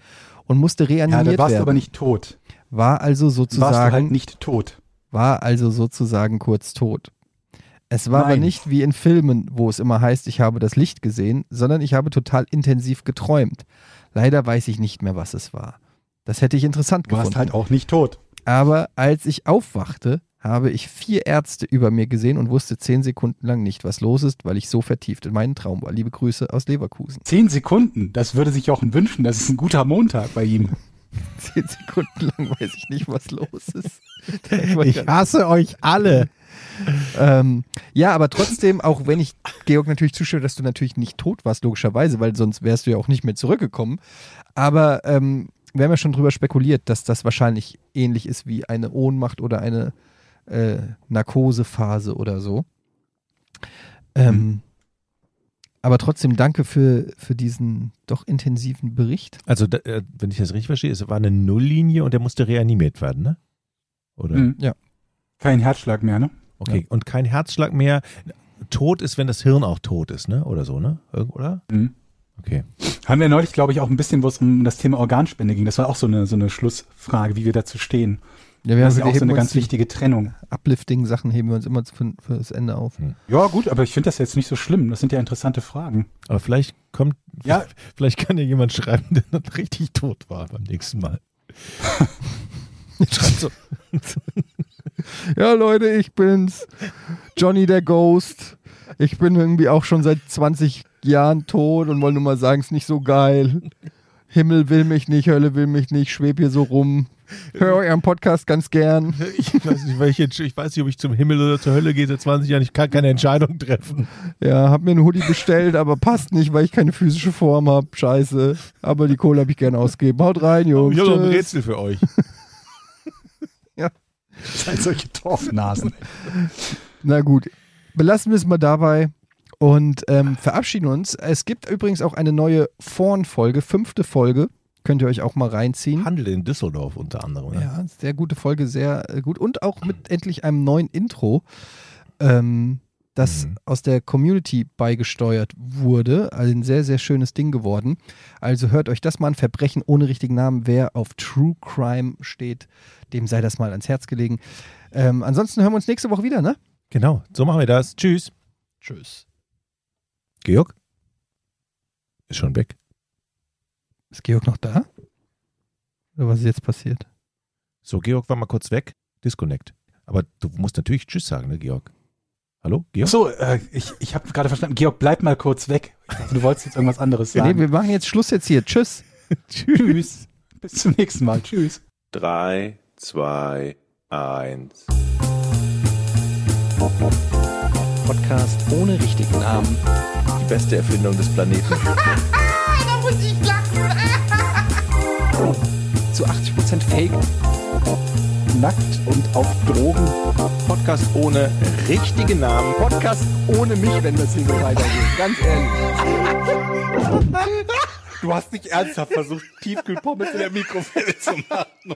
S3: und musste
S4: Ja,
S3: reanimiert
S4: da warst du
S3: werden.
S4: aber nicht tot.
S3: war also sozusagen
S4: warst du halt nicht tot.
S3: war also sozusagen kurz tot. Es war aber
S4: Nein.
S3: nicht wie in Filmen, wo es immer heißt, ich habe das Licht gesehen, sondern ich habe total intensiv geträumt. Leider weiß ich nicht mehr, was es war. Das hätte ich interessant
S4: Du warst
S3: gefunden.
S4: halt auch nicht tot.
S3: aber als ich aufwachte, habe ich vier Ärzte über mir gesehen und wusste zehn Sekunden lang nicht, was los ist, weil ich so vertieft in meinen Traum war. Liebe Grüße aus Leverkusen. *laughs*
S4: Zehn Sekunden, das würde sich Jochen wünschen. Das ist ein guter Montag bei ihm.
S3: Zehn Sekunden lang weiß ich nicht, was los ist. *laughs*
S2: Ich hasse euch alle.
S3: Ähm, ja, aber trotzdem, auch wenn ich Georg natürlich zustimme, dass du natürlich nicht tot warst, logischerweise, weil sonst wärst du ja auch nicht mehr zurückgekommen. Aber ähm, wir haben ja schon drüber spekuliert, dass das wahrscheinlich ähnlich ist wie eine Ohnmacht oder eine äh, Narkosephase oder so. Ähm,
S4: Mhm.
S3: Aber trotzdem danke für, für diesen doch intensiven Bericht.
S2: Also, da, äh, wenn ich das richtig verstehe, es war eine Nulllinie und er musste reanimiert werden, ne? Oder?
S4: Mhm.
S3: Ja.
S4: Kein Herzschlag mehr, ne?
S2: Okay, und kein Herzschlag mehr. Tot ist, wenn das Hirn auch tot ist, ne? Oder so, ne? Irgend- Oder?
S4: Mhm.
S2: Okay.
S4: Haben wir neulich, glaube ich, auch ein bisschen, wo es um das Thema Organspende ging. Das war auch so eine, so eine Schlussfrage, wie wir dazu stehen.
S3: Ja,
S4: das ist ja auch so
S3: Also heben
S4: eine
S3: uns
S4: ganz
S3: die
S4: wichtige Trennung.
S3: Uplifting-Sachen heben wir uns immer für, für das
S4: *laughs*
S3: Ende auf.
S4: Ja, gut, aber ich finde das jetzt nicht so schlimm. Das sind ja interessante Fragen.
S2: Aber vielleicht kommt,
S4: *laughs* Ja.
S2: *laughs* vielleicht kann ja jemand schreiben, *laughs* der dann richtig tot war beim nächsten Mal. Also, Schreibt
S3: *laughs*
S2: so.
S3: Ja, Leute, ich bin's. Johnny der Ghost. Ich bin irgendwie auch schon seit 20 Jahren tot und wollte nur mal sagen, es ist nicht so geil. Himmel will mich nicht, Hölle will mich nicht, schweb hier so rum. Hör euren Podcast ganz gern.
S2: Ich weiß nicht, welche, ich weiß nicht, ob ich zum Himmel oder zur Hölle gehe seit 20 Jahren. Ich kann keine Entscheidung treffen.
S3: Ja, hab mir einen Hoodie bestellt, aber passt nicht, weil ich keine physische Form hab. Scheiße. Aber die Kohle hab ich gern ausgegeben. Haut rein, *laughs* Jungs.
S2: Ich habe noch ein
S3: Tschüss.
S2: Rätsel für euch.
S4: Seid solche Torfnasen.
S3: Na gut, belassen wir es mal dabei und ähm, verabschieden uns. Es gibt übrigens auch eine neue Vorn-Folge, fünfte Folge. Könnt ihr euch auch mal reinziehen.
S2: Handel in Düsseldorf unter anderem. Ne?
S3: Mhm. Ja, sehr gute Folge, sehr äh, gut. Und auch mit endlich einem neuen Intro, ähm, das
S2: Mhm.
S3: aus der Community beigesteuert wurde. Also ein sehr, sehr schönes Ding geworden. Also hört euch das mal an. Verbrechen ohne richtigen Namen. Wer auf True Crime steht, dem sei das mal ans Herz gelegen. Ähm, ansonsten hören wir uns nächste Woche wieder, ne?
S2: Genau, so machen wir das. Tschüss.
S3: Tschüss.
S2: Georg? Ist schon weg.
S3: Ist Georg noch da? Oder was ist jetzt passiert?
S2: So, Georg war mal kurz weg. Disconnect. Aber du musst natürlich Tschüss sagen, ne, Georg? Hallo, Georg?
S4: Achso, äh, ich, ich habe gerade verstanden. Georg, bleib mal kurz weg. Ich dachte, Du wolltest jetzt irgendwas anderes
S3: Nee,
S4: sagen.
S3: wir machen jetzt Schluss jetzt hier. Tschüss.
S4: Tschüss. Bis zum nächsten Mal. Tschüss.
S1: 3, 2, 1.
S5: Podcast ohne richtigen Namen.
S1: Die beste Erfindung des Planeten.
S6: Da muss ich lachen.
S5: Zu 80% Fake.
S1: Nackt und auf Drogen. Podcast ohne richtigen Namen.
S7: Podcast ohne mich, wenn das hier so weitergeht. Ganz ehrlich.
S1: Du hast nicht ernsthaft versucht, Tiefkühlpommes in der Mikrowelle zu machen.